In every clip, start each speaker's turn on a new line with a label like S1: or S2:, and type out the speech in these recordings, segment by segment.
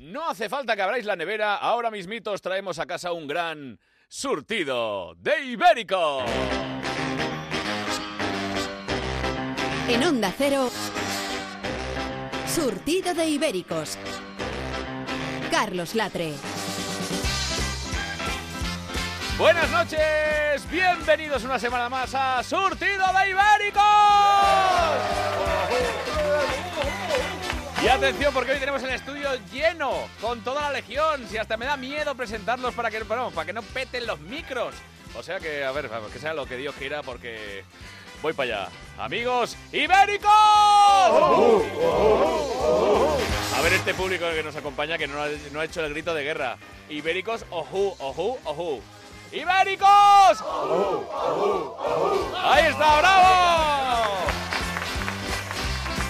S1: No hace falta que abráis la nevera, ahora mismito os traemos a casa un gran surtido de ibérico.
S2: En Onda Cero, surtido de ibéricos. Carlos Latre.
S1: Buenas noches, bienvenidos una semana más a Surtido de Ibéricos. Y atención porque hoy tenemos el estudio lleno con toda la legión, si hasta me da miedo presentarlos para que, bueno, para que no peten los micros. O sea que, a ver, vamos, que sea lo que Dios quiera porque voy para allá. Amigos ibéricos. A ver este público que nos acompaña que no ha, no ha hecho el grito de guerra. Ibéricos, ojú, ojú, ojú. ¡Ibéricos! ¡Ahí está, bravo!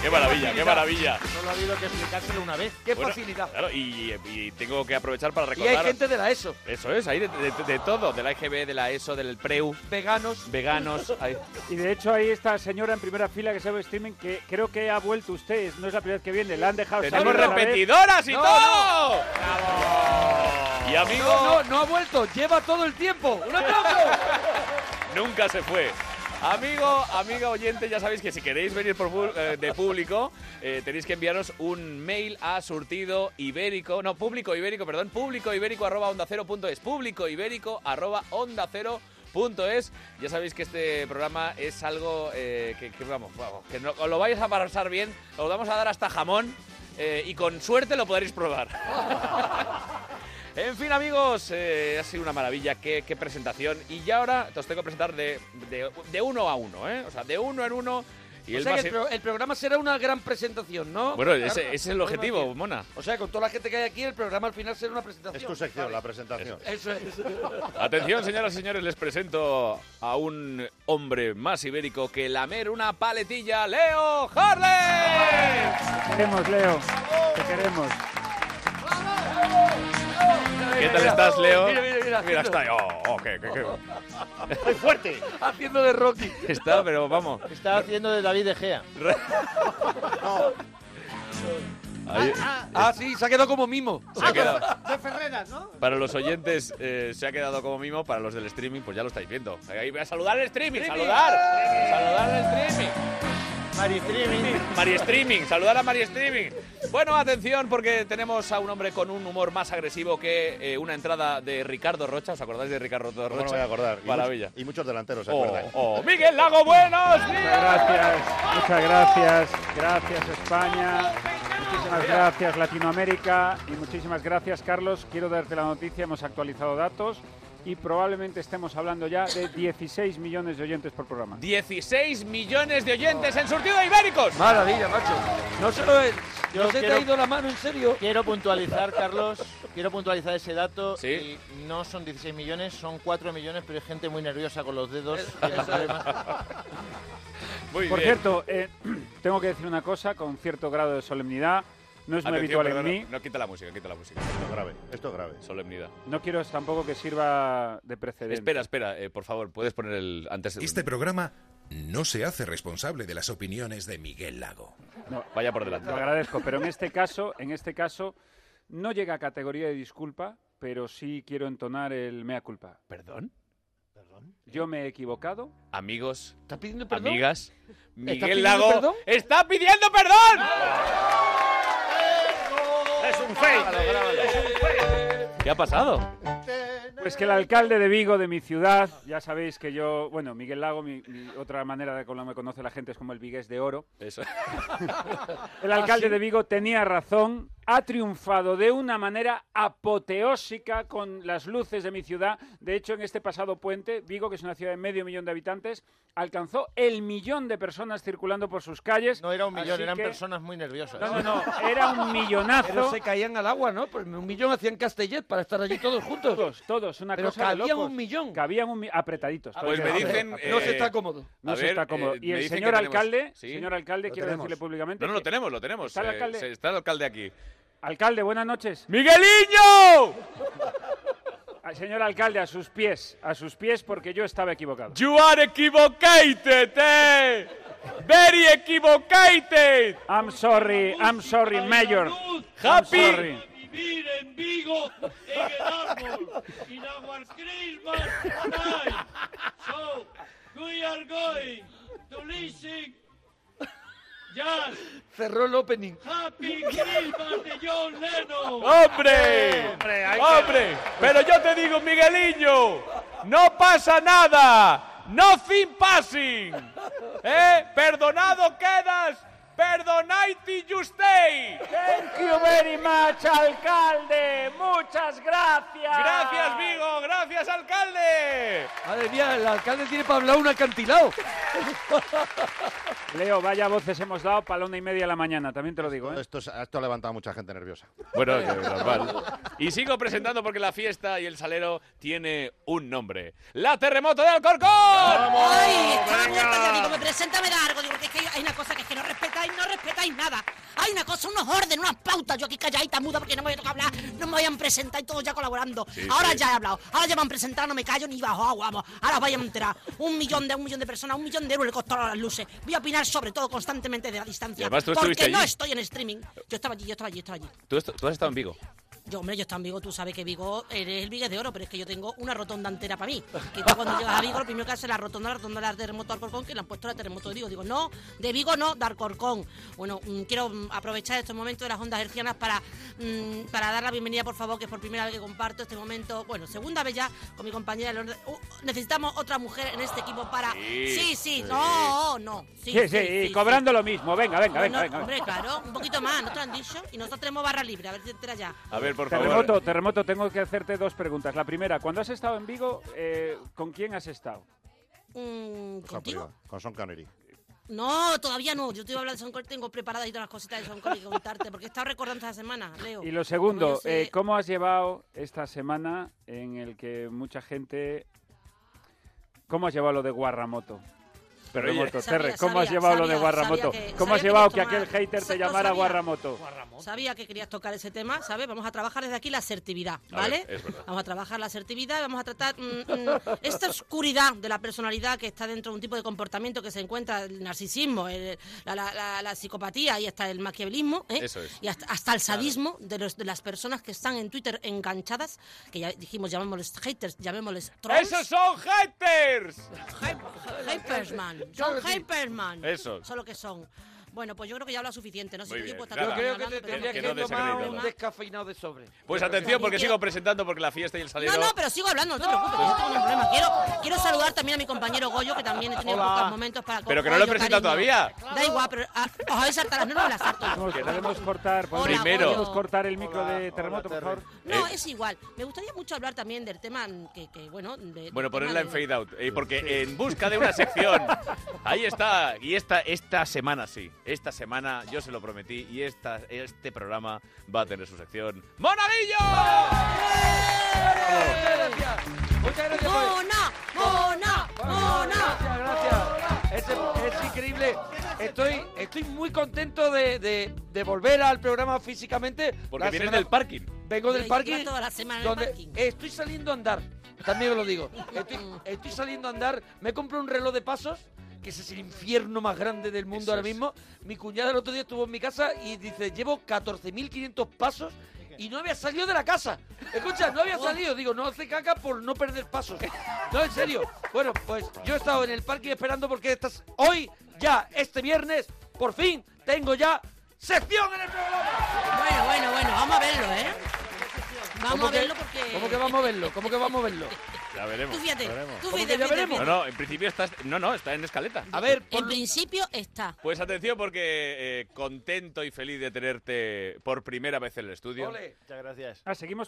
S1: ¡Qué maravilla, qué maravilla!
S3: Solo ha habido que explicárselo una vez. ¡Qué
S1: Bueno,
S3: facilidad!
S1: Claro, y, y tengo que aprovechar para
S3: Y hay
S1: recordar...
S3: gente de la ESO,
S1: Eso es, ahí de, de- de todo, de la EGB, de la ESO, del PREU,
S3: veganos.
S1: veganos... ahí.
S4: Y de hecho ahí está señora en primera fila que sabe streaming que creo que ha vuelto usted, no es la primera vez que viene, la han dejado
S1: ¡Tenemos
S4: salir otra vez.
S1: repetidoras y
S3: No,
S1: todo! Y
S3: No,
S1: amigo,
S3: no, no ha vuelto. Lleva todo el tiempo. ¡Un aplauso!
S1: nunca se fue. Amigo, amiga oyente, ya sabéis que si queréis venir por pu- eh, de público, eh, tenéis que enviaros un mail a surtido ibérico, no, público ibérico, perdón, público ibérico arroba onda cero punto es, público ibérico arroba onda cero punto es. Ya sabéis que este programa es algo eh, que, que, vamos, vamos, que no- os lo vais a pasar bien, os vamos a dar hasta jamón eh, y con suerte lo podréis probar. En fin, amigos, eh, ha sido una maravilla, qué, qué presentación. Y ya ahora te os tengo que presentar de, de- de uno a uno, ¿eh? O sea, de uno en uno. Y
S3: o
S1: el
S3: sea
S1: más-
S3: que el, pro- el programa será una gran presentación, ¿no?
S1: Bueno,
S3: Carlos?
S1: ese, ese es el objetivo,
S3: Bueno,
S1: mona.
S3: aquí. O sea, con toda la gente que hay aquí, el programa al final será una presentación.
S5: Es tu sección,
S3: Vale.
S5: la presentación.
S3: Eso es.
S1: Atención, señoras y señores, les presento a un hombre más ibérico que lamer una paletilla, Leo Harley.
S4: Te queremos, Leo, te queremos.
S1: ¿Qué tal estás, Leo?
S3: Mira, mira, mira.
S1: Mira,
S3: haciendo,
S1: está. Oh, ok, qué- qué-
S5: ¡Muy fuerte!
S3: haciendo de Rocky.
S1: Está, pero vamos.
S6: Está haciendo de David Egea.
S1: Ahí-
S3: Ah, sí, se ha quedado como mimo.
S1: se ha quedado.
S6: De Ferreras, ¿no?
S1: Para los oyentes eh, se ha quedado como mimo, para los del streaming pues ya lo estáis viendo. Ahí voy a saludar al streaming,
S3: Streaming.
S1: saludar, saludar al streaming.
S6: Maritrimin.
S1: Mari Streaming, saludar a Mari Streaming. Bueno, atención porque tenemos a un hombre con un humor más agresivo que eh, una entrada de Ricardo Rocha. ¿Os acordáis de Ricardo Rocha?
S5: ¿Cómo no me voy a acordar? Y
S1: Maravilla.
S5: much- Y, muchos delanteros, ¿se
S1: Oh,
S5: acuerdan?
S1: oh, Miguel Lago, buenos
S4: Muchas
S1: días.
S4: gracias, muchas gracias, gracias España, muchísimas gracias Latinoamérica y muchísimas gracias Carlos. Quiero darte la noticia, hemos actualizado datos y probablemente estemos hablando ya de 16 millones de oyentes por programa.
S1: 16 millones de oyentes en surtido de ibéricos.
S3: Maravilla, macho. No se lo es.
S6: Yo
S3: no se te
S6: quiero-
S3: ha ido la mano, en serio.
S6: Quiero puntualizar, Carlos, quiero puntualizar ese dato.
S1: Sí.
S6: Y no son 16 millones, son 4 millones, pero hay gente muy nerviosa con los dedos.
S3: Eso es.
S1: Muy
S4: Por
S1: bien.
S4: cierto, eh, tengo que decir una cosa con cierto grado de solemnidad, no es muy
S1: Atención,
S4: habitual en
S1: perdona,
S4: mí.
S1: No quita la música, quita la música.
S5: Esto es grave, esto es grave.
S1: Solemnidad.
S4: No quiero tampoco que sirva de precedente.
S1: Espera, espera, eh, por favor, puedes poner el antes de-
S7: Este programa no se hace responsable de las opiniones de Miguel Lago.
S4: No,
S1: Vaya por delante.
S4: lo agradezco, pero en este caso, en este caso, no llega a categoría de disculpa, pero sí quiero entonar el mea culpa.
S1: ¿Perdón?
S4: Yo me he equivocado.
S1: Amigos,
S3: ¿Estás pidiendo perdón?
S1: amigas, Miguel
S3: pidiendo
S1: Lago
S3: perdón?
S1: está pidiendo perdón.
S5: ¡Es un fake!
S1: ¿Qué ha pasado?
S4: Pues que el alcalde de Vigo, de mi ciudad, ya sabéis que yo, bueno, Miguel Lago, mi, mi otra manera de cómo me conoce la gente es como el vigués de oro.
S1: Eso. Ah,
S4: El alcalde de Vigo tenía razón, ha triunfado de una manera apoteósica con las luces de mi ciudad. De hecho, en este pasado puente, Vigo, que es una ciudad de medio millón de habitantes, alcanzó el millón de personas circulando por sus calles.
S6: No era un millón,
S4: Así
S6: eran
S4: que-
S6: personas muy nerviosas.
S4: No, no, no, era un
S3: Pero
S4: millonazo.
S3: se caían al agua, ¿no? Pues un millón hacían Castellet para estar allí todos juntos.
S4: Todos, todos, una
S3: Pero
S4: cosa de
S3: cabían
S4: locos.
S3: un millón.
S4: Cabían un mi- apretaditos.
S1: Pues me
S4: todos.
S1: dicen.
S3: No
S1: eh,
S3: se está cómodo.
S4: No
S1: a
S4: se
S1: ver,
S4: está cómodo.
S1: eh,
S4: y
S1: me
S4: el
S1: dicen
S4: señor
S1: que tenemos-
S4: alcalde,
S1: ¿Sí?
S4: señor alcalde, quiero decirle públicamente.
S1: No, no, lo
S4: que-
S1: tenemos, lo tenemos.
S4: ¿Está el
S1: Eh,
S4: alcalde?
S1: se- está el alcalde aquí.
S4: Alcalde, buenas noches.
S1: ¡Migueliño!
S4: Al Señor alcalde, a sus pies, a sus pies, porque yo estaba equivocado.
S1: You are equivocated, eh! Very equivocated!
S4: I'm sorry, I'm sorry, Mayor. I'm
S1: Happy,
S4: sorry.
S8: en Vigo, en el árbol. In our Christmas night. So, we are going to listen just
S3: Cerró el opening.
S8: Happy Christmas de John Lennon.
S1: ¡Hombre!
S6: Hombre, hay que-
S1: ¡Hombre! Pero yo te digo, Migueliño, no pasa nada. Nothing passing. ¿Eh? Perdonado quedas. Perdonate you stay.
S4: Thank you very much, alcalde. Muchas gracias.
S1: Gracias, Vigo. Gracias,
S4: ¡Eh!
S1: alcalde.
S3: Madre mía, el alcalde tiene para hablar un acantilado.
S4: Leo, vaya voces hemos dado para la una y media de la mañana, también te lo digo.
S5: Todo
S4: ¿eh?
S5: Esto, es- esto ha levantado a mucha gente nerviosa.
S1: Bueno, que normal. Y sigo presentando porque la fiesta y el salero tiene un nombre. ¡La terremoto de Alcorcón!
S9: Ay, estaba muerta ya, digo, me preséntame da algo, digo, porque es que hay una cosa que es que no respetáis, no respetáis nada. Hay una cosa, unos órdenes, unas pautas, yo aquí calladita muda porque no me voy a tocar hablar, no me vayan a presentar y todos ya colaborando. ahora ya he hablado, ahora ya me han presentado, no me callo ni bajo agua, vamos, ahora os vais a enterar. Un millón de un millón de personas, un millón de euros le costaron las luces. Voy a opinar sobre todo constantemente de la
S1: Y
S9: distancia.
S1: además tú
S9: porque
S1: estuviste
S9: no
S1: allí.
S9: estoy en streaming. Yo estaba allí, yo estaba allí, yo estaba allí.
S1: ¿Tú, est- tú has estado en Vigo.
S9: Yo, hombre, yo estaba en Vigo, tú sabes que Vigo eres el Vigo de oro, pero es que yo tengo una rotonda entera para mí. Que tú cuando llegas a Vigo, lo primero que hace es la rotonda, la rotonda de la terremoto de Alcorcón, que le han puesto la terremoto de Vigo. Digo, no, de Vigo no, de Alcorcón. Bueno, mm, quiero mm, aprovechar estos momentos de las ondas hercianas para, mm, para dar la bienvenida, por favor, que es por primera vez que comparto este momento, bueno, segunda vez ya, con mi compañera Leonor. Uh, necesitamos otra mujer en este equipo para...
S1: Sí.
S9: Sí, sí, no, no. Sí,
S4: Sí, sí, y cobrando lo mismo. Venga, venga, venga. venga, venga.
S9: Bueno, hombre, claro, un poquito más, ¿no te lo han dicho? Y nosotros tenemos barra libre, a ver si te enteras ya.
S1: A ver, por favor.
S4: Terremoto, terremoto, tengo que hacerte dos preguntas. La primera, cuando has estado en Vigo, eh, ¿con quién has estado?
S9: Mm,
S5: Cosa
S9: ¿Contigo?
S5: privada, Con Son Connery.
S9: No, todavía no. Yo te iba a hablar de Son Corte, tengo preparadas y todas las cositas de Son Corte que contarte, porque he estado recordando esta semana, Leo.
S4: Y lo segundo,
S9: Como yo sé-
S4: eh, ¿cómo has llevado esta semana en el que mucha gente... ¿Cómo has llevado lo de Guarramoto?
S1: Pero oye,
S4: Terremoto,
S9: Sabía,
S4: Terre, ¿cómo has
S9: sabía,
S4: llevado lo
S9: sabía,
S4: de Guarramoto?
S9: sabía que-
S4: ¿Cómo has
S9: sabía que
S4: llevado
S9: ibas a
S4: que aquel
S9: tomar-
S4: hater te
S9: Lo
S4: llamara
S9: sabía.
S4: Guarramoto?
S9: Sabía que querías tocar ese tema, ¿sabes? Vamos a trabajar desde aquí la asertividad,
S1: A
S9: ¿vale?
S1: ver, es verdad.
S9: vamos a trabajar la asertividad, vamos a tratar mm, mm, esta oscuridad de la personalidad que está dentro de un tipo de comportamiento que se encuentra el narcisismo, el- la, la- la- la psicopatía y hasta el maquiavelismo, ¿eh?
S1: Eso es.
S9: y hasta, hasta el sadismo de, los, de las personas que están en Twitter enganchadas, que ya dijimos, llamémosles haters, llamémosles trolls.
S1: ¡Esos son haters!
S9: Hypersman, son Hypersman.
S1: Eso.
S9: Son lo que son. Bueno, pues yo creo que ya habla suficiente, no este sé
S1: Muy
S9: qué
S1: bien,
S9: tiempo
S1: nada.
S9: está
S3: Yo creo que
S9: hablando,
S3: te
S9: pero
S3: tendrías que
S1: Que no
S3: tomar
S1: desacreditado.
S3: un descafeinado de sobre.
S1: Pues atención, porque sigo presentando porque la fiesta y el salero.
S9: No, no, pero sigo hablando, no te preocupes, yo no tengo ningún problema. Quiero, quiero saludar también a mi compañero Goyo, que también he tenido pocos momentos para...
S1: Pero que no lo he
S9: Goyo,
S1: presentado
S9: cariño.
S1: todavía.
S9: Da igual, pero ah, os habéis saltado las normas, las salto. yo.
S4: Podemos- Podemos cortar, podemos-
S1: Primero.
S4: podemos cortar el micro de Terremoto, por favor.
S9: No,
S1: Eh.
S9: es igual. Me gustaría mucho hablar también del tema que, que, bueno... de-
S1: Bueno,
S9: del
S1: ponerla en
S9: tema de-
S1: fade out. eh, porque en busca de una sección. Ahí está. Y esta, esta semana sí. Esta semana yo se lo prometí. Y esta, este programa va a tener su sección. ¡Monaguillo!
S3: Muchas gracias. Muchas gracias. por-
S9: ¡Mona! ¡Mona! ¡Mona!
S3: Gracias, gracias. Es, es increíble. Estoy, estoy muy contento de, de- de volver al programa físicamente.
S1: Porque
S3: La
S1: vienes
S3: semana-
S1: del parking.
S3: Vengo del
S9: Lleva
S3: parking.
S9: toda la semana en el
S3: donde
S9: parking.
S3: Estoy saliendo a andar. También os lo digo. Estoy, estoy saliendo a andar. Me compré un reloj de pasos, que ese es el infierno más grande del mundo
S1: Eso
S3: ahora
S1: es.
S3: mismo. Mi cuñada el otro día estuvo en mi casa y dice, llevo 14.500 pasos y no había salido de la casa. Escucha, no había
S9: Oh.
S3: salido. Digo, no hace caca por no perder pasos. No, en serio. Bueno, pues yo he estado en el parking esperando porque estás hoy, ya, este viernes, por fin, tengo ya sección en el programa.
S9: Bueno, bueno, bueno, vamos a verlo, ¿eh? Vamos
S3: ¿Cómo
S9: a
S3: que-
S9: verlo porque...
S3: ¿Cómo que vamos a verlo? ¿Cómo que vamos a verlo?
S1: Ya veremos.
S9: Tú fíjate, tú
S3: ¿Cómo
S9: fíjate,
S3: que ya
S9: fíjate,
S3: veremos?
S1: No,
S9: fíjate.
S1: no, en principio estás. No, no, está en escaleta.
S3: A ver, por
S9: En principio está.
S1: Pues atención, porque eh, contento y feliz de tenerte por primera vez en el estudio.
S3: Ole.
S6: Muchas gracias.
S4: Ah, seguimos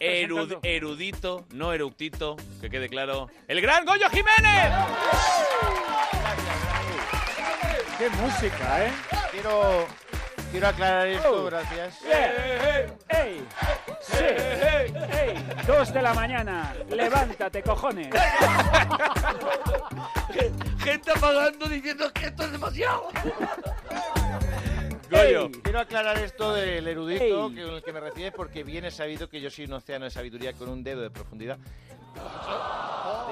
S4: presentando.
S1: Erud- erudito, no eructito, que quede claro. ¡El gran Goyo Jiménez!
S4: ¡Qué música, eh! Oh.
S6: Quiero, quiero aclarar esto, gracias.
S4: ¡Ey! ¡Sí! ¡Ey! ¡Dos de la mañana! ¡Levántate, cojones!
S3: gente apagando diciendo que esto es demasiado.
S1: Goyo.
S4: Ey.
S6: Quiero aclarar esto del erudito
S4: Ey.
S6: que, con el que me refieres porque bien es sabido que yo soy un océano de sabiduría con un dedo de profundidad.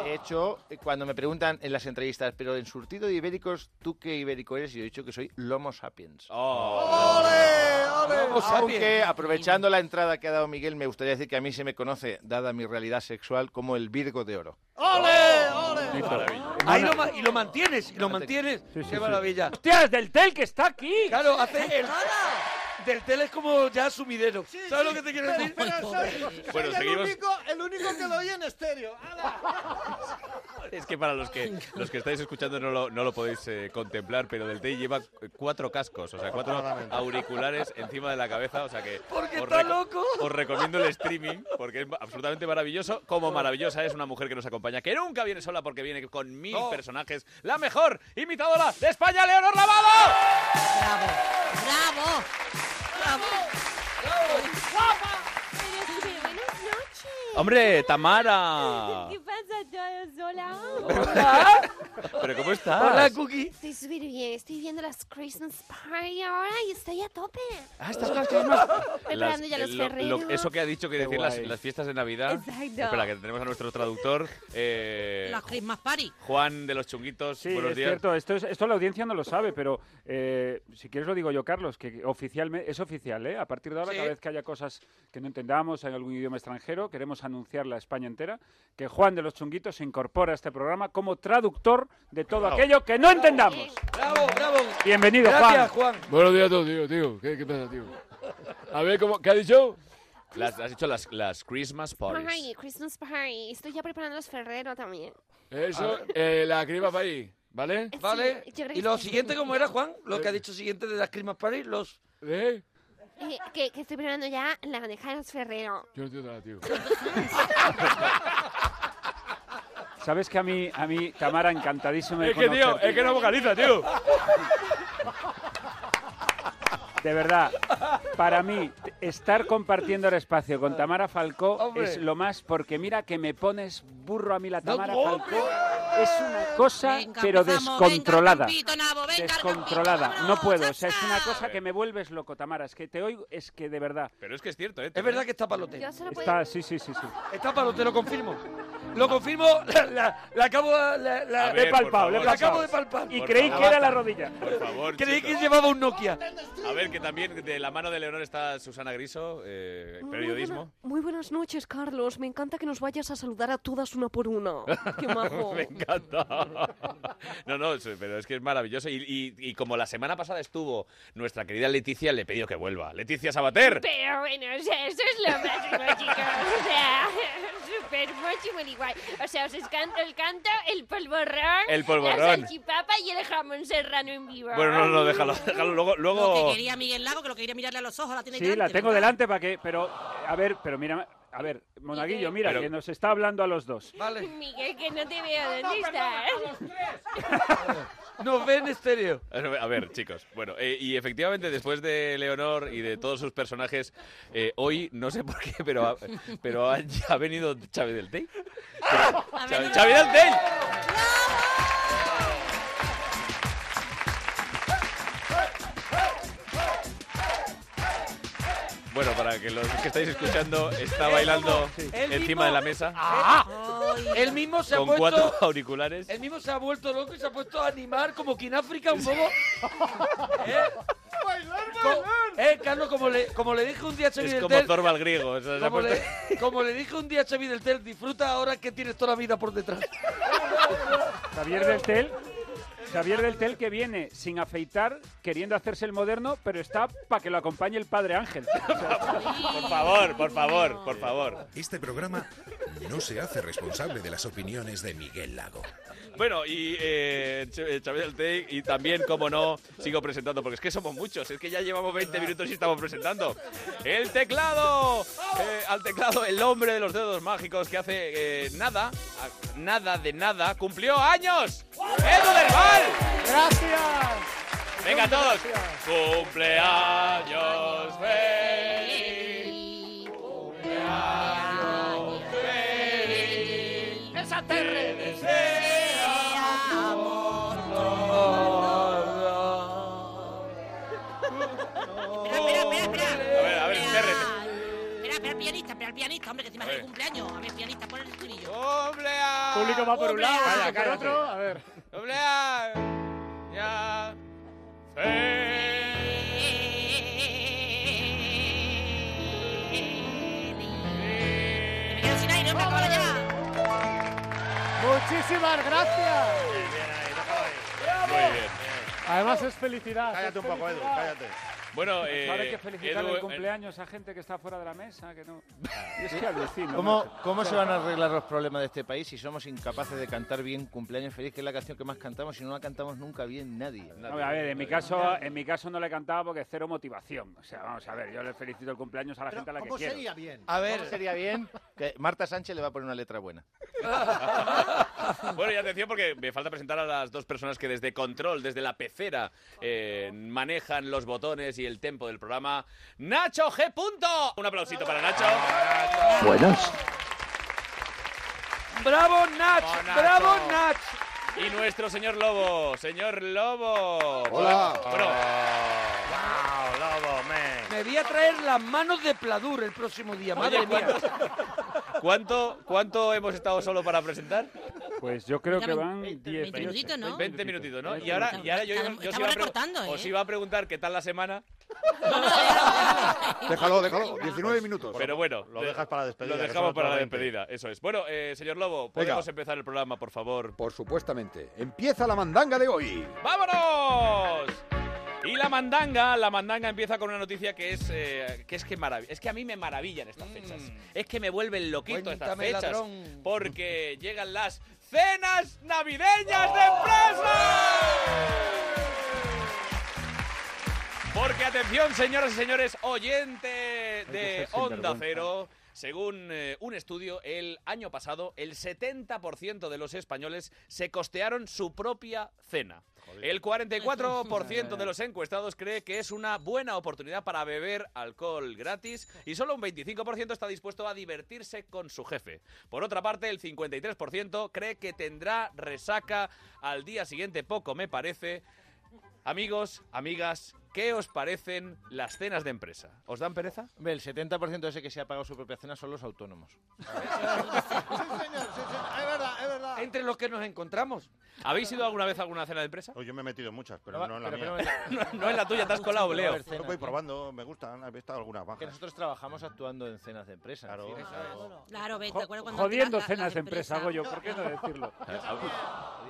S6: De hecho, eh, cuando me preguntan en las entrevistas, pero en surtido de ibéricos, ¿tú qué ibérico eres? Yo he dicho que soy Lomo sapiens.
S1: Oh.
S6: Vamos, Aunque, aprovechando la entrada que ha dado Miguel, me gustaría decir que a mí se me conoce, dada mi realidad sexual, como el Virgo de Oro.
S3: Ahí lo ma- y lo mantienes, y lo mantienes. Qué maravilla.
S4: ¡Hostias, del tel que está aquí!
S3: Claro, hace el... Del tele es como ya sumidero. ¿Sabes lo que te quiero decir?
S10: Pues,
S1: Bueno, seguimos.
S10: el único que lo oye en estéreo.
S1: Es que para los que los que estáis escuchando no lo, no lo podéis eh, contemplar, pero Del Tey lleva cuatro cascos, o sea, cuatro auriculares encima de la cabeza, o sea que
S3: Porque
S1: os,
S3: está
S1: reco-
S3: loco.
S1: os recomiendo el streaming porque es absolutamente maravilloso, como maravillosa es una mujer que nos acompaña, que nunca viene sola porque viene con mil
S3: No.
S1: personajes, la mejor imitadora de España, Leonor Lavado.
S9: Bravo, bravo, bravo.
S1: Hombre, Tamara.
S3: Ah.
S11: pasa, todos? Hola.
S1: Pero ¿cómo estás?
S3: Hola, Cookie.
S11: Estoy súper bien. Estoy viendo las Christmas Party ahora y estoy a tope.
S1: Ah, estas cosas que además-
S11: Preparando ya los
S1: eh, lo- lo-
S11: ferreros.
S1: Eso que ha dicho que decir las,
S6: guay.
S1: las fiestas de Navidad.
S11: Exacto.
S1: Espera, que tenemos a nuestro traductor. eh,
S9: Las Christmas Party.
S1: Juan de los Chunguitos,
S4: Sí,
S1: buenos
S4: es
S1: días.
S4: cierto. Esto, es- esto la audiencia no lo sabe, pero eh, si quieres lo digo yo, Carlos, que oficialmente es oficial, ¿eh? A partir de ahora,
S3: Sí.
S4: cada vez que haya cosas que no entendamos en algún idioma extranjero, queremos anunciarla a España entera, que Juan de los Chunguitos se incorpora a este programa como traductor de todo aquello que no entendamos.
S3: Bravo, bravo.
S4: Bienvenido,
S3: Gracias,
S4: Juan.
S3: Juan.
S8: Buenos días a todos, tío, tío. ¿Qué, qué pasa, tío? A ver, ¿cómo, ¿qué ha dicho?
S1: Las, has dicho las, las Christmas
S11: Party,
S1: parties.
S11: Christmas Party. Estoy ya preparando los ferreros también.
S8: Eso, eh, la criba para ahí, ¿vale?
S11: Sí,
S3: Vale.
S11: yo creo que
S3: Y lo
S11: sí.
S3: siguiente, ¿cómo era, Juan? Lo que
S4: Eh.
S3: ha dicho siguiente de las Christmas Party, los...
S8: ¿Eh?
S11: Eh, que, que estoy preparando ya la bandeja de los ferreros.
S8: Yo no entiendo nada, tío.
S4: Sabes que a mí, a mí Tamara, encantadísima de
S8: Es que, tío,
S4: conocerte.
S8: es que no vocaliza, tío.
S4: De verdad, para mí, t- estar compartiendo el espacio con Tamara Falcó
S3: Hombre.
S4: es lo más, porque mira que me pones burro a mí la
S3: No,
S4: Tamara
S3: no,
S4: Falcó. Es una cosa,
S9: Venga,
S4: pero
S9: empezamos.
S4: descontrolada.
S9: Venga, campito, nabo, venga,
S4: descontrolada.
S9: campito,
S4: No puedo, o
S9: vámonos,
S4: sea, es una
S9: chacha.
S4: cosa que me vuelves loco, Tamara. Es que te oigo, es que de verdad.
S1: Pero es que es cierto, ¿eh?
S3: Es verdad que está palote.
S11: Yo solo puedo.
S4: Está, sí, sí, sí, sí.
S3: Está palote, lo confirmo. Lo confirmo, la, la- la acabo... La, la-
S1: A ver,
S4: he
S1: por
S4: palpado, le he
S1: favor,
S3: la acabo de
S1: chicos.
S3: palpar.
S4: Y
S1: Por
S4: creí
S1: favor,
S4: que era
S1: basta.
S4: la rodilla.
S1: Por favor,
S3: Creí que
S1: chicos.
S3: llevaba un Nokia.
S1: A ver, que también de la mano de Leonor está Susana Griso, eh, periodismo.
S11: Muy buenas noches, Carlos. Me encanta que nos vayas a saludar a todas una por una. Qué majo.
S1: Me encanta. No, no, es- pero es que es maravilloso. Y, y- y como la semana pasada estuvo nuestra querida Leticia, le he pedido que vuelva. ¡Leticia Sabater!
S11: Pero bueno, o sea, eso es lo máximo, chicos. O sea, súper máximo el igual. O sea, os encanta el canto, el polvorrón,
S1: El polvorrón.
S11: la salchipapa y el jamón serrano en vivo.
S1: Bueno, no, no, déjalo, déjalo. Luego,
S9: Lo que
S1: luego...
S9: quería Miguel Lago, que lo quería mirarle a los ojos, la tiene
S4: Sí,
S9: delante,
S4: la tengo
S9: ¿verdad?
S4: delante para que. Pero, a ver, pero mira, a ver, Monaguillo, mira,
S1: Pero-
S4: que nos está hablando a los dos.
S3: Vale.
S11: Miguel, que no te veo, ¿dónde estás?
S3: Nos ven en estéreo.
S1: A ver, chicos. Bueno, eh, y efectivamente, después de Leonor y de todos sus personajes, eh, hoy, no sé por qué, pero ha, pero ha, ha venido Xavi del Tell.
S12: Ah,
S1: Pero-
S9: Ha
S1: Xavi,
S9: venido-
S1: ¡Xavi del Tell! Bueno, para que los que estáis escuchando, está bailando
S3: Él
S1: encima de
S3: mismo-
S1: la mesa
S3: ¡Ah!
S9: Ay,
S3: Él mismo se ha
S1: con
S3: puesto...
S1: cuatro auriculares.
S3: Él mismo se ha vuelto loco y se ha puesto a animar como que en África un poco. ¿Eh? Co- eh, Carlos, como le, como le dije un día a Xavi
S1: Es
S3: del
S1: como
S3: Tel,
S1: Zorba el griego. o sea, se ha
S3: como,
S1: puesto-
S3: le, como le dije un día a Xavi del Tel, disfruta ahora que tienes toda la vida por detrás.
S4: Xavier del Tel. Xavier del Tel que viene sin afeitar, queriendo hacerse el moderno, pero está para que lo acompañe el padre Ángel. O sea,
S1: Por favor, por favor, por favor.
S7: Este programa no se hace responsable de las opiniones de Miguel Lago.
S1: Bueno, y eh, Ch- eh, Xavier del Tei, y también, como no, sigo presentando, porque es que somos muchos, es que ya llevamos 20 minutos y estamos presentando. ¡El teclado! Eh, al teclado, el hombre de los dedos mágicos que hace eh, nada, a- nada de nada, cumplió años. ¡Edu del Val! ¡Gracias! Venga, todos. ¡Cumpleaños feliz!
S9: Espera, espera, espera, espera.
S1: A ver, a ver, espérate.
S9: Espera, espera, pianista, espera, pianista, hombre, que encima es el
S1: ver.
S9: cumpleaños. A ver, pianista, pon el estribillo.
S1: ¡Cumpleaños!
S4: público va por un lado, otro por otro.
S10: A ver.
S1: ¡Cumpleaños! ¡Feliz!
S13: Muchísimas gracias.
S1: Muy bien.
S13: Además es felicidad.
S5: Cállate
S13: es
S5: un poco, Edu,
S13: felicidad.
S5: cállate.
S1: Bueno,
S4: Pues
S1: eh,
S4: ahora hay que felicitar
S1: Edu,
S4: el
S1: eh,
S4: cumpleaños a gente que está fuera de la mesa, que no. Y es que alucino.
S6: ¿Cómo,
S4: macho.
S6: ¿Cómo se van a arreglar los problemas de este país si somos incapaces de cantar bien Cumpleaños Feliz, que es la canción que más cantamos y no la cantamos nunca bien nadie?
S4: No, a ver, en mi caso, en mi caso no le cantaba porque cero motivación. O sea, vamos a ver, yo le felicito el cumpleaños a la gente a la que quiero.
S6: A ver. sería bien? Que Marta Sánchez le va a poner una letra buena.
S1: Bueno, y atención porque me falta presentar a las dos personas que desde control, desde la pecera, eh, manejan los botones y el tempo del programa. ¡Nacho G. Punto! Un aplausito para Nacho.
S14: Buenas.
S3: ¡Bravo, Nach! ¡Bravo, Nach!
S1: Y nuestro señor Lobo, señor Lobo.
S3: Hola.
S1: Bueno,
S5: Lobo, man.
S3: Me voy a traer las manos de Pladur el próximo día,
S1: Oye,
S3: madre mía.
S1: ¿cuánto, ¿cuánto hemos estado solo para presentar?
S4: Pues yo creo
S1: Ya
S4: que
S1: ve-
S4: van
S9: eh,
S4: 10
S9: minutitos, ¿no?
S1: 20 minutitos, ¿no?
S4: Veinte
S1: Y ahora,
S4: minutitos.
S1: y ahora yo,
S9: Estamos-
S1: yo os,
S9: estamos
S1: iba a pregun-
S9: recortando, ¿eh?
S1: os iba a preguntar qué tal la semana.
S9: ¿eh?
S5: Déjalo, déjalo. 19 minutos.
S1: Pero bueno,
S5: Pues lo dejas para la despedida.
S1: Lo
S5: que
S1: dejamos
S5: son
S1: para la
S5: otras 20.
S1: despedida, eso es. Bueno, eh, señor Lobo, podemos empezar el programa, por favor.
S14: Por supuestamente. Empieza la mandanga de hoy.
S1: ¡Vámonos! Y la mandanga, la mandanga empieza con una noticia que es eh, que es que marav- es que a mí me maravillan estas fechas.
S5: Mm.
S1: Es que me vuelven loquito estas
S3: Cuéntame,
S1: fechas
S3: ladrón.
S1: porque llegan las cenas navideñas de empresa. Porque atención, señoras y señores, oyente de
S3: ser
S1: Onda
S3: sinvergüenza.
S1: Cero, según eh, un estudio, el año pasado el 70% de los españoles se costearon su propia cena. El 44% de los encuestados cree que es una buena oportunidad para beber alcohol gratis y solo un 25% está dispuesto a divertirse con su jefe. Por otra parte, el 53% cree que tendrá resaca al día siguiente, poco me parece. Amigos, amigas, ¿qué os parecen las cenas de empresa? ¿Os dan pereza?
S6: Hombre, el 70% de ese que se ha pagado su propia cena son los autónomos.
S3: Es verdad, es verdad. Entre los que nos encontramos.
S1: ¿Habéis ido alguna vez a alguna cena de empresa?
S5: yo me he metido en muchas, pero no, en la
S6: pero-
S5: mía.
S1: No- no en la tuya, te has colado, Leo.
S5: Yo voy probando, me gustan, he visto algunas
S6: Que
S5: bajas.
S6: nosotros trabajamos actuando en cenas de empresa. Claro.
S9: Claro, ¿ves? ¿Te acuerdas cuando
S4: Jodiendo
S9: antes la- la-
S4: cenas
S9: las
S4: de empresa,
S9: empresas-
S4: Goyo, ¿por qué no decirlo?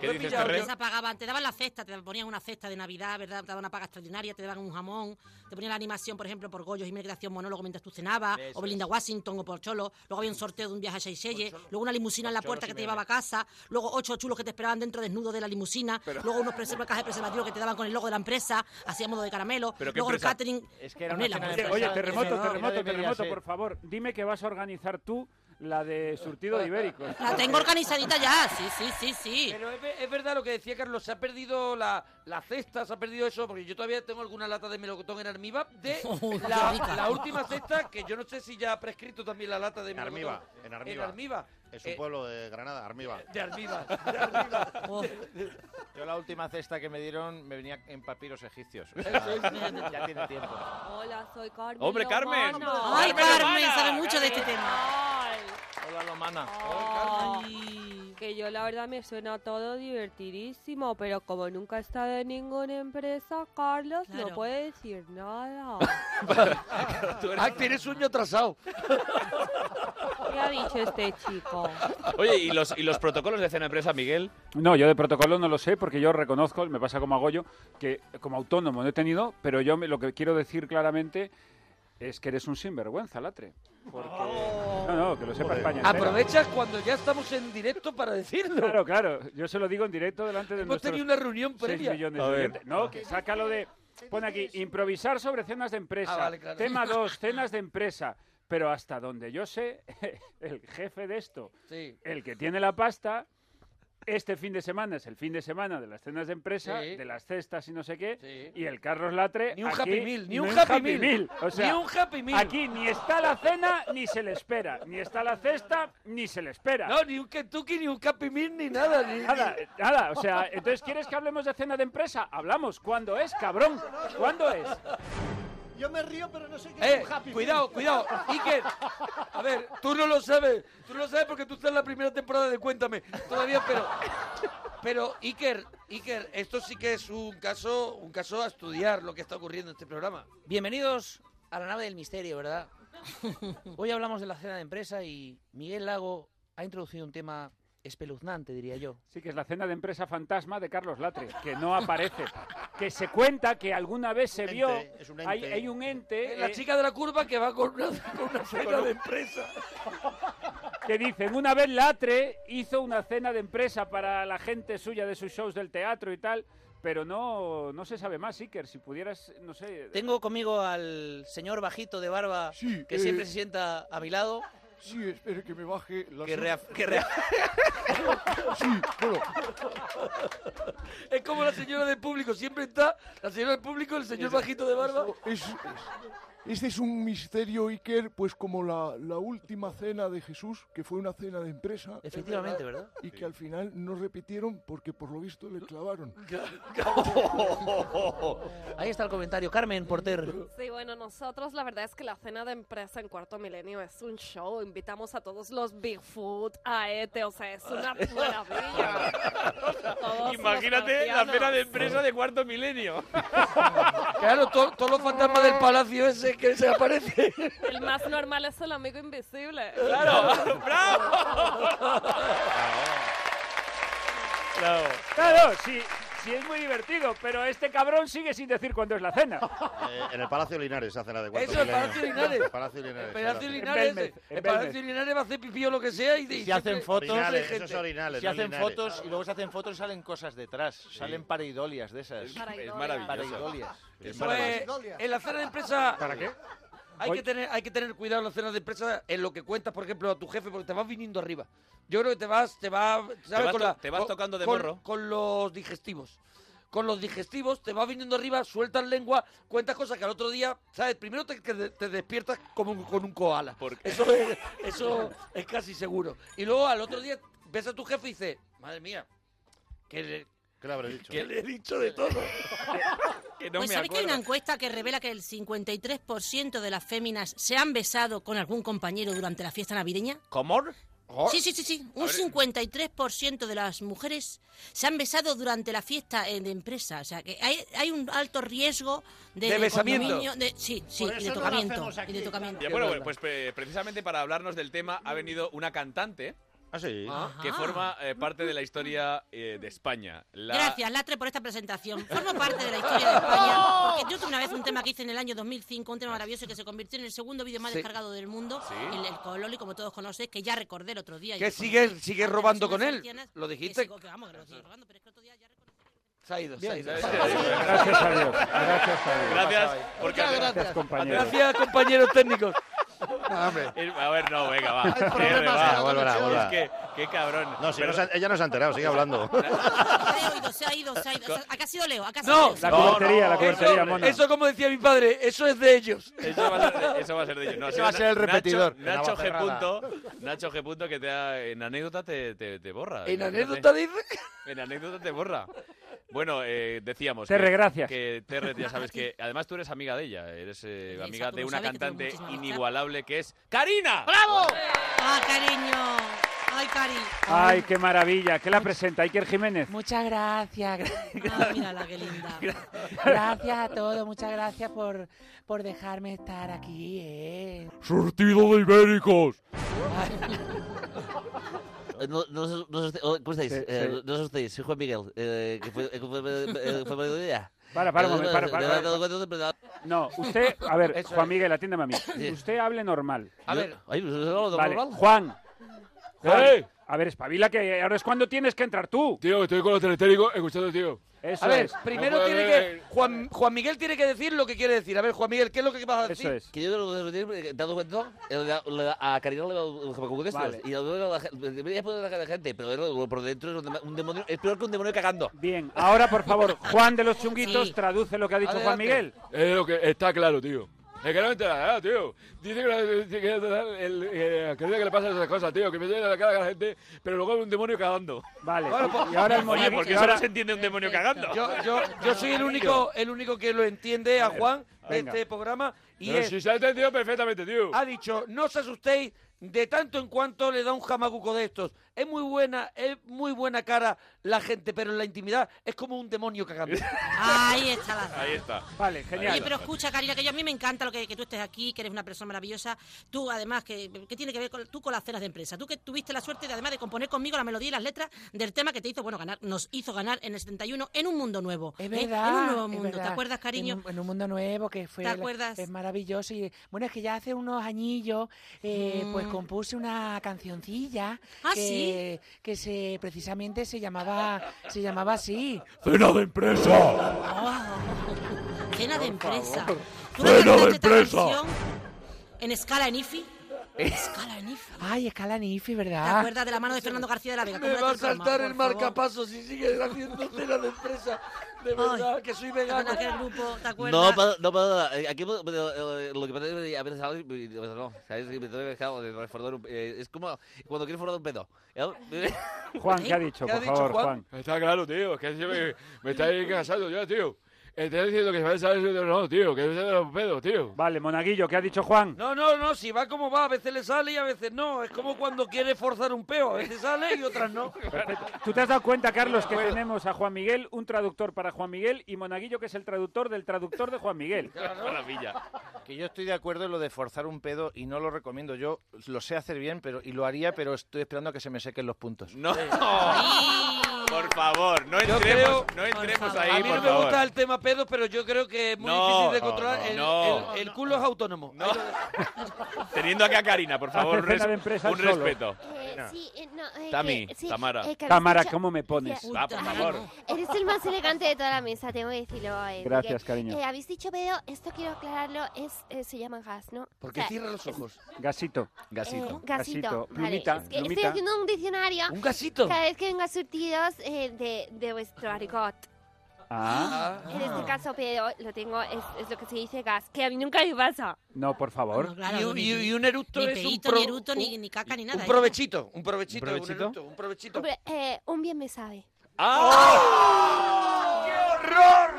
S1: ¿Qué
S9: Lo he
S1: dices,
S9: pillado,
S1: Ferrer?
S9: que se apagaban, te daban la cesta, te ponían una cesta de Navidad, ¿verdad? Te daban una paga extraordinaria, te daban un jamón, te ponían la animación, por ejemplo, por Goyo Jiménez que te hacía un monólogo mientras tú cenabas,
S15: Eso
S9: o Belinda Washington o por Cholo, luego había un sorteo de un viaje a Seychelles, luego una limusina en la
S15: Cholo
S9: puerta que te
S15: Jiménez.
S9: llevaba a casa, luego ocho chulos que te esperaban dentro desnudo de la limusina, luego unos preserva- cajas de preservativos que te daban con el logo de la empresa, hacía modo de caramelo,
S1: ¿Pero qué
S9: luego el
S1: empresa?
S9: catering...
S6: Es que era
S9: Hombre,
S6: una
S9: la
S6: cena
S9: empresa- ¿eh?
S4: Oye,
S9: la
S4: terremoto,
S9: empresa-
S4: terremoto,
S6: Mediaset.
S4: terremoto, por favor, dime que vas a organizar tú la de surtido de ibéricos.
S9: La tengo organizadita ya, sí, sí, sí, sí.
S3: Pero es, ve- es verdad lo que decía Carlos, se ha perdido la, la cesta, se ha perdido eso, porque yo todavía tengo alguna lata de melocotón en Armiva de la,
S5: rica.
S3: la última cesta, que yo no sé si ya ha prescrito también la lata de
S5: En
S3: melocotón.
S5: Armiva, en Armiva.
S3: En Armiva. Eh,
S5: Es un pueblo de Granada, Armiva.
S3: De Armiva.
S6: Yo la última cesta que me dieron me venía en papiros egipcios. o sea,
S3: Eso es.
S6: ya tiene tiempo.
S16: Hola, soy Carmen.
S6: Hombre, Carmen.
S16: Lomano.
S6: Ay, Carmen Carmen, Lomana,
S9: sabe mucho de este
S16: Carmen.
S6: Hola, Lomana.
S16: Oh. Ay, Que yo la verdad me suena todo divertidísimo, pero como nunca he estado en ninguna empresa, Carlos
S3: Claro.
S16: no puede decir nada.
S3: Ah, tienes sueño atrasado.
S16: ¿Qué ha dicho este chico?
S1: Oye, ¿y los, ¿y los protocolos de cena de empresa, Miguel?
S4: No, yo de protocolo no lo sé porque yo reconozco, me pasa como a Goyo, que como autónomo no he tenido, pero yo me- lo que quiero decir claramente es que eres un sinvergüenza, Latre. Porque... No, no, que lo sepa España. entera.
S3: Aprovechas cuando ya estamos en directo para decirlo.
S4: Claro, claro, yo se lo digo en directo delante de
S3: Hemos
S4: nuestros
S3: tenido una reunión
S4: seis
S3: previa.
S4: millones
S3: A
S4: de
S3: ver.
S4: oyentes. No, que saca lo de... Pone aquí, improvisar sobre cenas de empresa.
S3: Ah, vale, claro.
S4: Tema 2, cenas de empresa. Pero hasta donde yo sé, el jefe de esto,
S3: Sí.
S4: el que tiene la pasta, este fin de semana es el fin de semana de las cenas de empresa,
S3: Sí.
S4: de las cestas y no sé qué,
S3: Sí.
S4: y el Carlos Latre...
S3: Ni un
S4: aquí,
S3: Happy Meal, ni un Happy Meal.
S4: O sea,
S3: Ni un Happy Meal.
S4: Aquí ni está la cena, ni se le espera. Ni está la cesta, ni se le espera.
S3: No, ni un Kentucky, ni un Happy Meal, ni nada. Ni,
S4: Nada, nada, o sea, entonces ¿quieres que hablemos de cena de empresa? Hablamos, ¿cuándo es, cabrón? ¿Cuándo es?
S10: Yo me río, pero no sé qué
S3: Eh,
S10: es un happy
S3: cuidado,
S10: meal.
S3: cuidado. Iker, a ver, tú no lo sabes. Tú no lo sabes porque tú estás en la primera temporada de Cuéntame. Todavía, pero. Pero, Iker, Iker, esto sí que es un caso, un caso a estudiar lo que está ocurriendo en este programa.
S17: Bienvenidos a la nave del misterio, ¿verdad?
S3: Hmm.
S17: Hoy hablamos de la cena de empresa y Miguel Lago ha introducido un tema espeluznante, diría yo.
S4: Sí, que es la cena de empresa fantasma de Carlos Latre, que no aparece. Que se cuenta que alguna vez se
S3: ente,
S4: vio.
S3: es un ente.
S4: Hay, hay un ente.
S3: Es la
S4: eh,
S3: chica de la curva que va con una, con una cena
S4: un-
S3: de empresa.
S4: que dicen, una vez Latre hizo una cena de empresa para la gente suya de sus shows del teatro y tal, pero no, no se sabe más, Iker, si pudieras, no sé...
S17: Tengo conmigo al señor bajito de barba
S4: Sí,
S17: que
S4: eh.
S17: siempre se sienta a mi lado.
S13: Sí, espere que me baje la...
S17: Que
S13: so-
S17: reaf- que rea-
S13: Sí, bueno.
S3: Es como la señora del público, siempre está la señora del público, el señor bajito de barba.
S13: Es- es- este es un misterio, Iker, pues como la, la última cena de Jesús, que fue una cena de empresa.
S17: Efectivamente, ¿verdad?
S13: Y que al final no repitieron porque por lo visto le clavaron.
S17: Oh, Ahí está el comentario. Carmen Porter.
S15: Sí, bueno, nosotros la verdad es que la cena de empresa en Cuarto Milenio es un show. Invitamos a todos los Bigfoot, a ETE, o sea, es una maravilla. Todos los
S1: Imagínate la cena de
S15: marcianos.
S1: empresa de cuarto milenio.
S3: Claro, to- todos los fantasmas del palacio ese que se aparece.
S15: El más normal es el amigo invisible.
S3: Claro,
S4: Claro, sí, sí es muy divertido, pero este cabrón sigue sin decir cuándo es la cena.
S5: Eh, en el Palacio de Linares hacen la de cuarto
S4: Eso, el
S5: milenio.
S4: Palacio de Linares.
S5: El Palacio de Linares.
S3: El Palacio
S5: ahora.
S3: Linares, el Palacio Linares va a hacer pipí o lo que sea. Y, y
S6: Si hacen
S3: siempre-
S6: fotos,
S3: Linares,
S6: gente.
S3: esos orinales,
S6: si
S3: no
S6: hacen
S3: linares.
S6: fotos y luego se hacen fotos y salen cosas detrás, salen pareidolias de esas.
S1: Es- es maravilloso.
S6: Pareidolias.
S1: Es
S3: Pues, en la cena de empresa.
S6: ¿Para qué?
S3: Hay
S6: Hoy-
S3: que, tener, hay que tener cuidado en las cenas de empresa en lo que cuentas, por ejemplo, a tu jefe, porque te vas viniendo arriba. Yo creo que te vas, te vas, ¿sabes?
S1: vas
S3: Con
S1: to-
S3: la-
S1: te vas
S3: con-
S1: tocando de
S3: con-
S1: morro.
S3: Con los digestivos. Con los digestivos te vas viniendo arriba, sueltas lengua, cuentas cosas que al otro día, ¿sabes? Primero te, que te despiertas como un- con un koala. Eso, es, eso es casi seguro. Y luego al otro día ves a tu jefe y dices, madre mía, que le,
S5: ¿Qué le habré dicho?
S3: que le he dicho de todo.
S9: pues sabes que hay una encuesta que revela que el 53% de las féminas se han besado con algún compañero durante la fiesta navideña.
S3: ¿Cómo?
S1: Oh.
S9: Sí, sí, sí, sí. Un 53% de las mujeres se han besado durante la fiesta eh, de empresa. O sea, que hay, hay un alto riesgo de,
S1: De besamiento.
S9: condominio, de- sí, sí,
S1: Por
S9: y
S1: eso
S9: de
S1: no lo
S9: tocamiento.
S1: hacemos
S9: y de tocamiento.
S1: Ya, bueno, bueno, pues pre- precisamente para hablarnos del tema ha venido una cantante.
S5: Ah,
S1: Que
S9: Ajá.
S1: forma eh, parte de la historia eh, de España. La-
S9: Gracias, Latre, por esta presentación. Formo parte de la historia de España. Porque yo tuve una vez un tema que hice en el año 2005, un tema maravilloso que se convirtió en el segundo vídeo más
S3: Sí.
S9: descargado del mundo,
S3: Sí.
S9: el, el Cololi, como todos conocéis, que ya recordé el otro día.
S3: Que
S9: Y-
S3: sigue, sigue robando con él.
S9: Cristianas,
S3: Lo
S9: que
S3: dijiste.
S9: sigo- que vamos, que lo sigo robando, pero es que otro día ya
S3: Se ha ido, se ha ido.
S4: Gracias a Dios, gracias a Dios.
S1: Gracias, porque-
S4: Muchas gracias, compañeros.
S3: Gracias, compañeros técnicos.
S1: Eh, A ver, no, venga, va.
S5: problemas
S1: Cierre,
S5: con
S1: va.
S5: la Vuelva, conexión. vuelva.
S1: Es que, qué cabrón.
S5: No, si
S1: Pero-
S5: no se ha- ella no se ha enterado, sigue hablando.
S9: Se ha ido, se ha ido, se ha ido. Acá ha sido Leo, acá ha sido
S3: No,
S9: Leo.
S5: La cubertería, la cubertería,
S3: eso,
S5: mona.
S3: Eso, como decía mi padre, eso es de ellos.
S1: Eso va a ser de, eso va a ser de ellos. No, ha
S3: Ese
S1: sido
S3: va a ser el
S1: Na-
S3: repetidor.
S1: Nacho, Nacho
S3: En
S1: G.
S3: la
S1: Punto,
S3: bocerrada.
S1: Nacho G. Punto que te ha- en anécdota te, te, te borra.
S3: ¿En
S1: Yo no
S3: anécdota
S1: sé.
S3: dice?
S1: En anécdota te borra. Bueno, eh, decíamos
S4: Terre,
S1: que,
S4: gracias.
S1: que Terre, ya sabes que además tú eres amiga de ella, eres eh,
S9: Teresa,
S1: amiga
S9: tú
S1: de
S9: lo
S1: una
S9: sabes pues que tengo
S1: cantante
S9: muchísima amistad.
S1: inigualable que es Karina.
S9: ¡Bravo! ¡Ah, cariño! ¡Ay, cari!
S4: Ay, qué maravilla, que la presenta Iker Jiménez.
S17: Muchas gracias.
S9: Ah, mírala, qué linda.
S17: Gracias a todos, muchas gracias por, por dejarme estar aquí. ¿eh?
S8: Surtido de ibéricos.
S12: Eh, No, no, os- no os esté- oh, ¿Cómo estáis?
S4: Sí,
S12: Eh,
S4: sí.
S12: no os asustéis, soy Juan Miguel. Eh, que fue, eh, que fue, eh, fue marido de ella.
S4: Para, para un
S12: Eh,
S4: momento, para, para,
S12: me he
S4: para.
S12: dado cuenta de-
S4: No, usted, a ver,
S12: Eso
S4: Juan
S12: es.
S4: Miguel, atiéndame a mí. Usted hable normal.
S12: A ver. Ay, pues, ¿no?
S4: Vale,
S12: ¿normal?
S4: Juan. Juan,
S8: ¡Eh!
S4: A ver, espabila, que ahora es cuando tienes que entrar tú.
S8: Tío, estoy con los teletéricos escuchando, tío.
S4: Eso
S3: a ver,
S4: es.
S3: primero
S8: No puede
S3: tiene
S8: haber-
S3: que. Juan, Juan Miguel tiene que decir lo que quiere decir. A ver, Juan Miguel, ¿qué es lo que vas a decir?
S12: Sí, Que yo lo que te he dado cuenta, eh, la- la- a Karina le va como que
S3: Vale.
S12: Y lo veo a la gente, debería poner a la gente, pero lo- lo- por dentro es un dem- un demonio, es peor que un demonio cagando.
S4: Bien, Ahora, por favor, Juan de los Chunguitos,
S8: Sí.
S4: traduce lo que ha dicho Juan
S8: Adelante.
S4: Miguel.
S8: Es lo que está claro, tío. Es que no me enterará, tío. Dice que, la- dice que la- el- eh, la gente que le pasan esas cosas, tío. Que me llena la cara a la gente, pero luego hay un demonio cagando. pues-
S4: Vale.
S1: y ahora el Oye, monaguillo- porque y eso ahora- no se entiende un demonio cagando.
S3: Este, Yo, yo, yo soy el único, el único que lo entiende a Juan de
S8: venga.
S3: este programa. Y
S8: Pero
S3: es-
S8: si se ha entendido perfectamente, tío.
S3: ha dicho, no os asustéis, de tanto en cuanto le da un jamaguco de estos. Es muy buena, es muy buena cara la gente, pero en la intimidad es como un demonio cagando.
S9: Ahí está la
S1: Ahí está.
S4: Vale,
S1: genial.
S9: Oye, pero escucha, Karina, que yo a mí me encanta lo que, que tú estés aquí, que eres una persona maravillosa. Tú, además, que, que tiene que ver con, tú con las cenas de empresa. Tú que tuviste la suerte, de, además, de componer conmigo la melodía y las letras del tema que te hizo, bueno, ganar, nos hizo ganar en el 71 en un mundo nuevo. ¿eh?
S17: Es verdad.
S9: En un nuevo
S17: es
S9: mundo. ¿Te
S17: verdad.
S9: acuerdas, cariño?
S17: En un, en un mundo nuevo que fue.
S9: ¿Te
S17: la-
S9: acuerdas?
S17: Es maravilloso. Y bueno, es que ya hace unos añillos, eh, pues compuse una cancioncilla.
S9: Mm. Ah,
S17: que, que se, precisamente se llamaba, se llamaba así.
S8: ¡Cena de empresa!
S9: Oh. Cena de empresa. ¿Tú no
S8: ¡Cena de
S9: cantaste esta
S8: empresa!
S9: canción en escala en IFI? Escala en IFI.
S17: Ay, escala Nifi, ¿verdad?
S9: ¿Te acuerdas de la mano de Fernando García de la Vega?
S3: Me
S9: ¿Cómo era
S3: va a
S9: aquel programa,
S3: saltar
S9: por
S3: el
S9: favor?
S3: marcapaso si sigues haciendo cena de empresa. De verdad, que soy
S9: ¿Te acuerdas
S3: vegano.
S9: de aquel grupo? ¿Te acuerdas?
S12: No, pa- no para nada. Eh, Aquí pero, eh, lo que pasa es que a veces algo- eh, no, ¿sabes? Me tengo que dejar de reforzar un- eh, Es como cuando quieres forzar un pedo. ¿Eh?
S4: Juan, ¿qué ha dicho, por favor, Juan?
S8: Está claro, tío. Es que sí me, me está ahí cansando ya, tío. Está diciendo que se va a salir de no, tío. Que se de los pedos, tío.
S4: Vale, Monaguillo, ¿qué ha dicho Juan?
S3: No, no, no, si va como va, a veces le sale y a veces no. Es como cuando quiere forzar un peo, a veces sale y otras no.
S4: ¿Tú te has dado cuenta, Carlos, que tenemos a Juan Miguel, un traductor para Juan Miguel y Monaguillo, que es el traductor del traductor de Juan Miguel?
S1: Maravilla.
S6: Que yo estoy de acuerdo en lo de forzar un pedo y no lo recomiendo. Yo lo sé hacer bien pero y lo haría, pero estoy esperando a que se me sequen los puntos.
S1: No. Por favor, no
S6: Yo
S1: entremos,
S6: creo-
S1: no entremos
S3: a
S1: ahí,
S3: mí no
S1: por
S3: me
S1: favor.
S3: gusta el tema pedos, pero yo creo que es muy
S1: No,
S3: difícil de
S1: no,
S3: controlar.
S1: no,
S3: el,
S1: no.
S3: el- el culo es autónomo. Ahí lo dejo.
S1: Teniendo aquí a Karina, por favor, un,
S4: Hace cena
S1: res-
S4: de empresa
S1: un
S4: solo.
S1: respeto.
S11: Eh, sí, eh, no, eh,
S1: Tami,
S11: que- sí,
S1: Tamara.
S11: eh, que habéis
S4: Tamara,
S11: dicho-
S4: ¿cómo me pones?
S11: Decía-
S1: Va, por favor.
S11: Eres el más elegante de toda la mesa, tengo que decirlo. eh,
S4: Gracias,
S11: Miguel.
S4: cariño.
S11: Eh, Habéis dicho pedo, esto quiero aclararlo, es, eh, se llama gas, ¿no?
S4: Porque
S11: O sea,
S3: los ojos.
S4: Gasito.
S11: eh, gasito. vale.
S4: Plumita,
S11: Es que estoy
S4: plumita.
S11: haciendo un diccionario.
S4: ¿Un gasito?
S11: Cada vez que venga surtidos eh, de, de vuestro argot.
S4: Ah.
S11: En este caso, pedo, lo tengo, es, es lo que se dice gas, que a mí nunca me pasa.
S4: No, por favor.
S3: Y, y- y un eructo
S9: Ni
S3: es un,
S9: peíto,
S3: pro-
S9: ni eruto, ni, ni caca, ni nada.
S3: un
S9: ¿eh?
S3: provechito, un provechito, un
S6: ¿Provechito?
S3: eructo, un provechito.
S11: Hombre, eh, un bien me sabe.
S1: Ah.
S3: ¡Horror!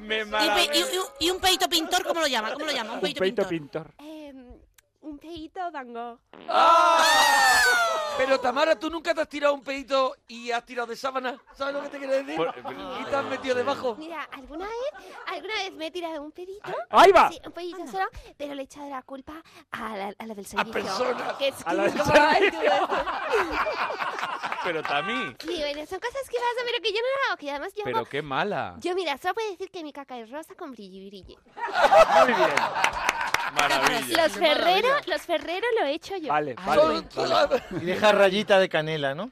S1: Me
S9: Y, un
S1: mala-
S9: pe- y- y- y un peito pintor, ¿cómo lo llama? ¿Cómo lo llama? Un
S4: Un
S9: peito
S4: peito
S9: pintor.
S4: pintor.
S11: Em, un pedito Van Gogh.
S3: Ah. Pero Tamara, tú nunca te has tirado un pedito y has tirado de sábana. ¿Sabes lo que te quiero decir?
S1: Por-
S3: y te has metido debajo.
S11: Mira, alguna vez, alguna vez me he tirado un pedito.
S4: ¡Ahí va!
S11: Sí, un pedito solo, pero le he echado la culpa a la, a la del servicio.
S1: personas.
S11: Que es
S1: A la
S11: que-
S1: del
S11: como, ay,
S1: servicio.
S11: tú,
S1: Pero Tami,
S11: Sí, bueno, son cosas que pasan, pero que yo no las hago, que además yo
S1: pero
S11: hago-
S1: qué mala.
S11: Yo, mira, solo puedo decir que mi caca es rosa con brillo y brillo.
S4: Muy bien.
S11: Los Ferrero, los Ferrero lo he hecho yo.
S4: Vale,
S3: Ah,
S6: Vale, vale. Y deja rayita de canela, ¿no?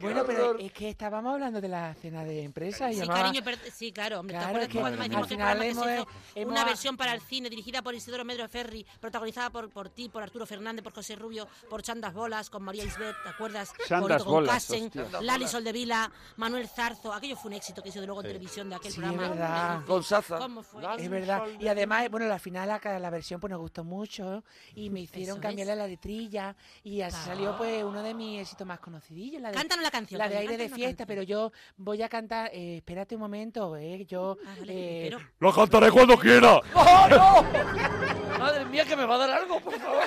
S17: Bueno, pero es que estábamos hablando de la cena de empresa y
S9: Sí,
S17: llamaba-
S9: cariño, pero- sí, claro, hombre,
S17: Claro,
S9: ¿te acuerdas
S17: es
S9: que
S17: que
S9: cuando
S17: madre
S9: hicimos aquel
S17: mía.
S9: programa que se
S17: Hemos-
S9: hizo
S17: hemos-
S9: una versión para el cine dirigida por Isidoro Medro Ferri, protagonizada por, por ti, por Arturo Fernández, por José Rubio, por Chandas Bolas, con María Isbert, ¿te acuerdas?
S4: Chandas
S9: Corito con
S4: Bolas,
S9: Casen,
S4: hostia. Chandas
S9: Lali
S4: Bolas.
S9: Soldevila, Manuel Zarzo, aquello fue un éxito que hizo de luego en televisión de aquel
S17: Sí, es
S9: programa.
S17: verdad.
S3: Con Saza.
S9: ¿Cómo fue?
S17: Es verdad. Y además, bueno, la final, la, la versión, pues nos gustó mucho y me hicieron
S9: Eso
S17: cambiarle la letrilla y así salió, pues, uno de mis éxitos más conocidillos. La de,
S9: Cántanos la canción,
S17: La de
S9: Carmen,
S17: aire de
S9: cántanos la
S17: fiesta, pero yo voy a cantar, eh, espérate un momento, eh, yo...
S9: Ah,
S17: eh,
S8: ¡Lo cantaré cuando quiera!
S17: ¡Oh, no!
S3: Madre mía, que me va a dar algo, por favor.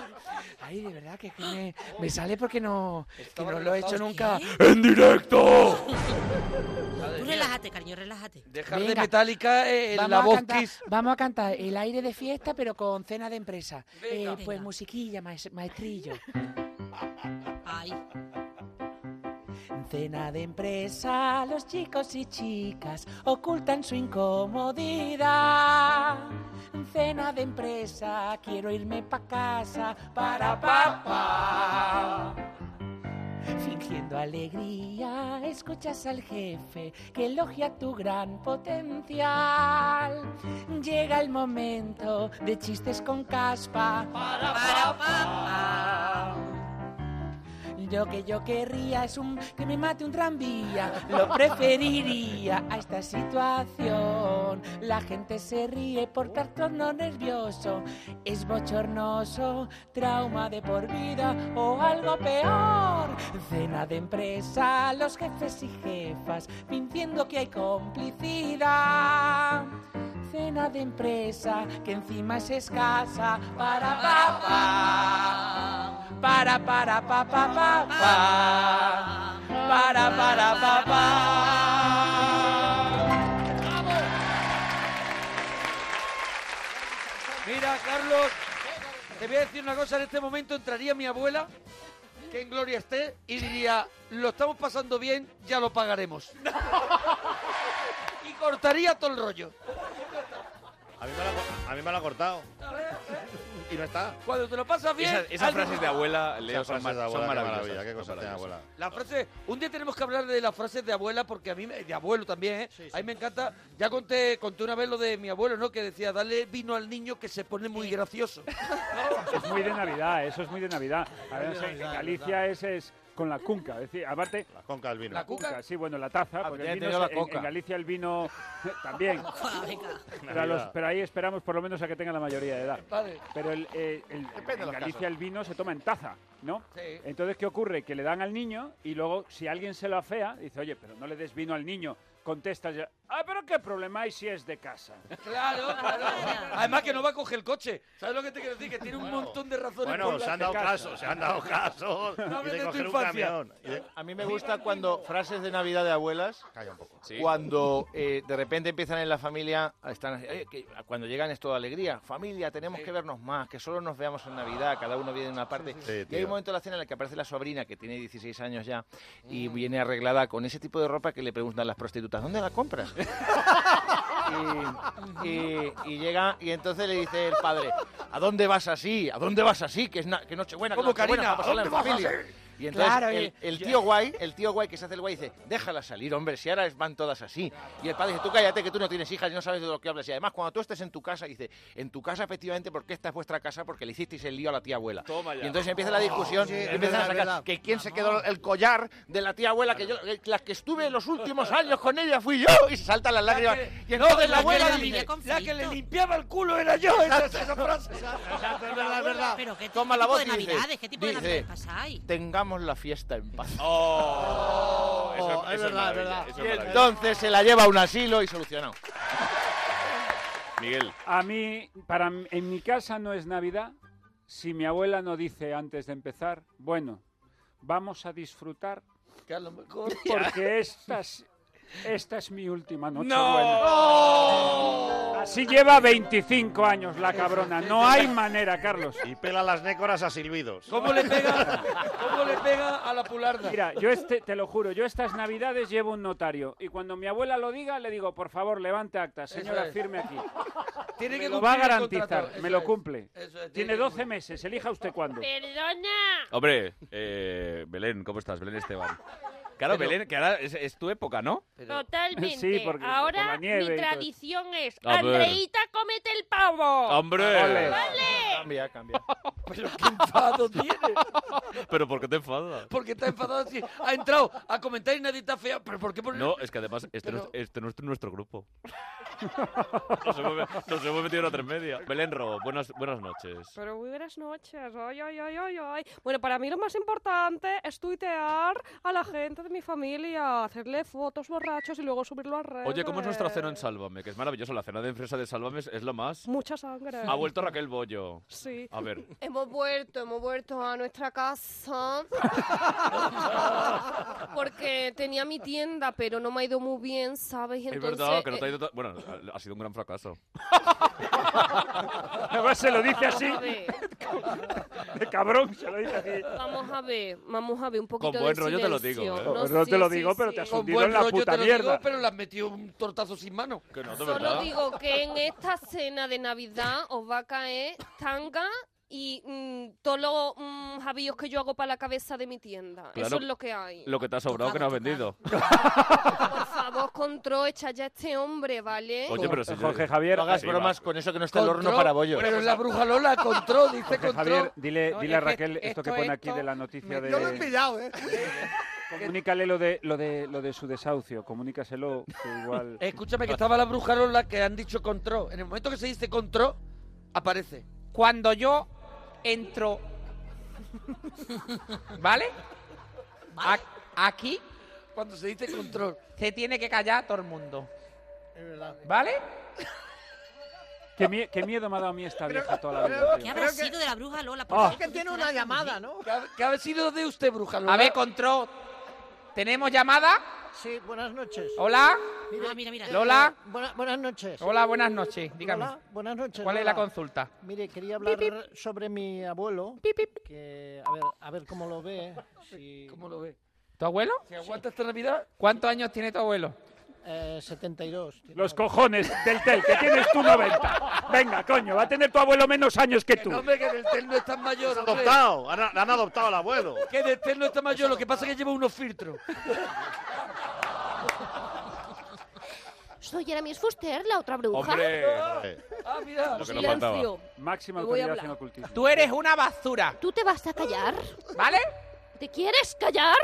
S17: Ay, de verdad que es que me, me sale porque no, que no lo he hecho nunca.
S8: ¡En directo!
S9: Tú relájate, cariño, relájate.
S3: Dejar de metálica eh, la
S17: a
S3: voz
S17: cantar-
S3: Kiss.
S17: Vamos a cantar el aire de fiesta, pero con cena de empresa. Eh,
S9: Venga.
S17: pues musiquilla, maes- maestrillo.
S9: Ay.
S17: Cena de empresa, los chicos y chicas ocultan su incomodidad. Cena de empresa, quiero irme pa' casa, para papá. Fingiendo alegría, escuchas al jefe que elogia tu gran potencial. Llega el momento de chistes con caspa. Para papá. Lo que yo querría es un que me mate un tranvía. Lo preferiría a esta situación. La gente se ríe por trastorno nervioso. Es bochornoso, trauma de por vida o algo peor. Cena de empresa, los jefes y jefas fingiendo que hay complicidad. cena de empresa que encima es escasa para papá, para para papá papá, para para papá.
S3: Mira, Carlos, te voy a decir una cosa. En este momento entraría mi abuela, que en gloria esté, y diría, lo estamos pasando bien, ya lo pagaremos. y cortaría todo el rollo.
S5: A mí me la co- a mí me la ha cortado. Y no está.
S3: Cuando te lo pasas bien...
S1: Esas- esas
S3: alguien-
S1: frases de abuela, Leo,
S5: Esas
S1: son,
S5: frases
S1: mar-
S5: de abuela,
S1: son
S5: qué
S1: maravillosas.
S5: maravilla, qué
S1: son
S5: cosas tiene
S1: maravillosas.
S5: abuela.
S3: La frase, un día tenemos que hablar de las frases de abuela porque a mí, me- de abuelo también, ¿eh? a mí me encanta. Ya conté, conté una vez lo de mi abuelo, ¿no? Que decía, dale vino al niño que se pone muy gracioso.
S4: Es muy de Navidad, eso es muy de Navidad. A ver,
S3: Muy de
S4: no sé, en
S3: Navidad,
S4: Galicia
S3: ¿verdad?
S4: ese es con la cunca, es decir, aparte... La
S5: cunca del vino.
S4: La cunca, sí, bueno, la taza, porque
S6: ya
S4: el
S6: he
S4: vino
S6: tenido
S4: es-
S6: la
S4: en-
S6: coca.
S4: en Galicia el vino también. Pero, a los-
S6: Navidad.
S4: pero ahí esperamos por lo menos a que tengan la mayoría de edad.
S3: Vale.
S4: Pero el- eh, el-
S6: Depende de
S4: en
S6: los
S4: Galicia
S6: casos.
S4: el vino se toma en taza, ¿no?
S3: Sí.
S4: Entonces, ¿qué ocurre? Que le dan al niño y luego, si alguien se lo afea, dice, oye, pero no le des vino al niño, contesta ya, ah, pero qué problema hay si es de casa.
S3: Claro, claro. Además que no va a coger el coche. ¿Sabes lo que te quiero decir? Que tiene un montón de razones.
S5: Bueno, se
S3: por las
S5: han
S3: que
S5: dado
S3: casa.
S5: casos, se han dado casos.
S3: No
S5: Y
S3: hables
S5: de
S3: de tu
S5: coger un
S3: infancia.
S5: camión. Y de-
S6: A mí me gusta cuando frases de Navidad de abuelas,
S5: Calla un poco.
S6: cuando eh, de repente empiezan en la familia, están así, "Oye, que- cuando llegan es toda alegría, familia, tenemos que vernos más, que solo nos veamos en Navidad, cada uno viene de una parte.
S5: sí. Sí,
S6: y hay
S5: tío.
S6: un momento de la cena en el que aparece la sobrina, que tiene 16 años ya,
S3: Mm.
S6: y viene arreglada con ese tipo de ropa que le preguntan las prostitutas, ¿dónde la compras? y,
S1: Eh,
S6: y- y llega, y entonces le dice el padre, ¿a dónde vas así? ¿A dónde vas así? Que es na- que Nochebuena, que
S3: Como
S6: Nochebuena,
S3: Karina,
S6: para pasarla
S3: ¿a
S6: en
S3: dónde vas
S6: familia.
S3: así?
S6: Y entonces
S3: Claro,
S6: el,
S3: y-
S6: el
S3: y-
S6: tío guay, el tío guay que se hace el guay dice, déjala salir, hombre, si ahora van todas así. Y el padre dice, tú cállate que tú no tienes hijas y no sabes de lo que hablas. Y además, cuando tú estés en tu casa, dice, en tu casa efectivamente porque esta es vuestra casa porque le hicisteis el lío a la tía abuela.
S1: ya.
S6: Y entonces empieza la discusión
S1: Oh, Sí,
S6: y
S1: es
S6: empiezan
S1: verdad,
S6: a
S1: es
S6: sacar
S1: verdad.
S6: que quién se quedó el collar de la tía abuela, que yo, que la que estuve los últimos años con ella fui yo, y se saltan las lágrimas. Y
S3: No,
S6: entonces
S3: de
S6: la
S3: la
S6: abuela
S3: abuela
S6: dice,
S3: La que le limpiaba el culo era yo. Esa, esa frase.
S6: es verdad, es verdad.
S9: Pero qué,
S6: Toma
S9: qué
S6: la
S9: tipo
S6: voz
S9: de
S6: y dice-
S9: navidades, qué tipo de
S6: dice-
S9: navidades pasáis.
S6: tengamos la fiesta en paz.
S1: Oh, Eso
S9: Oh, es
S1: eso
S9: verdad, es
S1: maravilla,
S9: verdad.
S1: eso
S6: Y
S1: es maravilla.
S6: entonces se la lleva a un asilo y solucionado.
S1: Miguel.
S4: A mí, para, m- en mi casa no es Navidad si mi abuela no dice antes de empezar, bueno, vamos a disfrutar
S3: Que a lo mejor...
S4: porque esta es, esta es mi última noche.
S3: ¡No!
S4: buena. Así lleva 25 años la cabrona. No hay manera, Carlos.
S5: Y pela las nécoras a silbidos.
S3: ¿Cómo le pega? ¿Cómo le pega a la pularda?
S4: Mira, yo este, te lo juro, yo estas navidades llevo un notario y cuando mi abuela lo diga le digo, por favor, levante acta, señora,
S3: es.
S4: firme aquí.
S3: Tiene
S4: Me
S3: que
S4: lo va a
S3: cumplir el contrato.
S4: garantizar,
S3: Eso
S4: me lo
S3: es.
S4: cumple.
S3: Eso es, tiene
S4: Tiene
S3: que
S4: 12 meses, elija usted cuándo.
S11: Perdona.
S1: Hombre, eh, Belén, ¿cómo estás? Belén Esteban. Claro,
S11: Pero-
S1: Belén, que ahora es, es tu época, ¿no?
S11: Totalmente.
S1: Sí, porque-
S11: Ahora
S1: por la nieve y
S11: mi
S1: todo eso.
S11: tradición es
S1: A ver.
S11: Andreita, cómete el pavo.
S1: ¡Hombre!
S11: Vale.
S6: Cambia, cambia.
S3: Pero qué enfado tiene.
S1: ¿Pero por qué te enfadas?
S3: Porque está enfadado así. Ha entrado a comentar y nadie está feo. ¿Pero por qué poner-
S1: No, es que además este, no, es- este no es nuestro grupo. Nos hemos, nos hemos metido en la tres media. Belén Ro, buenas, buenas noches.
S16: Pero muy buenas noches. Ay, ay, ay, ay, ay. Bueno, para mí lo más importante es tuitear a la gente de mi familia, hacerle fotos borrachos y luego subirlo a redes.
S1: Oye, ¿cómo es nuestra cena en Sálvame? Que es maravilloso, la cena de empresa de Sálvame es, es lo más...
S16: Mucha sangre.
S1: Ha vuelto Raquel Bollo.
S16: Sí.
S1: A ver.
S18: Hemos vuelto, hemos vuelto a nuestra casa. Porque tenía mi tienda, pero no me ha ido muy bien, ¿sabes? Y
S1: Es
S18: entonces,
S1: verdad que no te ha
S18: eh,
S1: ido... ta- Bueno, ha- ha sido un gran fracaso.
S4: Además se lo dice así,
S18: Vamos a ver,
S4: de cabrón, se lo dice así.
S18: eh, vamos a ver, vamos a ver un poquito
S1: Con buen
S18: de
S1: rollo te lo
S18: silencio,
S1: digo, ¿eh?
S18: ¿no?
S4: No te
S18: Sí,
S4: lo
S18: sí,
S4: digo, pero
S18: sí.
S4: te has
S3: Con
S4: hundido
S3: buen
S4: en la
S3: rollo
S4: puta
S3: te lo digo,
S4: mierda.
S3: pero le has metido un tortazo sin mano.
S1: Que no,
S18: Solo digo que en esta cena de Navidad os va a caer tanga y mm, todos los mm, jabillos que yo hago para la cabeza de mi tienda. Eso
S1: Claro.
S18: es lo que hay.
S1: Lo que te ha sobrado que no has vendido.
S18: Por favor, control, echa ya a este hombre, ¿vale?
S1: Oye, pero si yo-
S4: Jorge Javier,
S6: No hagas
S4: sí,
S6: bromas
S4: va.
S6: con eso que no está el horno
S4: Control,
S6: para bollos.
S4: pero
S3: La bruja Lola contró, dice
S4: Jorge
S3: contró.
S4: Javier, dile,
S3: No,
S4: dile a
S3: es que
S4: Raquel esto que
S3: esto-
S4: pone aquí
S3: esto
S4: de la noticia de...
S10: Yo lo he pillado, ¿eh?
S4: Comunícale lo de, lo, de, lo de su desahucio, comunícaselo, que igual...
S3: Escúchame, que estaba la bruja Lola que han dicho contró. En el momento que se dice contró, aparece. Cuando yo entro.
S19: ¿Vale? A- aquí
S3: Cuando se dice control.
S19: se tiene que callar todo el mundo.
S1: ¿Eh?
S10: Es verdad.
S19: ¿Vale?
S4: Qué, mie- qué miedo me ha dado a mí esta vieja toda la vida.
S9: ¿Qué
S4: tío.
S9: habrá sido de la bruja Lola? Por
S4: Ah.
S9: favor,
S4: Es que
S19: tiene una llamada,
S9: ¿no?
S3: ¿Qué ha sido de usted, bruja Lola?
S19: A ver, control. ¿Tenemos llamada?
S10: Sí, buenas noches.
S19: Hola.
S9: Ah, mira, mira.
S19: Lola.
S10: eh, buena- buenas noches.
S19: Hola, buenas noches. Dígame.
S10: Hola, buenas noches.
S19: ¿Cuál es la
S10: Lola.
S19: consulta?
S10: Mire, quería hablar sobre mi abuelo. Que, a, ver, a ver cómo lo ve. si-
S3: ¿Cómo lo ve?
S19: ¿Tu abuelo?
S3: ¿Se aguanta esta Navidad?
S19: ¿Cuántos años tiene tu abuelo?
S10: Eh, 72.
S4: Los cojones del TEL, que tienes tú 90. Venga, coño, va a tener tu abuelo menos años que tú.
S3: No, hombre, que Deltel no es tan mayor. hombre.
S5: adoptado, han, han adoptado al abuelo.
S3: Que Deltel no es tan mayor, lo que pasa es que lleva unos filtros.
S18: Soy Jeremy Foster, la otra bruja.
S3: Ah, mira.
S4: Eh. Lo que nos
S18: Silencio.
S4: faltaba. Máxima
S18: Te voy a
S4: autoridad en
S18: hablar.
S4: ocultismo.
S19: Tú eres una basura.
S18: ¿Tú te vas a callar?
S19: ¿Vale?
S18: ¿Te quieres callar?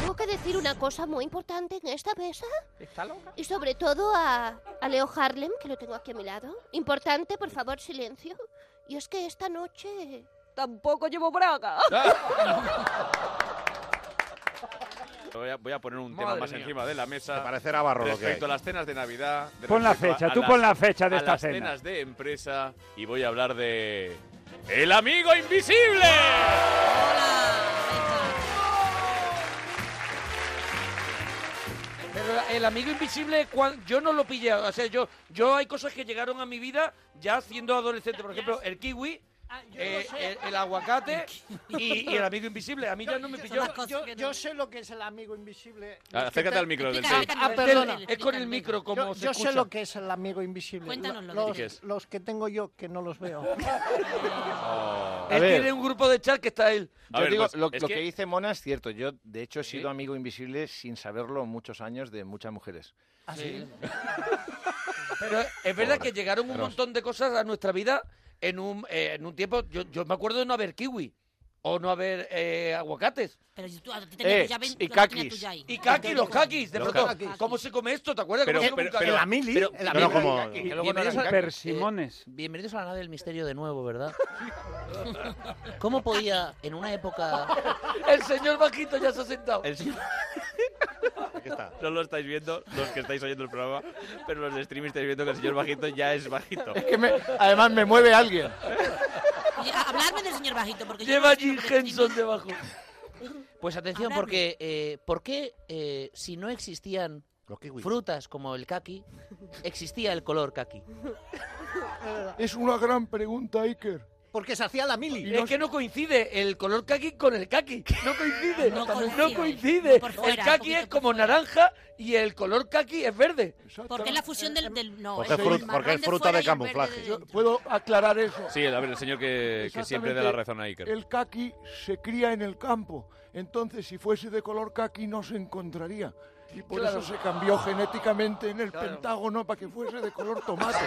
S18: Tengo que decir una cosa muy importante en esta mesa.
S19: ¿Está loca?
S18: Y sobre todo a, a Leo Harlem, que lo tengo aquí a mi lado. Importante, por favor, silencio. Y es que esta noche... Tampoco llevo braga.
S1: Voy a, voy a poner un
S5: Madre
S1: tema más
S5: mía.
S1: encima de la mesa.
S5: Me parece barro lo que
S1: Respecto a
S5: hay.
S1: las cenas de Navidad. de
S4: Pon la
S1: respecto a-
S4: fecha,
S1: a
S4: tú
S1: las-
S4: pon la fecha de
S1: a
S4: esta
S1: las
S4: cena.
S1: cenas de empresa y voy a hablar de. ¡El amigo invisible!
S3: Pero el amigo invisible, cuan- yo no lo pillé. O sea, yo, yo hay cosas que llegaron a mi vida ya siendo adolescente. Por ejemplo, el kiwi, eh, el, el aguacate y, y el amigo invisible. A mí ya no me pilló.
S10: Yo, yo- yo sé lo que es el amigo invisible.
S1: Ah, acércate al micro, Deltel.
S10: Ah, perdona.
S3: Es con el micro como
S10: Yo,
S3: se
S10: yo sé
S3: escucha.
S10: lo que es el amigo invisible.
S3: Cuéntanoslo,
S10: Los,
S3: ¿Y qué es?
S10: los que tengo yo que no los veo.
S3: Él tiene un grupo de chat que está él.
S6: Yo digo, lo, lo que... dice Mona es cierto. Yo, de hecho, he sido amigo invisible sin saberlo muchos años de muchas mujeres.
S10: ¿Ah, sí?
S3: Pero es verdad
S6: Pobre.
S3: que llegaron un
S6: Pero-
S3: montón de cosas a nuestra vida en un, eh, en un tiempo. Yo, yo me acuerdo de no haber kiwi o no haber eh, aguacates.
S9: Pero si tú a ti
S3: Eh,
S9: tenías tuya, ven,
S3: y
S9: tú la tenías
S3: kakis.
S9: tuya ahí.
S3: Y kakis, los kakis, de
S1: Los
S3: pronto.
S1: kakis.
S3: ¿Cómo se come esto? ¿Te acuerdas?
S1: Pero-
S3: ¿Cómo se come
S1: pero-
S3: un kakis?
S1: pero la mili,
S3: Pero-
S1: la mili.
S3: pero-
S1: como-
S3: kakis,
S1: que luego no
S3: bienvenidos
S1: eran
S3: a-
S1: kakis.
S17: Eh,
S4: Persimones.
S19: Bienvenidos a la nave del misterio de nuevo, ¿verdad?
S3: ¿Cómo podía, en una época... El señor bajito ya se ha sentado.
S1: No lo estáis viendo, los que estáis oyendo el programa, pero los de streaming estáis viendo que el señor bajito ya es bajito.
S6: Que me- además, me mueve alguien.
S9: Oye, a- hablarme del señor bajito, porque yo
S3: Lleva
S9: no sé
S3: Jim
S9: lo que-
S3: Henson debajo.
S19: Pues atención,
S9: Hablarme.
S19: porque eh, ¿por qué eh, si no existían frutas como el kaki, existía el color kaki?
S13: Es una gran pregunta, Iker.
S10: Porque se hacía la mili.
S3: Es que no coincide el color kaki con el kaki. No coincide.
S9: No
S3: No
S9: coincide.
S3: coincide.
S9: Por
S3: el
S9: fuera,
S3: kaki
S9: poquito
S3: es como naranja y el color kaki es verde.
S9: ¿Por qué la fusión del, del- no?
S5: Porque
S9: el
S5: es frut-
S9: marrón
S5: porque es fruta
S9: fuera
S5: de
S9: y el verde
S5: camuflaje.
S9: de-
S13: ¿Puedo aclarar eso?
S1: Sí, a ver, el señor que, que siempre da la razón a Iker.
S13: El kaki se cría en el campo. Entonces, si fuese de color kaki, no se encontraría. Y por
S4: Claro.
S13: eso se cambió genéticamente en el Pentágono para que fuese de color tomate.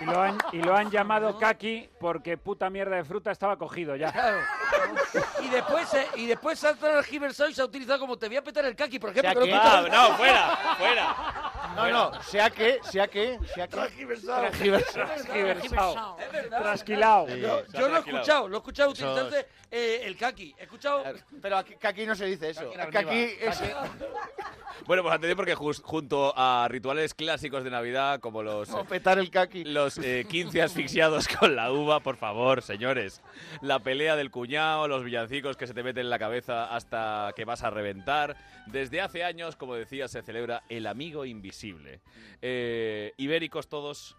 S4: Y lo han, y lo han llamado Kaki porque puta mierda de fruta estaba cogido ya.
S3: Claro. Y después, eh, y después se ha transgiversado y se ha utilizado como te voy a petar el kaki, por ejemplo.
S6: O sea
S3: que
S6: que-
S3: no peta-
S6: Ah,
S1: No, fuera, fuera.
S3: Ah.
S6: No, no, sea que, sea que, sea que.
S3: Transgiversado.
S6: Transgiversado.
S4: Transgiversado.
S3: Es verdad.
S4: Trasquilado.
S6: Sí,
S3: Yo,
S6: se ha
S3: yo lo he
S6: trasquilado.
S3: escuchado, lo he escuchado
S6: Eso es.
S3: utilizarse eh, el kaki. He escuchado.
S6: Pero aquí, que aquí no se dice eso.
S3: Kaki
S6: Que aquí
S3: arriba.
S6: es. eh,
S1: Bueno, pues antes porque jus- junto a rituales clásicos de Navidad como los eh,
S6: Vamos a petar el kaki.
S1: los eh, 15 asfixiados con la uva, por favor, señores. La pelea del cuñado, los villancicos que se te meten en la cabeza hasta que vas a reventar. Desde hace años, como decía, se celebra el amigo invisible. Eh, ibéricos todos,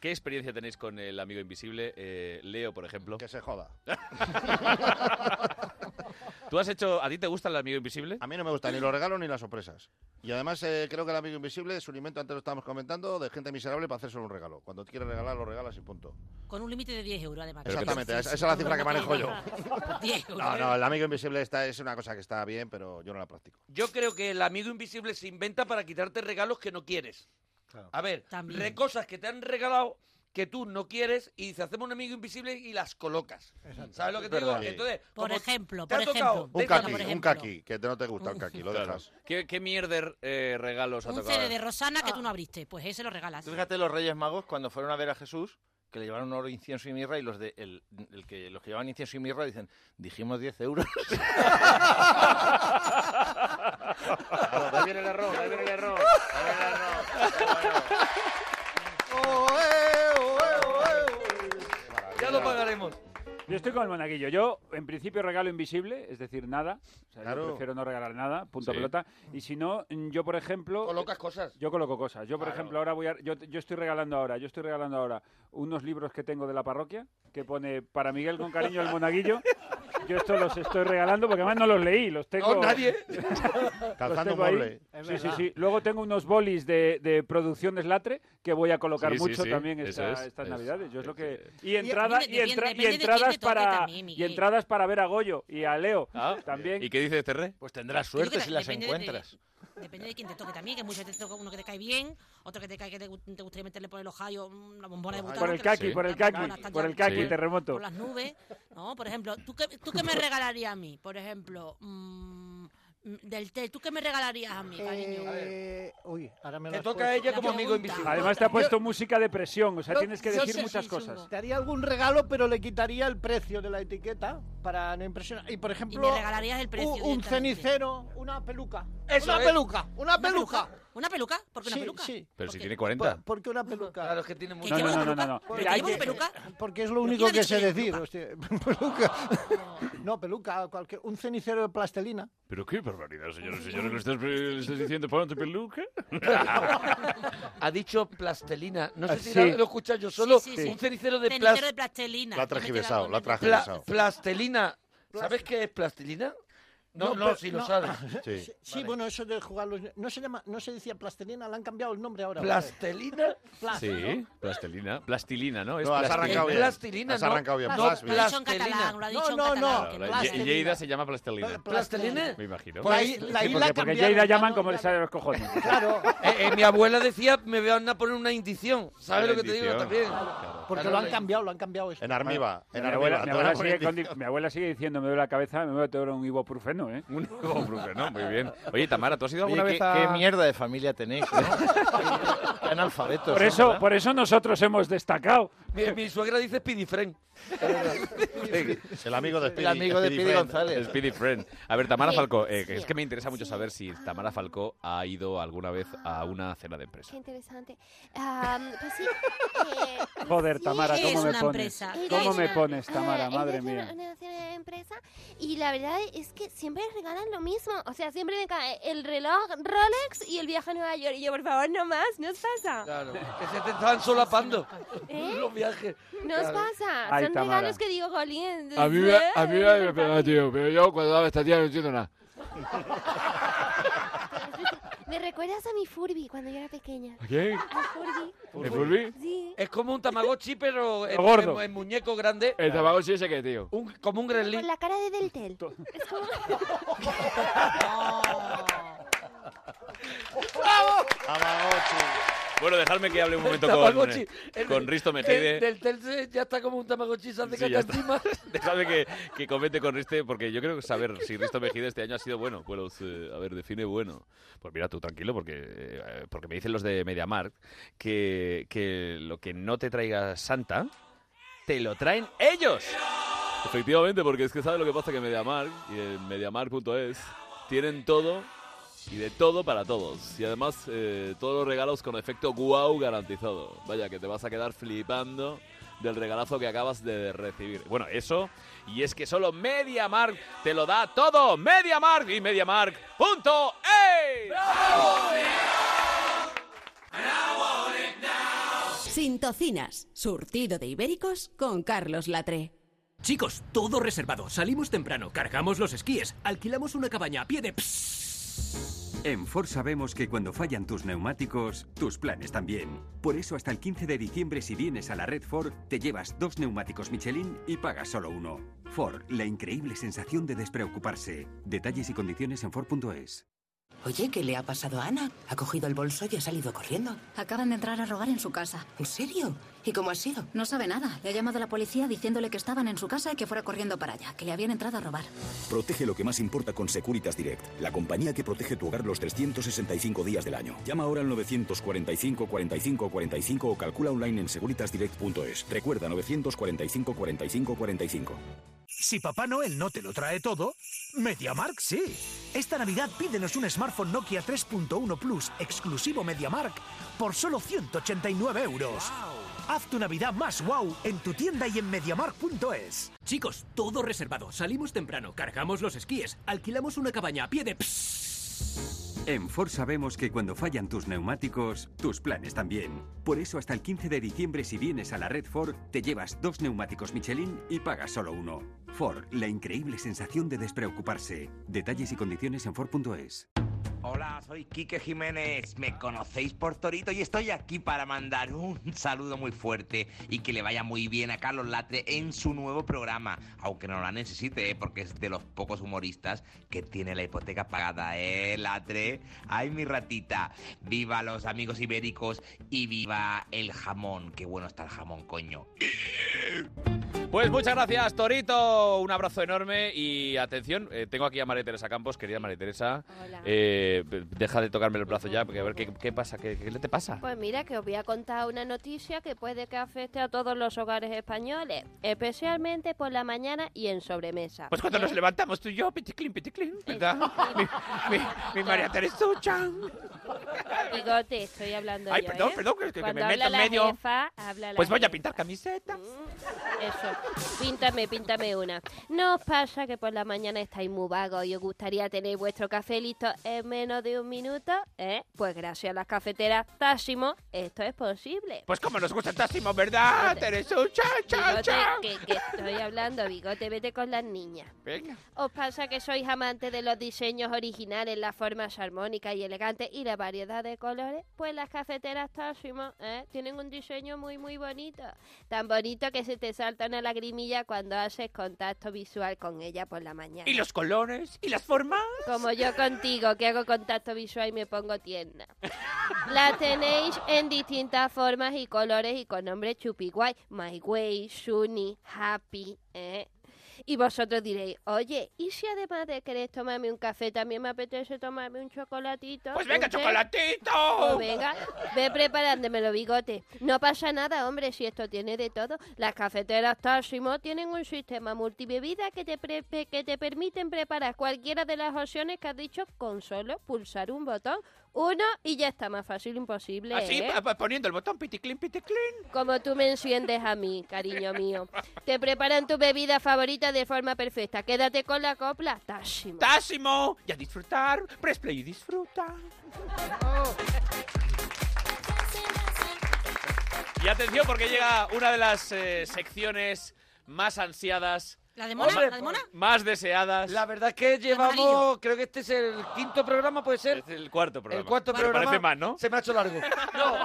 S1: ¿qué experiencia tenéis con el amigo invisible? Eh, Leo, por ejemplo.
S5: Que se joda.
S1: ¿Tú has hecho, a ti te gusta el amigo invisible?
S5: A mí no me gusta ni los regalos ni las sorpresas. Y además eh, creo que el amigo invisible es un invento, antes lo estábamos comentando, de gente miserable para hacer solo un regalo. Cuando quieres regalar, lo regalas y punto.
S9: Con un límite de 10 euros, además.
S5: Exactamente, esa esa es la cifra que manejo yo.
S9: 10 euros.
S5: No, no, el amigo invisible está, es una cosa que está bien, pero yo no la practico.
S3: Yo creo que el amigo invisible se inventa para quitarte regalos que no quieres. A ver,
S9: También.
S3: re- cosas que te han regalado que tú no quieres y dices, hacemos un amigo invisible y las colocas. ¿Sabes lo que te digo?
S5: Verdad.
S3: Entonces,
S9: Por
S3: como
S9: ejemplo,
S3: te
S9: por
S3: ha tocado,
S9: ejemplo.
S5: Un
S3: déjalo,
S5: kaki,
S3: por
S5: un
S9: ejemplo.
S5: kaki, que no te gusta el kaki, lo
S1: Claro.
S5: dejas.
S1: ¿Qué, qué mierder eh, regalos ha
S9: Un
S1: tocado?
S9: CD de Rosana que tú no abriste, pues ese lo regalas.
S6: Ah. Tú fíjate los Reyes Magos cuando fueron a ver a Jesús, que le llevaron oro, incienso y mirra, y los de el, el que los que llevaban incienso y mirra dicen, dijimos 10 euros.
S5: Ahí viene el error, ahí viene el error.
S10: Oh, eh,
S4: Yo estoy con el monaguillo. Yo, en principio, regalo invisible, es decir, nada. O sea,
S5: Claro.
S4: Yo prefiero no regalar nada, punto
S5: Sí.
S4: pelota. Y si no, mm, yo, por ejemplo...
S3: Colocas cosas.
S4: Yo coloco cosas. Yo, por
S3: Claro.
S4: ejemplo, ahora voy a... Yo, yo estoy regalando ahora, yo estoy regalando ahora unos libros que tengo de la parroquia, que pone para Miguel con cariño el monaguillo. Yo estos los estoy regalando porque además no los leí, los tengo...
S3: nadie.
S4: Los
S5: Calzando
S4: tengo ahí.
S5: mueble. Es
S4: Sí, sí,
S5: verdad.
S4: sí. Luego tengo unos bolis de, de producciones latre que voy a colocar
S5: Sí, sí,
S4: mucho
S5: sí.
S4: también
S5: Eso
S4: esta-
S5: es,
S4: estas
S5: es-
S4: navidades. Yo es lo que...
S5: Y
S4: Y, entrada-
S5: depende-
S4: y, entra-
S5: depende-
S4: y
S5: depende de quién
S4: entradas
S5: te toque
S4: para
S5: también,
S4: y
S5: Miguel.
S4: entradas para ver a Goyo y a Leo también.
S12: ¿Y qué dices,
S1: este
S12: Terré?
S6: Pues tendrás
S9: Yo creo que de- depende de- depende de quién te toque también, que muchas veces te toca uno que te cae bien, otro que te cae que te, gu- te gustaría meterle por el Ohio una mm, bombona de
S4: Por
S9: butano.
S4: el
S9: que no sé
S4: caqui,
S9: qué,
S4: por el
S9: tantas
S4: caqui,
S9: bolas, tantas-
S4: por el caqui, Sí. terremoto.
S9: Por las nubes. No, por ejemplo, ¿tú qué, tú qué me regalarías a mí? Por ejemplo, mm, mm, del té, ¿tú qué me regalarías a mí, cariño?
S10: Eh, uy, ahora me lo
S9: Te
S10: has
S9: toca a
S10: puesto.
S9: ella como La amigo pregunta. invisible.
S4: Además te ha puesto música de presión, o sea,
S10: Yo-
S4: tienes que
S10: yo
S4: decir
S10: sé-
S4: muchas
S10: sí,
S4: cosas.
S10: Te haría algún regalo, pero le quitaría el precio de la etiqueta para no impresionar. Y por ejemplo,
S9: me regalarías el precio
S10: un, un
S9: directamente.
S10: cenicero, una peluca.
S9: Eso
S10: una
S9: es.
S10: peluca, una
S9: ¿Una
S10: peluca.
S9: ¿Una peluca? ¿Por qué una
S10: Sí,
S9: peluca?
S10: sí.
S1: Pero si tiene 40.
S10: ¿Por qué una peluca?
S3: Claro, es que tiene
S4: No, no, no, no, no.
S10: ¿Por
S4: Mira,
S10: qué
S4: hay
S10: llevas
S4: que-
S10: peluca? Porque es lo
S4: ¿Pero
S10: único
S4: quién ha
S10: que
S4: dicho
S10: sé
S4: que es
S10: decir. hostia, peluca. No, peluca, cualquier, un cenicero de plastelina.
S8: Pero qué barbaridad, señores y señores. ¿Le estás, le estás diciendo ponte peluca?
S3: ha dicho plastelina. No sé
S8: Ah,
S3: si
S8: sí.
S3: la- lo escuchas yo solo.
S9: Sí, sí, sí.
S3: Un cenicero de,
S9: Cenicero
S3: plas-
S9: de plastelina.
S5: La ha
S9: Yo pues me quedaba
S5: transgiversado,
S9: con
S5: la ha
S9: el-
S5: transgiversado.
S3: plastelina. ¿Sabes qué es plastilina? No, no,
S10: pero-
S3: si lo
S10: no.
S3: sabes.
S10: Sí, sí, bueno, eso de jugar los... No se, llama, no se decía plastelina, le han cambiado el nombre ahora.
S3: ¿Plastelina?
S10: Plas-
S1: Sí, plastilina. Plastilina, ¿no? Es
S5: No, has
S1: plastilina.
S5: arrancado bien.
S3: Plastilina,
S5: Has
S3: ¿no?
S5: arrancado bien.
S3: No,
S5: vas bien.
S3: plas- catalán,
S9: lo ha
S10: No,
S9: dicho en
S10: no,
S9: catalán.
S10: no.
S1: Claro,
S10: que
S1: Ye-
S10: plastilina.
S1: Lleida se llama plastilina.
S3: ¿Plastelina?
S1: Me imagino.
S3: Por ahí- la
S4: Sí,
S3: isla
S4: porque, porque
S3: cambiaron,
S4: Lleida
S3: ya
S4: llaman como le sale de los cojones.
S3: Eh, eh, mi abuela decía, me van a poner una indición. ¿Sabes
S4: Una
S3: lo que te digo
S4: indición,
S3: también?
S10: Porque
S3: Claro,
S10: lo han
S3: la-
S10: cambiado, lo han cambiado eso.
S4: mi, abuela, mi abuela sigue con di- mi abuela sigue diciendo, me duele la cabeza, me voy a tomar un ibuprofeno, ¿eh?
S1: Un ibuprofeno, muy bien. Oye, Tamara, ¿tú has ido alguna
S6: Oye,
S1: vez
S6: qué,
S1: a...?
S6: qué mierda de familia tenéis, ¿no? Qué analfabetos.
S4: Por
S6: ¿no?
S4: eso, por eso nosotros hemos destacado.
S3: Mi, mi suegra dice Spidifren.
S5: El amigo de Speedy,
S6: El amigo de Speedy
S5: Friend.
S6: González.
S1: Speedy Friend. A ver, Tamara
S18: Sí,
S1: Falcó, eh,
S18: sí.
S1: es que me interesa mucho saber si Tamara Falcó ha ido alguna vez a una cena de empresa.
S18: Qué interesante. Am, pues sí, eh,
S4: Joder,
S18: sí,
S4: Tamara,
S18: he
S9: es
S4: ¿cómo me
S9: una
S4: pones?
S9: empresa.
S4: ¿Cómo
S18: Es
S4: me
S18: una-
S4: pones,
S18: ah,
S4: Tamara?
S18: he
S4: Madre
S18: hecho una-
S4: mía.
S18: Una, cena de empresa y la verdad es que siempre regalan lo mismo. O sea, siempre me cae el reloj Rolex y el viaje a Nueva York. Y yo, por favor, no más, no os pasa.
S3: Claro, que se te estaban solapando
S18: ¿Eh?
S3: los viajes.
S18: No os
S3: Claro.
S18: pasa.
S8: Ay,
S18: Son
S8: Tamara.
S18: regalos que digo, Jolín. ¿eh?".
S8: A mí me, a mí me, me pegaba, tío. Pero yo cuando daba esta tía no entiendo nada.
S18: Me recuerdas a mi Furby cuando yo era pequeña.
S8: ¿A quién?
S18: ¿Al Furby?
S8: ¿El Furby?
S18: Sí.
S3: Es como un tamagotchi, pero en,
S8: Gordo.
S3: en- en muñeco grande.
S8: El tabaco sí ese que, tío.
S3: Un- como un
S18: Pero Con
S3: gremlin.
S18: la cara de Deltel. Es como...
S1: Bueno, dejadme que hable un momento con, eh,
S3: Tamagotchi. El-
S1: con Risto
S3: el-
S1: Mejide.
S3: Del Telce ya está como un tamagotchi, se hace
S1: Sí,
S3: caca
S1: ya está.
S3: encima.
S1: Dejadme que, que comente con Riste, porque yo creo que saber si Risto Mejide este año ha sido bueno. Bueno, eh, a ver, define bueno. Pues mira tú, tranquilo, porque, eh, porque me dicen los de MediaMarkt que, que lo que no te traiga Santa, te lo traen ellos. Efectivamente, porque es que sabes lo que pasa que MediaMarkt y en MediaMarkt.es tienen todo y de todo para todos. Y además eh, todos los regalos con efecto guau garantizado. Vaya, que te vas a quedar flipando del regalazo que acabas de recibir. Bueno, eso. Y es que solo MediaMarkt te lo da todo. MediaMarkt y MediaMarkt.es.
S2: Sin tocinas, surtido de ibéricos con Carlos Latre.
S20: Chicos, todo reservado. Salimos temprano, cargamos los esquíes, alquilamos una cabaña a pie de...
S21: En Ford sabemos que cuando fallan tus neumáticos, tus planes también. Por eso hasta el 15 de diciembre si vienes a la red Ford, te llevas dos neumáticos Michelin y pagas solo uno. Ford, la increíble sensación de despreocuparse. Detalles y condiciones en Ford.es.
S22: Oye, ¿qué le ha pasado a Ana? Ha cogido el bolso y ha salido corriendo.
S23: Acaban de entrar a robar en su casa.
S22: ¿En serio? ¿Y cómo ha sido?
S23: No sabe nada. Le ha llamado a la policía diciéndole que estaban en su casa y que fuera corriendo para allá, que le habían entrado a robar.
S24: Protege lo que más importa con Securitas Direct, la compañía que protege tu hogar los 365 días del año. Llama ahora al 945 45 45 o calcula online en securitasdirect.es. Recuerda 945 45 45.
S25: Si Papá Noel no te lo trae todo, MediaMark sí. Esta Navidad pídenos un smartphone Nokia 3.1 Plus exclusivo MediaMark por solo 189 euros. Haz tu Navidad más wow en tu tienda y en mediamark.es.
S20: Chicos, todo reservado. Salimos temprano, cargamos los esquíes, alquilamos una cabaña a pie de...
S21: En Ford sabemos que cuando fallan tus neumáticos, tus planes también. Por eso hasta el 15 de diciembre si vienes a la red Ford, te llevas dos neumáticos Michelin y pagas solo uno. Ford, la increíble sensación de despreocuparse. Detalles y condiciones en Ford.es.
S7: Hola, soy Quique Jiménez. Me conocéis por Torito y estoy aquí para mandar un saludo muy fuerte y que le vaya muy bien a Carlos Latre en su nuevo programa, aunque no la necesite, ¿eh? porque es de los pocos humoristas que tiene la hipoteca pagada, ¿eh, Latre? ¡Ay, mi ratita! ¡Viva los amigos ibéricos y viva el jamón! ¡Qué bueno está el jamón, coño!
S1: Pues muchas gracias, Torito. Un abrazo enorme y atención. eh, tengo aquí a María Teresa Campos, querida María Teresa. Eh, p- deja de tocarme el brazo ya, porque a ver qué, qué pasa, qué, qué te pasa.
S11: Pues mira, que os voy a contar una noticia que puede que afecte a todos los hogares españoles, especialmente por la mañana y en sobremesa.
S1: Pues cuando nos levantamos tú y yo, piticlin, piticlin, ¿verdad? mi, mi- mi María Teresa Chan.
S11: Bigote, estoy hablando
S1: Ay,
S11: yo,
S1: perdón,
S11: ¿eh?
S1: perdón, que- que me
S11: Cuando
S1: meto
S11: habla
S1: en
S11: la
S1: medio.
S11: jefa, habla la
S1: Pues voy a
S11: jefa. Mm,
S1: pintar camisetas.
S11: Eso, píntame, píntame una. ¿No os pasa que por la mañana estáis muy vagos y os gustaría tener vuestro café listo en menos de un minuto? ¿Eh? Pues gracias a las cafeteras Táximo, esto es posible.
S1: Pues como nos gusta Táximo, ¿verdad, Teresa Chan, Chan,
S11: Bigote,
S1: Chan?
S11: que, que estoy hablando, bigote, vete con las niñas.
S1: Venga.
S11: ¿Os pasa que sois amantes de los diseños originales, las formas armónicas y elegantes y la variedad de colores? Pues las cafeteras Táximo ¿eh? tienen un diseño muy, muy bonito. Tan bonito que se te salta una lagrimilla cuando haces contacto visual con ella por la mañana.
S1: Y los colores, y las formas.
S11: Como yo contigo, que hago contacto visual y me pongo tierna. La tenéis en distintas formas y colores y con nombres chupiguay. My Way, Shuni, Happy, ¿eh? Y vosotros diréis, oye, ¿y si además de querer tomarme un café también me apetece tomarme un chocolatito?
S1: Pues venga,
S11: ¿Un té?".
S1: chocolatito.
S11: Pues venga, ve preparándomelo, bigote. No pasa nada, hombre, si esto tiene de todo. Las cafeteras Táximo tienen un sistema multibebida que te, pre- pe- que te permiten preparar cualquiera de las opciones que has dicho con solo pulsar un botón. Uno y ya está, más fácil
S12: Ah,
S11: imposible.
S1: Así,
S11: ¿eh?
S1: pa- pa- poniendo el botón piticlin, piticlin.
S11: Como tú me enciendes a mí, cariño mío. Te preparan tu bebida favorita de forma perfecta. Quédate con la copla, Táximo.
S1: Táximo, y a disfrutar. Press play y disfruta.
S3: Oh,
S1: Y atención porque llega una de las eh, secciones más ansiadas.
S9: ¿La
S3: de Mona? ¿La de Mona?
S1: Más deseadas.
S3: La verdad es que llevamos, creo que este es el quinto programa, puede ser.
S1: El cuarto programa.
S3: El cuarto
S1: Pero
S3: programa.
S1: parece más, ¿no?
S3: Se me ha hecho largo. No,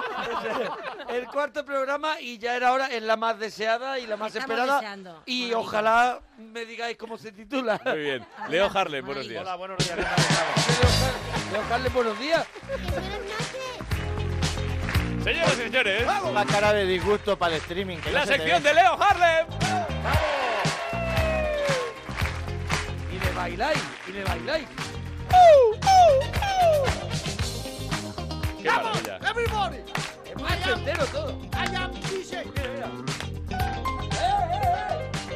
S3: es el cuarto programa y ya era hora, es la más deseada y la más
S9: Estamos
S3: esperada.
S9: deseando.
S3: Y ojalá me digáis cómo se titula.
S1: Muy bien. Leo Harlem, buenos días.
S3: Hola, buenos días. ¿qué tal estamos? Leo Har- Leo Harlem, buenos días.
S1: Señoras y señores.
S6: Una cara de disgusto para el streaming. que
S1: La
S6: no se te
S1: sección
S6: ve.
S1: de Leo Harlem.
S3: Y le bailáis, y le bailáis.
S1: ¡Qué maravilla!
S3: Everybody. Es macho entero todo. I am DJ.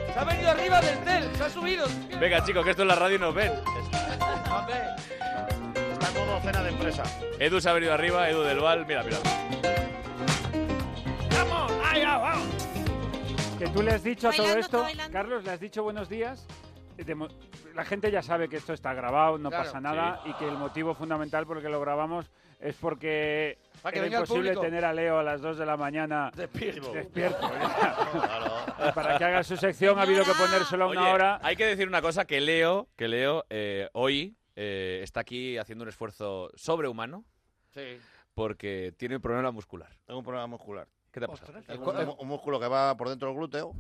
S3: Se ha venido arriba del tel, se ha subido.
S1: Venga, chicos, que esto en la radio y nos ven.
S3: Hombre.
S5: Está en modo cena de empresa.
S1: Edu se ha venido arriba, Edu del Val. Mira, mira.
S4: ¡Vamos! Que tú le has dicho a todo
S9: Bailando,
S4: esto,
S9: está bailando.
S4: Carlos, le has dicho buenos días. De mo- La gente ya sabe que esto está grabado, no
S3: Claro.
S4: pasa nada, y que el motivo fundamental por el que lo grabamos es porque
S3: Para que
S4: era
S3: venga el
S4: imposible
S3: público.
S4: tener a Leo a las 2 de la mañana
S3: Despierto.
S4: despierto. Y para que haga su sección ha habido que ponérselo a una
S1: Oye,
S4: hora.
S1: Hay que decir una cosa que Leo, que Leo eh, hoy eh, está aquí haciendo un esfuerzo sobrehumano
S3: Sí.
S1: porque tiene un problema muscular.
S5: Tengo un problema muscular.
S1: ¿Qué te ha pasado?
S5: El cu- un, un músculo que va por dentro del glúteo.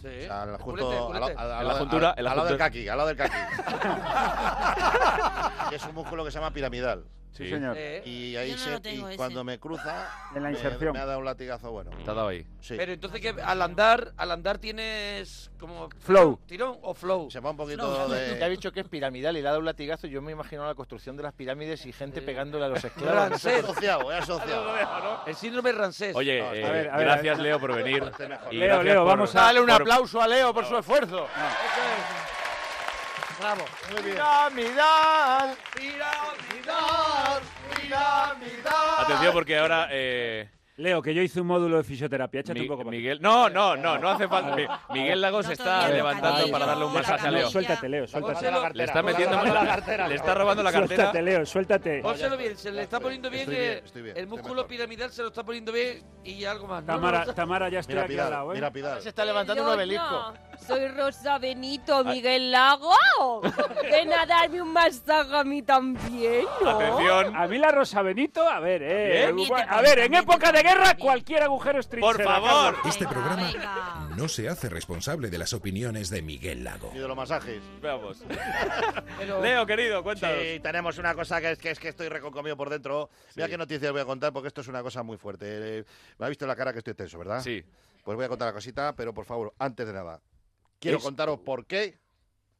S3: Sí.
S5: O sea, al-
S1: culete, el
S5: justo al- al-
S1: culete.
S5: al-
S1: En la
S5: al-
S1: juntura,
S5: al-
S1: en la
S5: al lado del
S1: juntura.
S5: caqui, al lado del caqui. Que es un músculo que se llama piramidal.
S4: Sí, señor.
S5: Y ahí
S3: Yo no
S5: se-
S3: lo tengo
S5: y
S3: ese.
S5: cuando me cruza,
S4: En la
S5: me-
S4: inserción.
S5: Me, ha dado un latigazo bueno.
S1: Te ha dado ahí.
S5: Sí.
S3: Pero entonces que al andar, al andar tienes como
S6: Flow.
S3: tirón o flow.
S5: Se va un
S6: Ya he dicho que es piramidal y le ha dado un latigazo. Yo me imagino la construcción de las pirámides y gente pegándole a los esclavos.
S3: Rancés.
S1: eh,
S5: asociado, es asociado.
S3: El síndrome Rancés.
S1: Oye,
S6: No,
S1: eh,
S6: a ver, a ver, a
S1: gracias
S6: ver.
S1: Leo por venir.
S6: Este mejor.
S1: Y
S6: Leo,
S1: gracias
S6: Leo,
S1: por-
S6: vamos a- Dale un
S1: por-
S6: aplauso a Leo por su esfuerzo.
S3: Bravo.
S6: Muy bien. Piramidal.
S3: Piramidal. Piramidal.
S1: Atención porque ahora eh,
S4: Leo, que yo hice un módulo de fisioterapia. Échate
S1: Mi-
S4: un poco para
S1: Miguel, no, no, no, no hace falta. Mi- Miguel Lagos
S4: No,
S1: está
S4: todavía,
S1: levantando
S4: cariño,
S1: para darle un
S4: la
S1: masaje a
S4: camilla.
S1: Leo.
S4: Suéltate, Leo, suéltate. Pónselo-
S1: Le
S4: cartera,
S1: está metiendo
S4: pónselo-
S1: mano-
S4: la cartera.
S1: Le está robando la cartera.
S4: Suéltate, Leo, suéltate.
S3: Pónselo bien, se le está poniendo bien,
S4: Estoy
S3: eh,
S4: bien, estoy bien,
S3: el
S4: estoy
S3: músculo piramidal se lo está poniendo bien y algo más. ¿no?
S4: Tamara, Tamara, ya estoy aquí al lado, ¿eh?
S3: Se está levantando
S11: Yo
S3: un
S11: no.
S3: obelisco.
S11: Soy Rosa Benito, Miguel Lago. Ven a darme un masaje a mí también, ¿no?
S4: A mí la Rosa Benito, a ver, eh.
S11: También.
S4: bueno, A ver, en época de guerra, cualquier agujero es trinchera, Carlos.
S14: Este programa no se hace responsable de las opiniones de Miguel Lago.
S5: Y de los masajes.
S1: Veamos. Leo, querido, cuéntanos.
S5: Sí, tenemos una cosa que es que, es que estoy reconcomido por dentro. Mira
S1: Sí.
S5: qué noticias voy a contar porque esto es una cosa muy fuerte. Eh, Me ha visto la cara que estoy tenso, ¿verdad?
S1: Sí.
S5: Pues voy a contar la cosita, pero por favor, antes de nada, quiero
S15: Es-
S5: contaros por qué.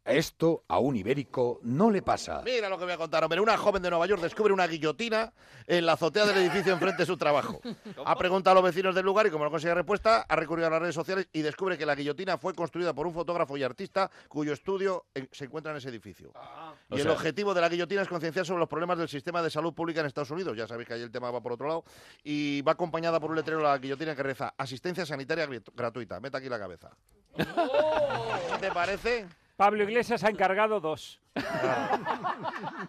S15: Esto a un ibérico no le pasa.
S5: Mira lo que voy a contar, hombre. Una joven de Nueva York descubre una guillotina en la azotea del edificio enfrente de su trabajo. Ha preguntado a los vecinos del lugar y como no consigue respuesta, ha recurrido a las redes sociales y descubre que la guillotina fue construida por un fotógrafo y artista cuyo estudio en- se encuentra en ese edificio. Y
S9: Ah.
S15: O
S5: el
S15: sea-
S5: objetivo de la guillotina es concienciar sobre los problemas del sistema de salud pública en Estados Unidos. Ya sabéis que ahí el tema va por otro lado. Y va acompañada por un letrero de la guillotina que reza asistencia sanitaria grit- gratuita. Mete aquí la cabeza.
S9: ¡Oh!
S5: ¿Te parece?
S4: Pablo Iglesias ha encargado dos.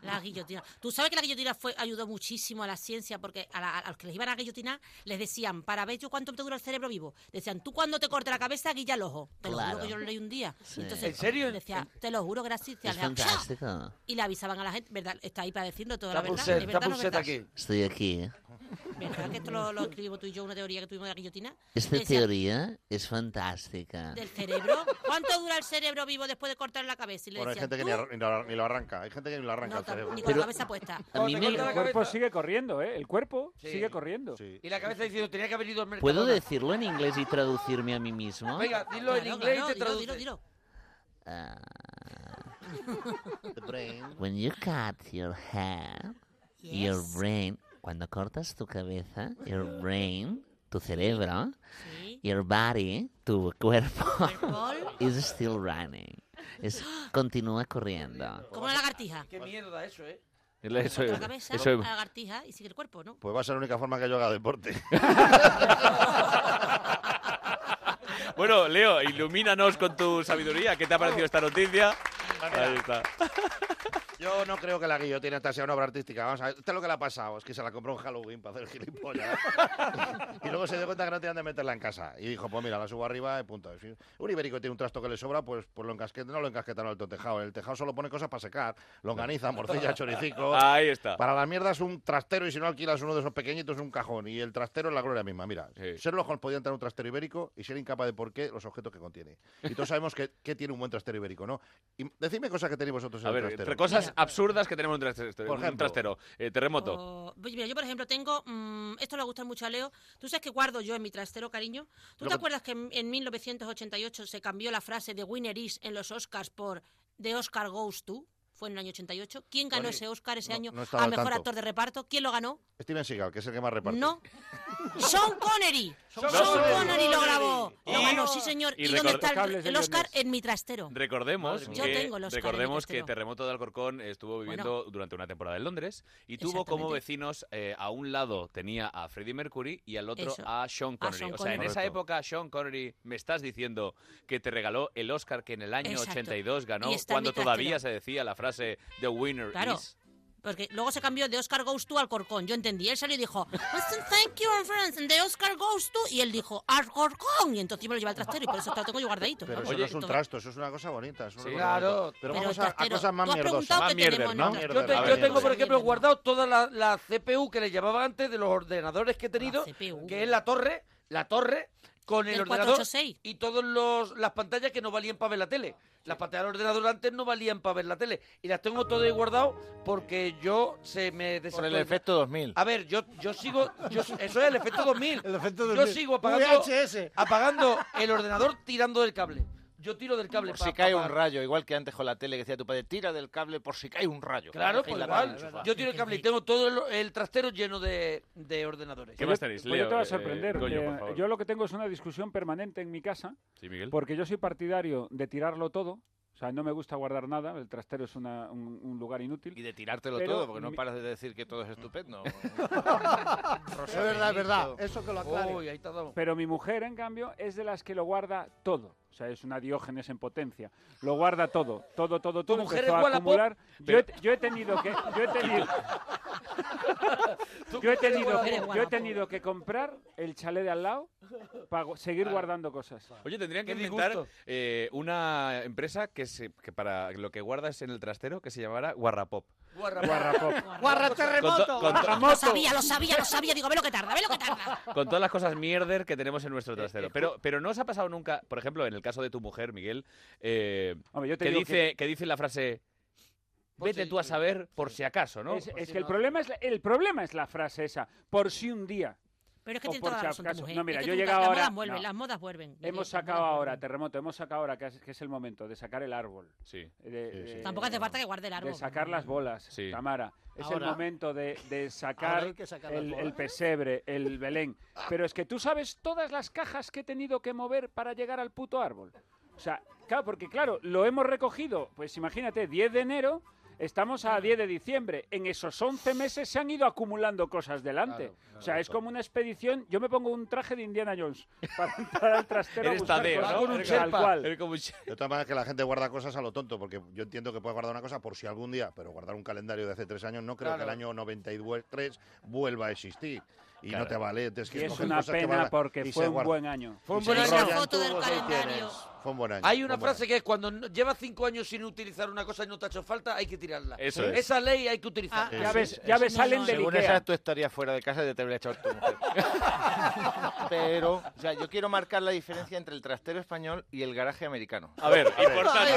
S9: La guillotina. Tú sabes que la guillotina fue, ayudó muchísimo a la ciencia porque a, la- a los que les iban a guillotinar les decían, para ver yo cuánto te dura el cerebro vivo. Decían, tú cuando te corte la cabeza, guilla el ojo. Te lo juro
S12: Claro.
S9: que yo lo leí un día. Y
S12: Sí.
S9: Entonces,
S12: ¿En serio?
S9: Decía, te lo juro, gracias.
S12: Es
S9: Le hacía,
S12: fantástico.
S9: Y le avisaban a la gente, ¿verdad? Está ahí padeciendo toda la
S12: Está
S9: verdad.
S12: pulseta,
S9: ¿Es
S12: está
S9: verdad o no es
S12: pulseta
S9: verdad?
S12: aquí. Estoy aquí. ¿eh?
S9: ¿Verdad que esto lo, lo escribimos tú y yo, una teoría que tuvimos de la guillotina?
S12: Esta
S9: Decía,
S12: teoría es fantástica.
S9: Del cerebro. ¿Cuánto dura el cerebro vivo después de cortar la cabeza? Y le
S5: Bueno, hay
S9: decían,
S5: gente que
S9: "Tú
S5: ni, arran- ni lo, ni lo arranca. Hay gente que ni lo arranca
S9: no,
S5: el cerebro.
S9: ni con la cabeza puesta.
S12: A mí me-
S4: El cuerpo sigue corriendo, ¿eh? El cuerpo
S3: Sí.
S4: sigue corriendo.
S3: Y la cabeza diciendo, tenía que haber ido al mercado.
S12: ¿Puedo decirlo en inglés y traducirme a mí mismo?
S3: Venga, dilo en
S9: Claro,
S3: inglés
S9: claro,
S3: y te
S9: dilo,
S3: traduce.
S9: dilo, dilo.
S12: Ah, when you cut your hair, your
S9: Yes.
S12: brain, cuando cortas tu cabeza, your brain, tu cerebro, your body, tu cuerpo, is still running. Es, continúa corriendo.
S9: Como una lagartija.
S3: Qué mierda eso, ¿eh?
S12: Eso
S9: Corta
S12: es-
S9: la cabeza,
S12: eso es-
S9: la lagartija y sigue el cuerpo, ¿no?
S5: Pues va a ser la única forma que yo haga deporte.
S1: Bueno, Leo, ilumínanos con tu sabiduría. ¿Qué te ha parecido esta noticia? Ahí está.
S5: Yo no creo que la guillotina esta sea una obra artística. Vamos a ver, esto es lo que le ha pasado. Es que se la compró en Halloween para hacer el gilipollas. y luego se dio cuenta que no tenían de meterla en casa. Y dijo, pues mira, la subo arriba y punto. En fin, Un ibérico tiene un trasto que le sobra, pues, pues lo encasqueta, no lo encasquetan al tejado. En el tejado solo pone cosas para secar. Lo organizan, morcilla, choricico.
S4: Ah,
S1: Ahí está.
S5: Para la mierda es un trastero y si no alquilas uno de esos pequeñitos es un cajón. Y el trastero es la gloria misma. Mira, Sherlock Holmes podía entrar en un trastero ibérico y ser incapaz de por qué los objetos que contiene. Y todos sabemos que, que tiene un buen trastero ibérico, ¿no? Y decidme cosas que tenéis vosotros en
S1: A
S5: el
S1: ver,
S5: trastero.
S1: entre cosas absurdas que tenemos en un trastero.
S5: Por
S1: un
S5: ejemplo.
S1: trastero. Eh, terremoto.
S9: O- pues mira, yo por ejemplo tengo, mm, esto le gusta mucho a Leo, tú sabes que guardo yo en mi trastero, cariño. ¿Tú
S1: Lo
S9: te
S1: que-
S9: acuerdas que en, en 1988 se cambió la frase de Winner is en los Oscars por The Oscar Goes to? Fue en el año 88. ¿Quién ganó
S5: Bueno,
S9: ese Oscar ese año
S5: no estaba
S9: a
S5: al
S9: mejor
S5: tanto.
S9: actor de reparto? ¿Quién lo ganó?
S5: Steven Seagal, que es el que más reparte.
S9: No. Sean Connery. Sean
S5: Sean
S9: Connery,
S5: Connery.
S9: lo grabó.
S1: Y-
S9: Lo ganó, sí señor.
S1: y
S9: ¿Y, dónde
S1: recordemos-
S9: está el-
S1: Cables
S9: el,
S1: del
S9: Oscar? En mi trastero.
S1: Recordemos
S9: Yo
S1: que,
S9: tengo el Oscar en mi
S1: recordemos que
S9: trastero.
S1: Terremoto de Alcorcón estuvo viviendo durante una temporada en Londres y tuvo como
S9: Exactamente.
S1: vecinos eh, a un lado tenía a Freddie Mercury y al otro
S9: Eso.
S1: a Sean
S9: A
S1: Connery.
S9: Sean
S1: o sea, en
S9: Connery.
S1: esa época Sean Connery me estás diciendo que te regaló el Oscar que en el año
S9: Exacto.
S1: 82 ganó
S9: Y está en
S1: cuando
S9: mi trastero.
S1: todavía se decía la frase The winner
S9: Claro.
S1: is.
S9: Porque luego se cambió de Oscar Goes to al Corcón. Yo entendí. Él salió y dijo, Listen, thank you, my friends, and the Oscar Goes to. Y él dijo, al Corcón. Y entonces yo me lo llevé al trastero y por eso te lo tengo yo guardadito.
S5: Pero
S9: Vamos,
S5: eso no
S9: oye,
S5: es un
S9: todo.
S5: trasto, eso es una cosa bonita. es una
S1: Sí.
S5: cosa
S1: Claro.
S5: bonita. Pero,
S1: Pero
S5: vamos a, a
S1: trastero,
S5: cosas más
S1: tú has
S5: mierdosas.
S1: preguntado Más qué mierder, tenemos, ¿no? ¿no?
S3: Yo, te-
S1: A ver,
S3: yo
S1: bien,
S3: tengo,
S1: bien,
S3: por ejemplo, guardado toda la, la CPU que le llamaba antes de los ordenadores que he tenido, que es la torre, la torre con el,
S9: Del
S3: ordenador
S9: 486.
S3: y todas las pantallas que no valían para ver la tele. Las pantallas del ordenador antes no valían para ver la tele. Y las tengo todas ahí guardado porque yo se me
S6: Por el
S3: desactualizó.
S6: efecto 2000.
S3: A ver, yo, yo sigo. Yo, eso es el efecto 2000. Yo
S6: 2000.
S3: sigo apagando,
S6: VHS.
S3: apagando el ordenador tirando del cable. Yo tiro del cable.
S6: Por
S3: pa-
S6: si cae
S3: pa-
S6: un
S3: pa-
S6: rayo, igual que antes con la tele que decía tu padre, tira del cable por si cae un rayo.
S3: Claro,
S6: Deja
S3: pues
S6: la
S3: igual.
S6: tele en el sofá.
S3: Yo tiro el cable y tengo todo el, el trastero lleno de, de ordenadores.
S1: ¿Qué más tenéis,
S4: Pues yo
S1: Leo?
S4: te voy a
S1: Eh,
S4: sorprender.
S1: Goyo,
S4: Eh,
S1: por favor.
S4: yo lo que tengo es una discusión permanente en mi casa,
S1: Sí, Miguel.
S4: porque yo soy partidario de tirarlo todo. O sea, no me gusta guardar nada, el trastero es una- un, un lugar inútil. Y
S6: de tirártelo todo, porque no paras de decir que todo es estupendo.
S4: es
S6: verdad, es verdad,
S5: eso que lo
S6: aclare.
S3: Uy, ahí te ha dado.
S4: Pero mi mujer, en cambio, es de las que lo guarda todo. O sea, es una diógenes en potencia. Lo guarda todo, todo, todo, todo.
S3: mujer
S4: Empezó
S3: es
S4: a
S3: Wallapop?
S4: acumular. Yo he,
S3: Pero-
S4: yo he tenido que... Yo he tenido... Yo he, tenido, yo he tenido que comprar el chalet de al lado para gu- seguir guardando cosas.
S1: Oye, tendrían que
S4: Qué
S1: inventar
S4: disgusto.
S1: eh, una empresa que, se, que para lo que guardas en el trastero que se llamara Guarrapop.
S3: Guarrapop.
S1: Guarrapop. Con to- con to-
S9: Lo sabía, lo sabía, lo sabía. Digo, ve lo que tarda, ve lo que tarda.
S1: Con todas las cosas mierder que tenemos en
S4: Eh,
S1: nuestro trastero. Pero, pero no os ha pasado nunca, por ejemplo, en el caso de tu mujer, Miguel, eh,
S4: te
S1: que,
S4: digo
S1: dice,
S4: que-
S1: que... dice la frase,
S4: Pues
S1: vete tú a saber por si acaso, ¿no?
S4: Es, es
S3: Pues
S4: que el problema es, la, el problema es la frase esa, por si un día.
S9: Pero es que
S4: O
S9: tiene
S4: por
S9: toda la
S4: si
S9: razón tu
S4: acaso.
S9: mujer.
S4: No, mira,
S9: Es que
S4: yo he
S9: tú-
S4: llegado
S9: las
S4: ahora-
S9: Modas vuelven,
S4: no.
S9: Las modas vuelven.
S4: Hemos sacado ahora, terremoto, hemos sacado ahora, que es, que es el momento de sacar el árbol.
S1: Sí.
S9: Tampoco hace falta que guarde el árbol.
S4: De sacar las bolas, Tamara. Es
S9: Ahora.
S4: el momento de, de
S9: Ahora
S4: sacar,
S9: hay que sacar las
S4: el,
S9: bolas.
S4: el pesebre, el Belén. Pero es que tú sabes todas las cajas que he tenido que mover para llegar al puto árbol. O sea, claro, porque claro, lo hemos recogido, pues imagínate, 10 de enero, estamos a 10 de diciembre. En esos 11 meses se han ido acumulando cosas delante.
S1: Claro,
S4: o sea, es como una expedición. Yo me pongo un traje de Indiana Jones para entrar al trastero. a
S1: Eres
S4: buscar
S1: Tadeo,
S4: cosas.
S1: ¿no?
S4: Tal cual.
S5: De todas maneras que la gente guarda cosas a lo tonto, porque yo entiendo que puedes guardar una cosa por si algún día, pero guardar un calendario de hace tres años no creo
S4: Claro.
S5: que el año 93 vuelva a existir. Y
S4: Claro.
S5: no te vale, tienes que
S4: Y es
S5: escoger
S4: una
S5: cosas que
S4: pena
S5: guardas
S4: porque
S5: y
S4: fue
S5: se
S4: un
S5: guardan.
S4: buen año.
S5: Y
S4: Fue un
S5: se
S4: buen año.
S5: enrollan.
S4: Una foto
S3: del
S5: Tubos ahí
S3: calendario.
S5: tienes. Fue un buen año.
S3: Hay una
S5: fue un buen
S3: frase que es cuando no- llevas cinco años sin utilizar una cosa y no te ha hecho falta, hay que tirarla.
S6: Eso es.
S3: Esa ley hay que utilizarla.
S5: Ah,
S6: Eso es, eso
S4: ya
S6: es.
S4: ves, salen del
S6: Según
S4: Ikea.
S6: esa, tú estarías fuera de casa y te habría echado tu mujer. Pero, o sea, yo quiero marcar la diferencia entre el trastero español y el garaje americano.
S1: A ver, importante.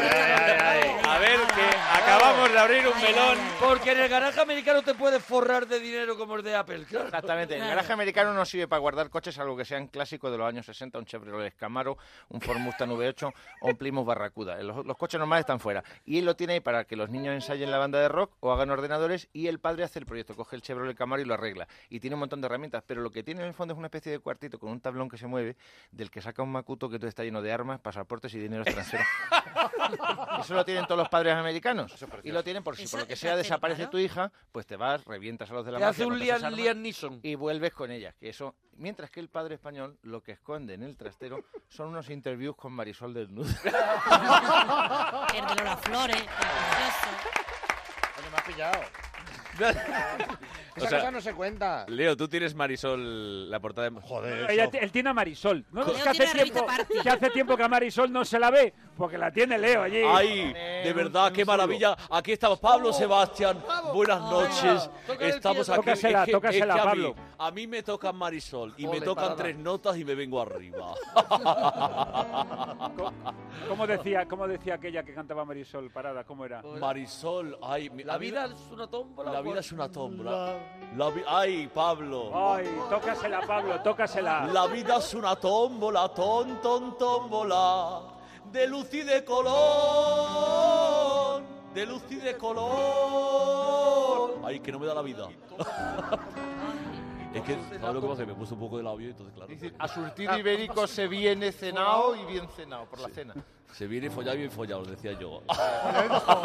S1: A ver, que acabamos de abrir un melón.
S3: Porque en el garaje americano te puedes forrar de dinero como el de Apple, claro.
S6: Exactamente, el garaje americano no sirve para guardar coches, algo que sean clásicos de los años 60, un Chevrolet Camaro, un Ford Mustang V8 o un Plymouth Barracuda. Eh, Los, los coches normales están fuera. Y él lo tiene ahí para que los niños ensayen la banda de rock o hagan ordenadores y el padre hace el proyecto, coge el Chevrolet Camaro y lo arregla. Y tiene un montón de herramientas, pero lo que tiene en el fondo es una especie de cuartito con un tablón que se mueve, del que saca un macuto que todo está lleno de armas, pasaportes y dinero extranjero. Eso lo tienen todos los padres americanos. y lo tienen por si por lo que sea desaparece tu hija, pues te vas, revientas a los de la
S3: Te
S6: mafia,
S3: hace un
S6: no te haces
S3: Liam-
S6: armas
S3: Liam Neeson.
S6: Y vuelves con ellas. Que eso, mientras que el padre español lo que esconde en el trastero son unos interviews con Marisol desnuda.
S9: El de Lola Flores. el precioso.
S5: me has pillado.
S1: O sea,
S5: no se cuenta.
S1: Leo, tú tienes Marisol, la portada de...
S5: Joder,
S4: Ella ti- él tiene a Marisol. ¿no?
S1: Leo
S4: Es que, hace
S1: tiene la
S4: tiempo, que hace tiempo que a Marisol no se la ve, porque la tiene Leo allí. Oh,
S1: Ay, de verdad, qué maravilla. Aquí estamos, Pablo Sebastián. Buenas noches.
S4: Tócale el
S1: Estamos
S4: pie.
S1: aquí.
S4: Tócasela,
S1: Es que-
S4: tócasela,
S1: es que a mí-
S4: Pablo.
S1: A mí me tocan Marisol y me
S4: Ole,
S1: tocan
S4: parada.
S1: tres notas y me vengo arriba.
S4: ¿Cómo decía, ¿Cómo decía aquella que cantaba Marisol Parada? ¿Cómo era?
S1: Marisol, ay, mi-
S3: Pues, La vida es una tómbola. pues.
S1: La vida es una tómbola. La vi- ay, Pablo.
S4: Ay, tócasela, Pablo, tócasela.
S1: La vida es una tómbola, ton, ton, tómbola, de luz y de color, de luz y de color. Ay, que no me da la vida. es que, ¿sabes lo que pasa? Que me puse un poco de labio y entonces, claro.
S6: A surtido ibérico se viene cenado y bien cenado por la cena.
S1: Se viene follado y bien follado, os decía yo.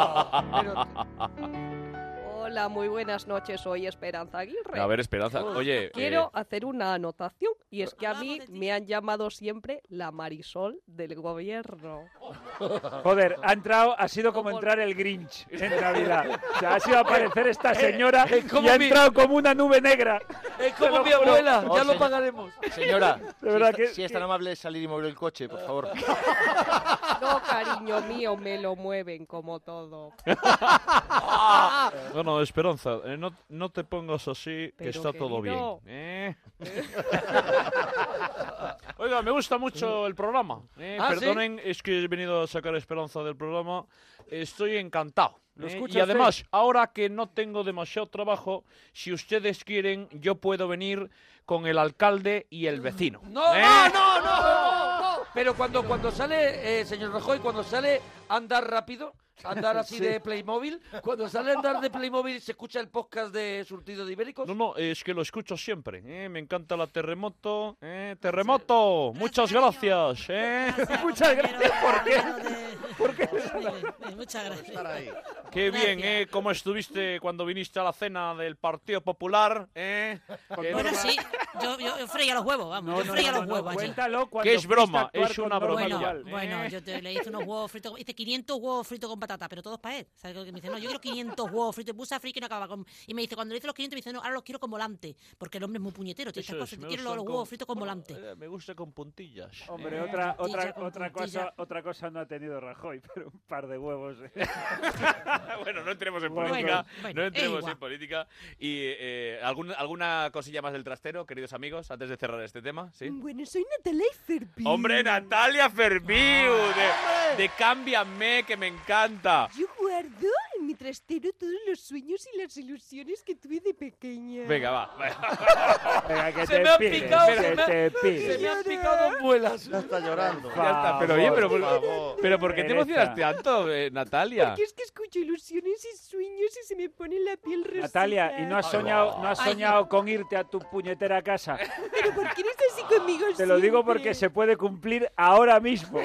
S10: Hola, muy buenas noches. Soy Esperanza Aguirre.
S1: A ver, Esperanza, oye, eh,
S10: Quiero hacer una anotación y es que a mí me han llamado siempre la Marisol del gobierno.
S4: Joder, ha entrado, ha sido como entrar el Grinch en Navidad. O sea, ha sido aparecer
S3: Eh,
S4: esta señora
S6: Es como
S4: y ha
S6: mi-
S4: entrado como una nube negra.
S3: Es
S4: Te lo
S3: como mi
S4: juro.
S3: abuela,
S6: Oh,
S3: ya lo
S6: señor-
S3: pagaremos.
S6: Señora, si,
S4: verdad
S6: está-
S4: que-
S6: si es tan amable de salir y mover el coche, por favor.
S10: No, cariño mío, me lo mueven como todo.
S1: Bueno, Esperanza, eh, no, no te pongas así, que
S10: Pero,
S1: está todo bien.
S10: querido.
S1: ¿eh? Oiga, me gusta mucho el programa. ¿eh?
S8: Ah, ¿sí?
S1: Perdonen, es que he venido a sacar a Esperanza del programa. Estoy encantado.
S8: Lo
S1: ¿eh?
S8: escucha
S1: Y además,
S8: usted.
S1: ahora que no tengo demasiado trabajo, si ustedes quieren, yo puedo venir con el alcalde y el vecino.
S3: No,
S1: ¿eh?
S3: no, no, no, no, no. Pero cuando, cuando sale, eh, señor Rajoy, cuando sale andar rápido, andar así
S1: Sí.
S3: de Playmobil? Cuando sale a andar de Playmobil se escucha el podcast de Surtido de Ibéricos.
S1: No, no, es que lo escucho siempre. ¿eh? Me encanta la terremoto. ¿eh? Terremoto, muchas gracias. ¿eh? Muchas gracias. ¿Por qué? ¿Por qué?
S9: Muchas gracias.
S1: Qué bien, ¿eh? ¿Cómo estuviste cuando viniste a la cena del Partido Popular? ¿eh? Que
S9: Bueno,
S1: no-
S9: sí, yo, yo, yo freía los huevos, vamos. yo freía los huevos allí.
S1: Que es broma, es una broma.
S9: Bueno,
S1: igual.
S12: Eh.
S9: bueno,
S4: Eh.
S9: yo te, le hice unos huevos fritos, hice 500 huevos fritos con patata, pero todos para él. ¿Sabes lo que me dice? No, yo quiero 500 huevos fritos, puse a friki y no acababa con... Y me dice, cuando le hice los 500, me dice, no, ahora los quiero con volante, porque el hombre es muy puñetero, tiene
S1: Eso
S9: estas
S1: es,
S9: cosas,
S1: me
S9: te quiero los,
S1: gustan
S9: los
S1: con-
S9: huevos fritos con volante.
S1: Eh, Me gusta con puntillas.
S4: Hombre,
S1: ¿eh?
S4: otra, otra,
S9: puntilla, con
S4: otra,
S9: puntilla.
S4: cosa, otra cosa no ha tenido Rajoy, pero un par de huevos. eh.
S1: bueno, no entremos en
S4: Bueno,
S1: política.
S4: bueno,
S1: no
S4: es
S1: entremos
S4: igual.
S1: en política. Y eh, ¿algún- alguna cosilla más del trastero, queridos amigos, antes de cerrar este tema, ¿sí?
S16: Bueno, soy Natalia Ferbi.
S1: Hombre, Natalia Ferbiu,
S4: Ah,
S1: de, de Cámbiame, que me encanta.
S16: Yo guardo en mi trastero todos los sueños y las ilusiones que tuve de pequeña.
S1: Venga, va.
S4: Venga, que
S1: Se
S4: te
S1: me han
S4: pires,
S1: picado,
S4: que
S1: se me ha-
S4: te pires.
S1: se me han
S3: picado muelas.
S12: Ya está llorando.
S1: Ya está, pero oye, pero,
S12: Por
S1: por-
S12: favor.
S1: pero ¿por qué te
S12: Teresa.
S1: emocionas tanto, eh, Natalia?
S16: Porque es que escucho ilusiones y sueños y se me pone la piel rosita.
S4: Natalia, ¿y no has soñado, no has
S16: Ay,
S4: soñado con irte a tu puñetera casa?
S16: ¿Pero por qué eres así conmigo
S4: Te lo digo
S16: siempre?
S4: porque se puede cumplir ahora mismo.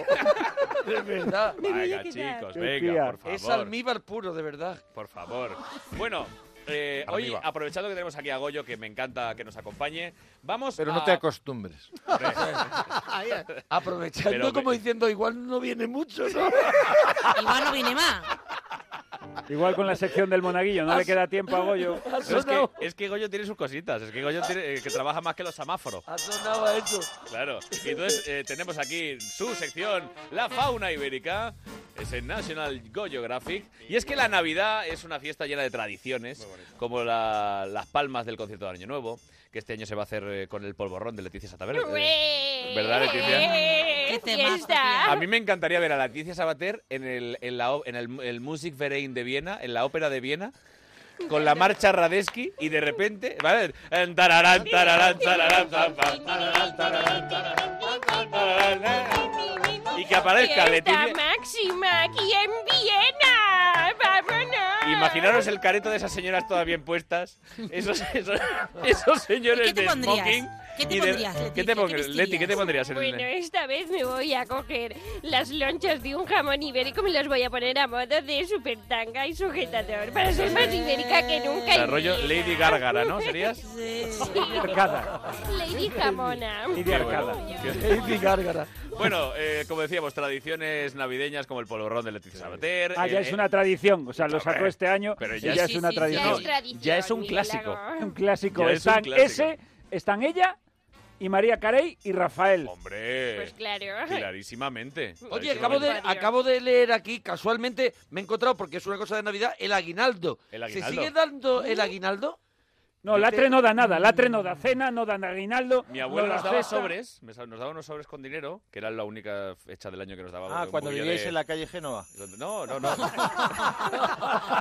S3: verdad.
S1: Me voy a Venga, quedar. chicos, venga, por favor.
S3: Es almíbar puro, de verdad.
S1: Por favor. Bueno, eh, hoy, aprovechando que tenemos aquí a Goyo, que me encanta que nos acompañe, vamos
S6: Pero
S1: a...
S3: Ah,
S6: no te acostumbres.
S3: Aprovechando
S1: Pero me-
S3: como diciendo, igual no viene mucho, ¿no?
S9: Igual no viene más.
S4: Igual con la sección del monaguillo, no le queda tiempo a Goyo.
S1: Pero es, que, es que Goyo tiene sus cositas, es que Goyo tiene- eh, que trabaja más que los semáforos.
S3: Ha sonado a eso.
S1: Claro. Y entonces eh, tenemos aquí su sección, la fauna ibérica. Es el National Goyographic. Y es que la Navidad es una fiesta llena de tradiciones, como la- las palmas del concierto de Año Nuevo, que este año se va a hacer eh, con el polvorrón de Leticia Satabel. ¿Verdad, Leticia?
S9: ¿Qué temazo,
S11: Ah.
S9: tía.
S1: A mí me encantaría ver a Leticia Sabater en el, en la, o- en el, el Musikverein de Viena, en la ópera de Viena, con la marcha Radesky y de repente, ¿vale? En tararán, tararán, tararán, pam, pam, tararán, tararán, tararán, tararán, Y que aparezca ¿eh?
S11: Fiesta
S1: Leticia.
S11: máxima aquí en Viena. Vámonos.
S1: Imaginaros el careto de esas señoras todas bien puestas, esos, esos, esos señores
S11: ¿Y qué te
S1: de
S11: pondrías?
S1: smoking.
S11: ¿Qué te
S1: y de-
S11: pondrías,
S1: ¿Qué
S11: Leticia?
S1: te
S11: ¿Qué
S1: pondrías, Leti? ¿Qué te pondrías? en el-
S11: Bueno, esta vez me voy a coger las lonchas de un jamón ibérico y me las voy a poner a modo de super tanga y sujetador para ser más ibérica que nunca.
S1: el rollo Lady Gárgara, ¿no? ¿Serías?
S11: Lady Jamona.
S1: Qué bueno. Qué-
S3: Lady Gárgara.
S1: Bueno, eh, como decíamos, tradiciones navideñas como el polvorrón de Leticia Sabater.
S4: Ah, ya
S1: eh,
S4: es
S1: eh,
S4: una tradición. O sea, lo sacó
S1: Hombre,
S4: este año
S1: pero
S4: y
S1: ya
S4: ya,
S1: es-
S4: es una
S1: Sí, sí, ya es
S4: tradición.
S1: tradición, Ya es un Miguel clásico. Lago.
S4: Un clásico.
S1: Ya es un
S4: están
S1: clásico.
S4: ese, están ella y María Carey y Rafael.
S1: Hombre.
S11: Pues claro.
S1: Clarísimamente.
S3: Oye, acabo de,
S1: clarísimamente.
S3: acabo de leer aquí, casualmente, me he encontrado, porque es una cosa de Navidad, el aguinaldo.
S1: El
S3: ¿Se
S1: aguinaldo.
S3: sigue dando el aguinaldo?
S4: No, Latre no da nada. Latre no da cena, no da aguinaldo.
S1: Mi abuela
S4: no da
S1: nos daba
S4: cesta.
S1: sobres, me sa- nos daba unos sobres con dinero, que era la única fecha del año que nos daba.
S6: Ah,
S1: un
S6: cuando
S1: poquillo
S6: vivíais
S1: de-
S6: en la calle Génova.
S1: No, no, no.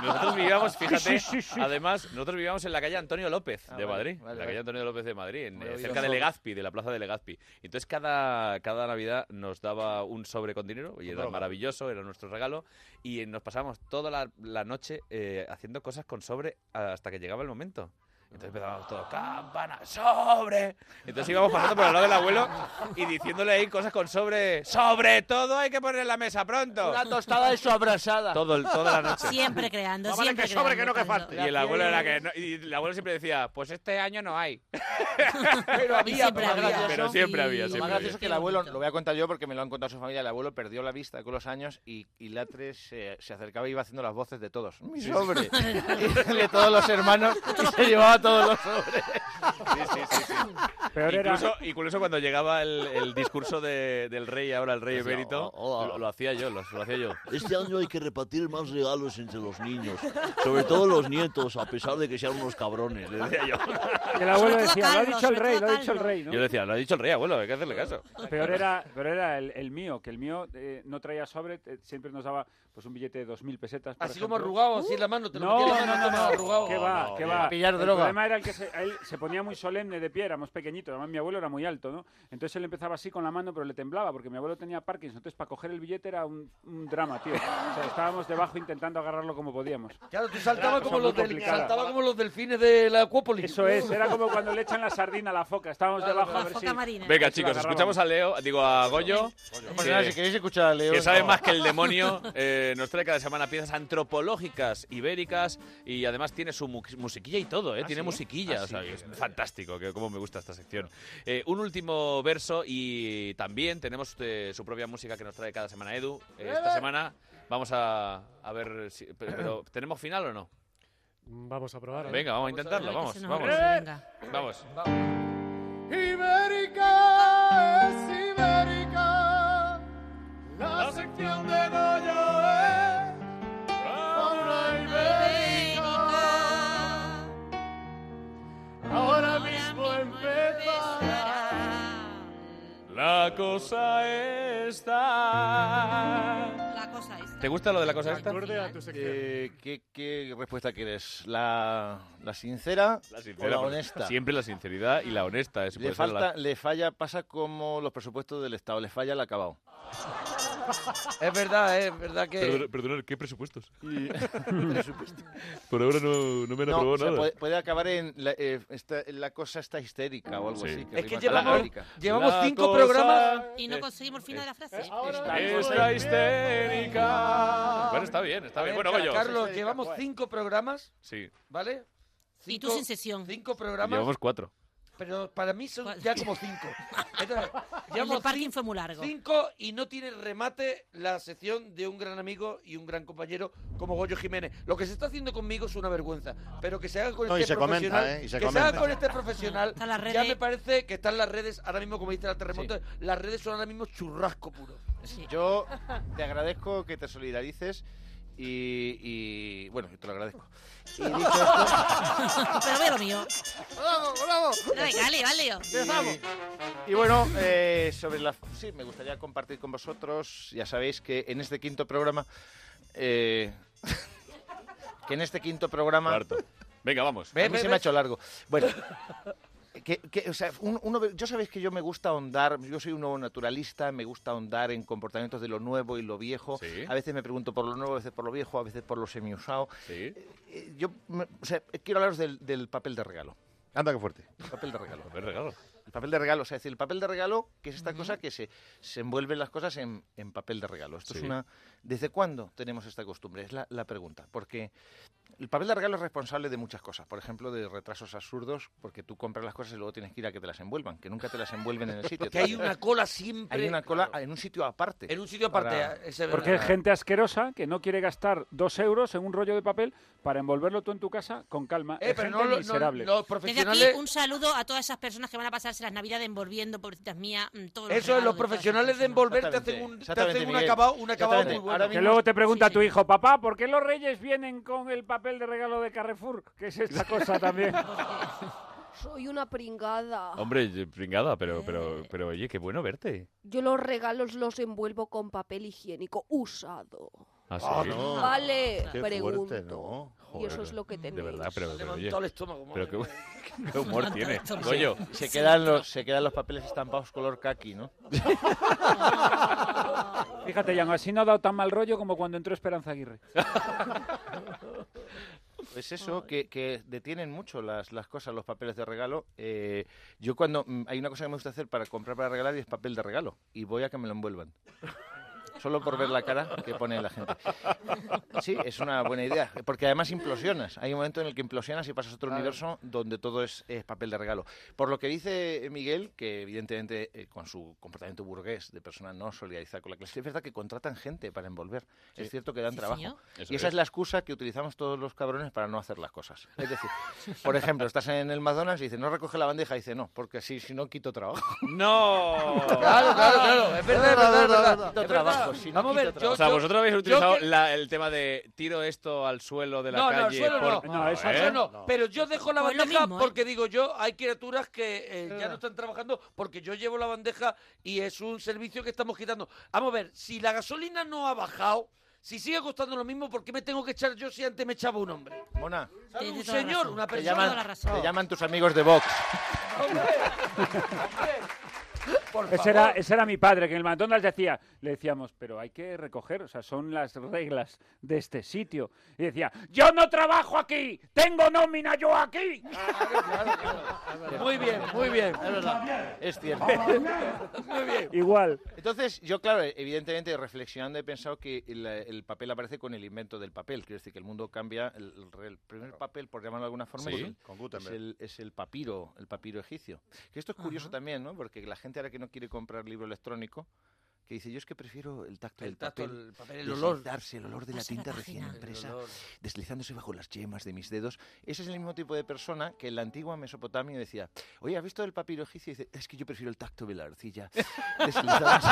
S1: Nosotros vivíamos, fíjate,
S6: Sí, sí, sí, sí.
S1: además, nosotros vivíamos en la calle Antonio López de
S6: Ah, vale,
S1: Madrid.
S6: vale,
S1: la
S6: vale.
S1: calle Antonio López de Madrid, en-
S6: Me lo
S1: eh,
S6: he oído
S1: cerca de
S6: solo.
S1: Legazpi, de la plaza de Legazpi. Entonces, cada, cada Navidad nos daba un sobre con dinero, y era
S6: Broma.
S1: maravilloso, era nuestro regalo, y eh, nos pasábamos toda la, la noche eh, haciendo cosas con sobre hasta que llegaba el momento. Entonces empezábamos todos, campana, sobre. Entonces íbamos pasando por el lado del abuelo y diciéndole ahí cosas con sobre. Sobre todo hay que poner en la mesa pronto.
S6: Una tostada de su abrasada.
S1: Todo el- toda la noche.
S9: Siempre creando,
S1: Más vale
S9: siempre
S1: que sobre, que no que
S9: creando,
S1: falte. Y el abuelo era que no- y el abuelo siempre decía, pues este año no hay. pero
S6: había, siempre
S1: pero,
S6: pero había. había.
S1: siempre
S6: Lo
S1: había,
S6: más
S1: siempre
S6: gracioso
S1: había.
S6: es que el abuelo, lo voy a contar yo porque me lo han contado su familia, el abuelo perdió la vista con los años y, y Latre se, se acercaba y iba haciendo las voces de todos. ¡Mi
S1: Sí, sí.
S6: sobre! Y de todos los hermanos y se llevaba todos los sobres.
S1: Sí, sí, sí.
S4: Peor era-
S1: incluso, incluso cuando llegaba el, el discurso de- del rey, ahora el rey
S19: Decía,
S1: emérito,
S19: "Hola".
S1: lo, lo hacía yo, lo, lo hacía yo.
S19: Este año hay que repartir más regalos entre los niños, sobre todo los nietos, a pesar de que sean unos cabrones, le decía yo.
S4: El abuelo decía, lo ha dicho el rey, lo ha dicho el rey, ¿no?
S1: Yo le decía, lo ha dicho el rey, abuelo, hay que hacerle caso.
S4: Peor era, peor era el, el mío, que el mío eh, no traía sobre, eh, siempre nos daba pues un billete de 2.000 pesetas. por
S3: Así como
S4: ejemplo.
S3: arrugado, así en la mano, te lo
S4: no,
S3: metía en la
S4: no, no,
S3: mano,
S4: no,
S3: arrugado.
S4: ¿Qué va?
S3: No,
S4: ¿Qué
S3: no,
S4: va?
S3: pillar
S4: el
S3: droga.
S4: problema era el que se, a él se ponía muy solemne de pie, éramos pequeñitos, bajito. Además, mi abuelo era muy alto, ¿no? Entonces él empezaba así con la mano, pero le temblaba porque mi abuelo tenía Parkinson. Entonces, para coger el billete era un, un drama, tío. O sea, estábamos debajo intentando agarrarlo como podíamos.
S3: Claro, tú saltabas
S4: Cosa
S3: como,
S4: muy
S3: los del-
S4: complicada.
S3: saltaba como los delfines de la Acuópolis.
S4: Eso es, era como cuando le echan la sardina a la foca. Estábamos debajo a ver si-
S1: Venga,
S4: si la
S1: chicos,
S4: agarrábamos.
S1: escuchamos a Leo, digo a Goyo.
S4: No pasa nada, si queréis
S6: escuchar a Leo,
S1: Que sabe
S6: no.
S1: más que el demonio. eh, nos trae cada semana piezas antropológicas ibéricas y además tiene su mu- musiquilla y todo, ¿eh?
S13: ¿Ah,
S1: tiene
S13: sí?
S1: musiquilla.
S13: Ah,
S1: o sea,
S13: sí.
S1: que es fantástico, que como me gusta esta sección. Eh, un último verso y también tenemos eh, su propia música que nos trae cada semana Edu. Eh, esta
S2: ¡Bebe!
S1: semana vamos a, a ver si. pero- pero, ¿Tenemos final o no?
S2: Vamos a probar.
S1: Venga, vamos a intentarlo,
S2: ver.
S1: vamos,
S2: A ver que
S1: vamos.
S2: se nos ocurre,
S1: Vamos.
S19: Ibérica es ibérica, la sección de Goyo es Fauna Ibérica. Ahora mismo empezará.
S1: La cosa está.
S9: La cosa es.
S1: ¿Te gusta lo de la cosa esta?
S6: Eh, ¿qué, qué respuesta quieres? ¿La, la sincera, o la honesta?
S1: Siempre la sinceridad y la honesta. eso
S6: Le,
S1: puede ser la-
S6: falta, le falla, pasa como los presupuestos del Estado, le falla el acabado.
S3: Es verdad, es verdad que...
S13: Perdona- perdonad, ¿qué presupuestos?
S6: Presupuesto.
S13: Por ahora no, no me han
S6: No,
S13: aprobado
S6: o sea,
S13: nada.
S6: puede, puede acabar en la, eh, esta- la cosa está histérica o algo
S13: Sí.
S6: así.
S13: Es que
S6: rima con
S13: llevamos-
S6: histérica.
S13: llevamos
S6: La
S13: cinco
S6: cosa-
S13: programas-
S9: Y no conseguimos el final de la frase.
S1: Está histérica. Bueno, está bien, está
S3: A
S1: bien.
S3: ver,
S1: Bueno, Goyo.
S3: Carlos, llevamos cinco programas,
S1: Sí,
S3: ¿vale?
S9: Y tú sin sesión.
S3: Cinco programas,
S1: llevamos cuatro.
S3: pero para mí son ya como cinco. Entonces,
S9: El de
S3: llevamos
S9: parking
S3: cin-
S9: fue muy largo.
S3: cinco y no tiene remate la sección de un gran amigo y un gran compañero como Goyo Jiménez. Lo que se está haciendo conmigo es una vergüenza, pero que se haga con
S5: No, y
S3: este
S5: se comenta,
S3: profesional,
S5: ¿eh? Y se
S3: que se
S5: comenta.
S3: haga con este profesional,
S9: Está en las
S3: ya
S9: redes.
S3: me parece que están las redes ahora mismo como dice la terremoto, las redes son ahora mismo churrasco puro.
S6: Yo te agradezco que te solidarices y, y- bueno, yo te lo agradezco. Y dicho esto-
S9: Pero ve lo mío.
S19: ¡Bravo, bravo!
S9: Venga, dale, dale. yo.
S19: Empezamos.
S6: Y bueno, eh, sobre la... Sí, me gustaría compartir con vosotros, ya sabéis que en este quinto programa... eh, que en este quinto programa...
S1: Venga, vamos.
S6: A mí se me ha hecho largo. Bueno, que- que, o sea, un- uno ve- yo sabéis que yo me gusta ahondar, yo soy un nuevo naturalista, me gusta ahondar en comportamientos de lo nuevo y lo viejo. A veces me pregunto por lo nuevo, a veces por lo viejo, a veces por lo semiusado. Eh, eh, Yo me- o sea, eh, quiero hablaros del, del papel de regalo.
S5: Anda, que fuerte.
S6: El papel de regalo.
S1: El regalo.
S6: El papel de regalo, o sea, es decir, el papel de regalo, que es esta cosa que se, se envuelven las cosas en, en papel de regalo. Esto
S22: Sí.
S6: es una... ¿Desde cuándo tenemos esta costumbre? Es la, la pregunta. Porque el papel de regalo es responsable de muchas cosas. Por ejemplo, de retrasos absurdos, porque tú compras las cosas y luego tienes que ir a que te las envuelvan, que nunca te las envuelven en el sitio.
S3: Que hay una cola siempre.
S6: Hay una cola en un sitio aparte.
S3: En un sitio aparte, eh,
S6: Para-
S3: ese es
S4: Porque hay gente asquerosa que no quiere gastar dos euros en un rollo de papel para envolverlo tú en tu casa con calma.
S3: Eh,
S4: Es
S3: pero
S4: gente
S3: no lo- no-
S4: miserable.
S3: los
S9: Desde aquí, un saludo a todas esas personas que van a pasarse las navidades envolviendo, pobrecitas mías, mm, todos los
S3: Eso es, los
S9: regalos de todas esas
S3: profesionales de envolver te hacen
S6: Exactamente,
S3: un, te
S6: exactamente,
S3: hacen un
S6: Miguel.
S3: acabado, un acabado muy
S6: Exactamente.
S3: bueno.
S6: Ahora
S4: Que
S6: mismo-
S4: luego te pregunta tu hijo, papá, ¿por qué los reyes vienen con el papel de regalo de Carrefour? Que es esta cosa también.
S11: Soy una pringada.
S1: Hombre, ye- pringada, pero, pero,
S3: Eh.
S1: pero oye, qué bueno verte.
S11: Yo los regalos los envuelvo con papel higiénico usado.
S1: Ah, sí.
S5: Ah, no.
S11: Vale,
S5: Qué
S11: pregunto.
S5: fuerte, ¿no?
S11: y eso es lo que
S1: De
S11: tenéis.
S1: verdad, pero, pero oye.
S6: levantado el estómago,
S1: pero qué, bu- qué humor tiene.
S6: Se-
S1: Goyo.
S6: Se, quedan los, se quedan los papeles estampados color kaki, ¿no?
S4: Fíjate, Jan, así no ha dado tan mal rollo como cuando entró Esperanza Aguirre.
S6: Pues eso, que, que detienen mucho las, las cosas, los papeles de regalo. Eh, yo cuando... mm, Hay una cosa que me gusta hacer para comprar, para regalar y es papel de regalo. Y voy a que me lo envuelvan. Solo por ver la cara que pone la gente. Sí, es una buena idea. Porque además implosionas. Hay un momento en el que implosionas y pasas a otro
S22: Claro.
S6: universo donde todo es, es papel de regalo. Por lo que dice Miguel, que evidentemente eh, con su comportamiento burgués de persona no solidariza con la clase, es verdad que contratan gente para envolver.
S22: Sí.
S6: Es cierto que dan
S22: Sí,
S6: trabajo.
S22: señor.
S6: Y
S22: Eso
S6: esa
S22: es.
S6: es la excusa que utilizamos todos los cabrones para no hacer las cosas. Es decir, por ejemplo, estás en el McDonald's y dices, no recoge la bandeja. Y dice, no, porque si, si no quito trabajo.
S1: ¡No!
S6: Claro, claro, claro. Es verdad, es verdad, es verdad. Quito
S3: Es
S6: trabajo,
S3: verdad.
S6: si no
S3: Vamos a ver,
S6: quito
S3: yo-
S1: o sea,
S3: yo-
S1: vosotros habéis
S3: yo
S1: utilizado
S3: que-
S1: la- el tema de tiro esto al suelo de la
S3: no, no,
S1: calle.
S3: suelo no.
S1: por-
S3: No, eso
S1: ¿eh?
S3: no. Pero yo dejo la
S1: Pues lo
S3: bandeja
S1: mismo, ¿eh?
S3: porque digo yo, hay criaturas que eh, ya no están trabajando porque yo llevo la bandeja y es un servicio que estamos quitando. Vamos a ver, si la gasolina no ha bajado, si sigue costando lo mismo, ¿por qué me tengo que echar yo si antes me echaba un hombre?
S6: Mona.
S3: Un señor, una
S6: Te
S3: persona.
S6: llaman, te llaman tus amigos de Vox.
S3: Por
S4: Ese era,
S3: favor.
S4: ese era mi padre, que en el McDonald's decía, le decíamos, pero hay que recoger, o sea, son las reglas de este sitio. Y decía, yo no trabajo aquí, tengo nómina yo aquí.
S6: Muy bien, muy bien.
S4: Es verdad,
S6: es cierto.
S4: Muy bien. Igual.
S6: Entonces, yo, claro, evidentemente, reflexionando, he pensado que el, eh, el papel aparece con el invento del papel. Quiero decir que el mundo cambia. El, el- el primer papel, por llamarlo de alguna forma,
S5: Sí,
S6: es, el,
S5: con Gutenberg.
S6: es el- es el papiro, el papiro egipcio. Que esto es curioso también, ¿no? Porque la gente ahora que no quiere comprar libro electrónico, que dice, yo es que prefiero el tacto
S3: El
S6: del
S3: tacto,
S6: papel,
S3: el papel, el olor.
S6: deslizarse, el olor de la
S3: Pasa la
S6: tinta
S3: página.
S6: recién
S3: El
S6: impresa,
S3: olor.
S6: deslizándose bajo las yemas de mis dedos. Ese es el mismo tipo de persona que en la antigua Mesopotamia decía, oye, ¿has visto el papiro egipcio? Y dice, es que yo prefiero el tacto de la arcilla, deslizándose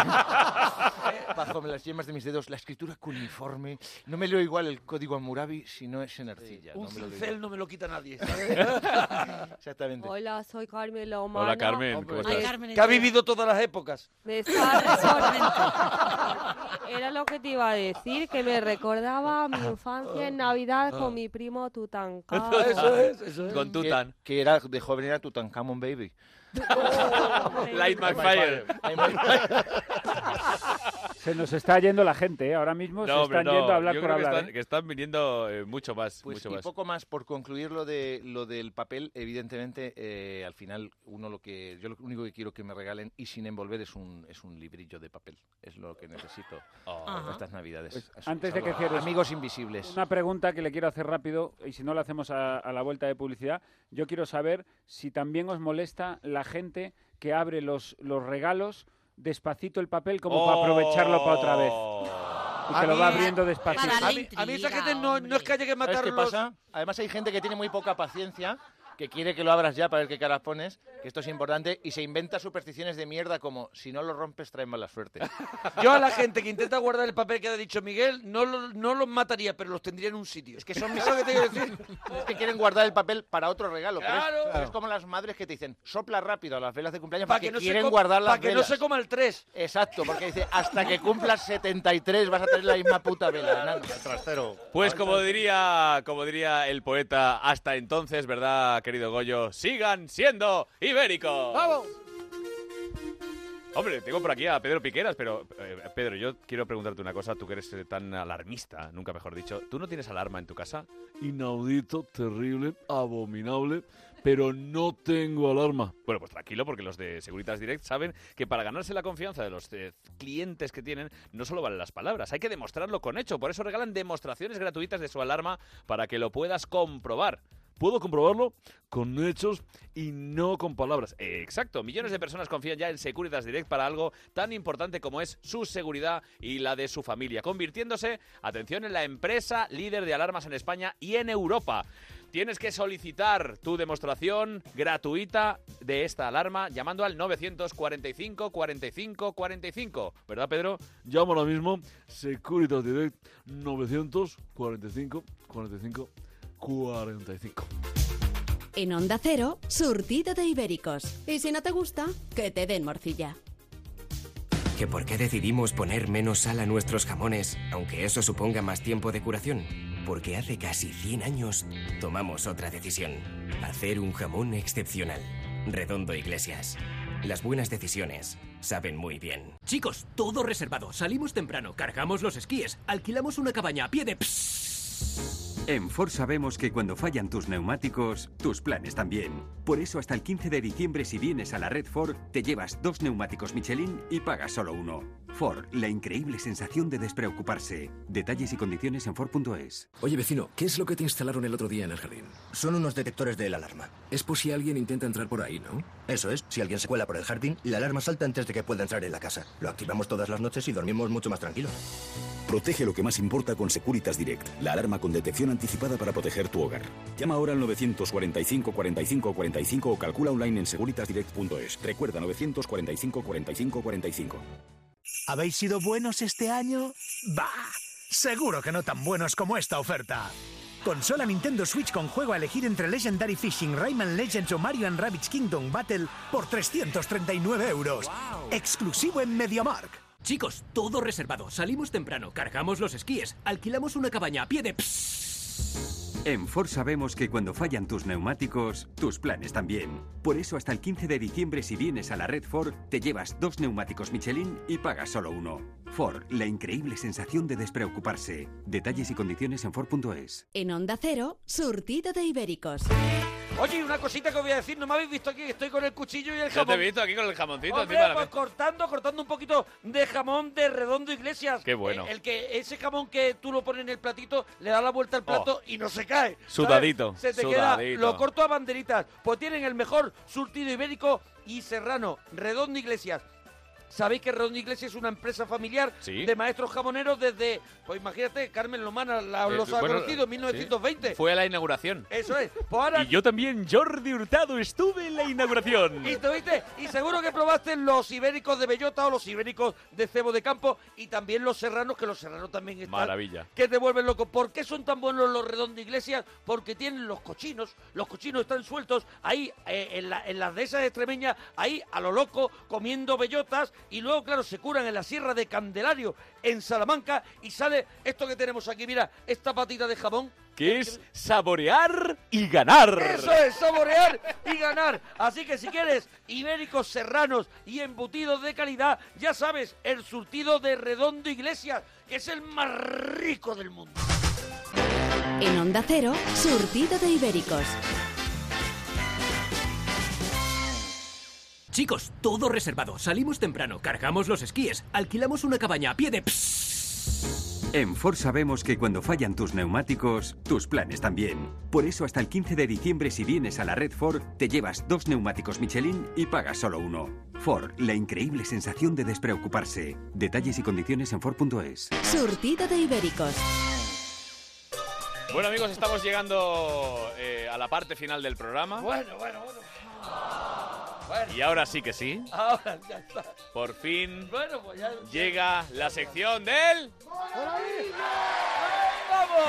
S6: bajo las yemas de mis dedos, la escritura cuneiforme. No me leo igual el código Hammurabi si no es en arcilla.
S3: Un
S6: no me lo leo
S3: pincel
S6: igual.
S3: no me lo quita nadie.
S6: Exactamente.
S10: Hola, soy Carmen la humana.
S6: Hola, Carmen, ¿cómo
S10: Ay,
S6: estás?
S10: Carmen,
S3: que ha vivido todas las épocas.
S10: Me está recordando. Era lo que te iba a decir, que me recordaba mi infancia en Navidad con mi primo Tutankamón.
S16: Ah,
S1: Con Tutan.
S6: Que, que era de joven era Tutankamon Baby.
S1: Light my fire.
S6: Light my fire.
S4: Se nos está yendo la gente, ¿eh? ahora mismo se
S1: hombre,
S4: están yendo a hablar
S1: yo
S4: por
S1: creo que
S4: hablar. ¿eh?
S1: están, que están viniendo eh, mucho más,
S6: Pues
S1: mucho
S6: y
S1: más.
S6: poco más por concluir lo de lo del papel, evidentemente eh, al final uno lo que yo lo único que quiero que me regalen y sin envolver es un es un librillo de papel, es lo que necesito
S1: Ajá.
S3: Oh.
S6: para estas Navidades.
S4: Pues,
S6: Es-
S4: antes
S6: es
S4: de que
S6: algo-
S4: cierres,
S6: amigos invisibles.
S4: Una pregunta que le quiero hacer rápido, y si no la hacemos a, a la vuelta de publicidad, yo quiero saber si también os molesta la gente que abre los, los regalos despacito el papel como para
S1: Oh.
S4: aprovecharlo para otra vez. Y que lo va abriendo despacito.
S3: A mí, a mí esa gente no, no es que haya que
S6: ¿Sabes qué
S3: matarlos.
S6: pasa? Además hay gente que tiene muy poca paciencia, que quiere que lo abras ya para ver qué caras pones, que esto es importante, y se inventa supersticiones de mierda como si no lo rompes trae mala suerte.
S3: Yo a la gente que intenta guardar el papel que ha dicho Miguel, no, lo- no los mataría, pero los tendría en un sitio. Es
S6: que son mis-
S3: ¿Sabes lo que te quiero decir?
S6: Es que quieren guardar el papel para otro regalo. pero es-
S3: Claro.
S6: pero es, como las madres que te dicen, sopla rápido a las velas de cumpleaños
S3: Pa'
S6: para
S3: que
S6: que,
S3: no se
S6: quieren
S3: com-
S6: guardar
S3: pa'
S6: las
S3: que no
S6: velas.
S3: se coma el 3.
S6: Exacto, porque dice, hasta que cumplas 73 vas a tener la misma puta vela. enano.
S5: Trastero.
S1: Pues como diría, como diría el poeta, hasta entonces, ¿verdad, querido Goyo? ¡Sigan siendo ibéricos!
S19: ¡Vamos!
S1: Hombre, tengo por aquí a Pedro Piqueras, pero eh, Pedro, yo quiero preguntarte una cosa, tú que eres eh, tan alarmista, nunca mejor dicho, ¿tú no tienes alarma en tu casa?
S20: Inaudito, terrible, abominable, pero no tengo alarma.
S1: Bueno, pues tranquilo, porque los de Securitas Direct saben que para ganarse la confianza de los eh, clientes que tienen, no solo valen las palabras, hay que demostrarlo con hecho. Por eso regalan demostraciones gratuitas de su alarma para que lo puedas comprobar.
S20: Puedo comprobarlo con hechos y no con palabras.
S1: Eh, Exacto, millones de personas confían ya en Securitas Direct para algo tan importante como es su seguridad y la de su familia, convirtiéndose, atención, en la empresa líder de alarmas en España y en Europa. Tienes que solicitar tu demostración gratuita de esta alarma llamando al 945 45 45, ¿verdad Pedro?
S20: Llamo ahora mismo Securitas Direct 945 45 45.
S22: En Onda Cero, surtido de ibéricos. Y si no te gusta, que te den morcilla.
S23: ¿Que por qué decidimos poner menos sal a nuestros jamones, aunque eso suponga más tiempo de curación? Porque hace casi 100 años tomamos otra decisión. Hacer un jamón excepcional. Redondo Iglesias. Las buenas decisiones saben muy bien.
S24: Chicos, todo reservado. Salimos temprano, cargamos los esquíes, alquilamos una cabaña a pie de...
S21: En Ford sabemos que cuando fallan tus neumáticos, tus planes también. Por eso hasta el 15 de diciembre si vienes a la red Ford, te llevas dos neumáticos Michelin y pagas solo uno. Ford, la increíble sensación de despreocuparse. Detalles y condiciones en Ford.es.
S25: Oye, vecino, ¿qué es lo que te instalaron el otro día en el jardín? Son unos detectores de la alarma. Es por si alguien intenta entrar por ahí, ¿no?
S24: Eso es, si alguien se cuela por el jardín, la alarma salta antes de que pueda entrar en la casa. Lo activamos todas las noches y dormimos mucho más tranquilos.
S26: Protege lo que más importa con Securitas Direct, la alarma con detección anticipada para proteger tu hogar. Llama ahora al 945 45 45 o calcula online en securitasdirect.es. Recuerda 945 45 45.
S27: ¿Habéis sido buenos este año? ¡Bah! Seguro que no tan buenos como esta oferta. Consola Nintendo Switch con juego a elegir entre Legendary Fishing, Rayman Legends o Mario and Rabbids Kingdom Battle por 339 euros. Exclusivo en MediaMark.
S24: Chicos, todo reservado. Salimos temprano, cargamos los esquíes, alquilamos una cabaña a pie de...
S21: En Ford sabemos que cuando fallan tus neumáticos, tus planes también. Por eso hasta el 15 de diciembre si vienes a la red Ford, te llevas dos neumáticos Michelin y pagas solo uno. Ford, la increíble sensación de despreocuparse. Detalles y condiciones en Ford.es.
S22: En Onda Cero, surtido de ibéricos.
S3: Oye, y una cosita que os voy a decir, no me habéis visto aquí, que estoy con el cuchillo y el
S1: Yo
S3: jamón.
S1: te he visto aquí con el jamoncito
S3: Hombre,
S1: encima de la
S3: pues
S1: mesa.
S3: cortando, cortando un poquito de jamón de redondo iglesias.
S1: Qué bueno.
S3: Eh, El, que ese jamón que tú lo pones en el platito, le da la vuelta al plato
S1: Oh.
S3: y no se cae. ¿sabes?
S1: Sudadito,
S3: Se te
S1: sudadito.
S3: queda, lo corto a banderitas. Pues tienen el mejor surtido ibérico y serrano, redondo iglesias. Sabéis que Redondo Iglesias es una empresa familiar
S1: Sí.
S3: de maestros jamoneros desde, pues imagínate, Carmen Lomana la,
S1: Eh,
S3: los ha
S1: bueno,
S3: conocido en
S1: sí.
S3: 1920.
S1: Fue a la inauguración.
S3: Eso es. Pues ahora
S1: Y yo también, Jordi Hurtado, estuve en la inauguración.
S3: Y tuviste, y seguro que probaste los ibéricos de bellota o los ibéricos de cebo de campo y también los serranos, que los serranos también están.
S1: Maravilla.
S3: Que te vuelven loco. ¿Por qué son tan buenos los redondos iglesias? Porque tienen los cochinos, los cochinos están sueltos ahí eh, en, la- en las dehesas extremeñas, ahí a lo loco, comiendo bellotas y luego, claro, se curan en la sierra de Candelario, en Salamanca, y sale esto que tenemos aquí, mira, esta patita de jabón
S1: Que es saborear y ganar.
S3: eso es, saborear y ganar. Así que si quieres ibéricos serranos y embutidos de calidad, ya sabes, el surtido de Redondo Iglesias, que es el más rico del mundo.
S22: En Onda Cero, surtido de ibéricos.
S23: Chicos, todo reservado. Salimos temprano, cargamos los esquíes, alquilamos una cabaña a pie de...
S21: En Ford sabemos que cuando fallan tus neumáticos, tus planes también. Por eso hasta el 15 de diciembre si vienes a la red Ford, te llevas dos neumáticos Michelin y pagas solo uno. Ford, la increíble sensación de despreocuparse. Detalles y condiciones en Ford.es.
S22: Surtido de ibéricos.
S1: Bueno, amigos, estamos llegando eh, a la parte final del programa.
S3: Bueno, bueno, bueno.
S1: Ah. Y ahora sí que sí.
S3: Ahora ya está.
S1: Por fin
S3: Bueno, pues ya.
S1: llega la sección del.
S3: ¡Vamos!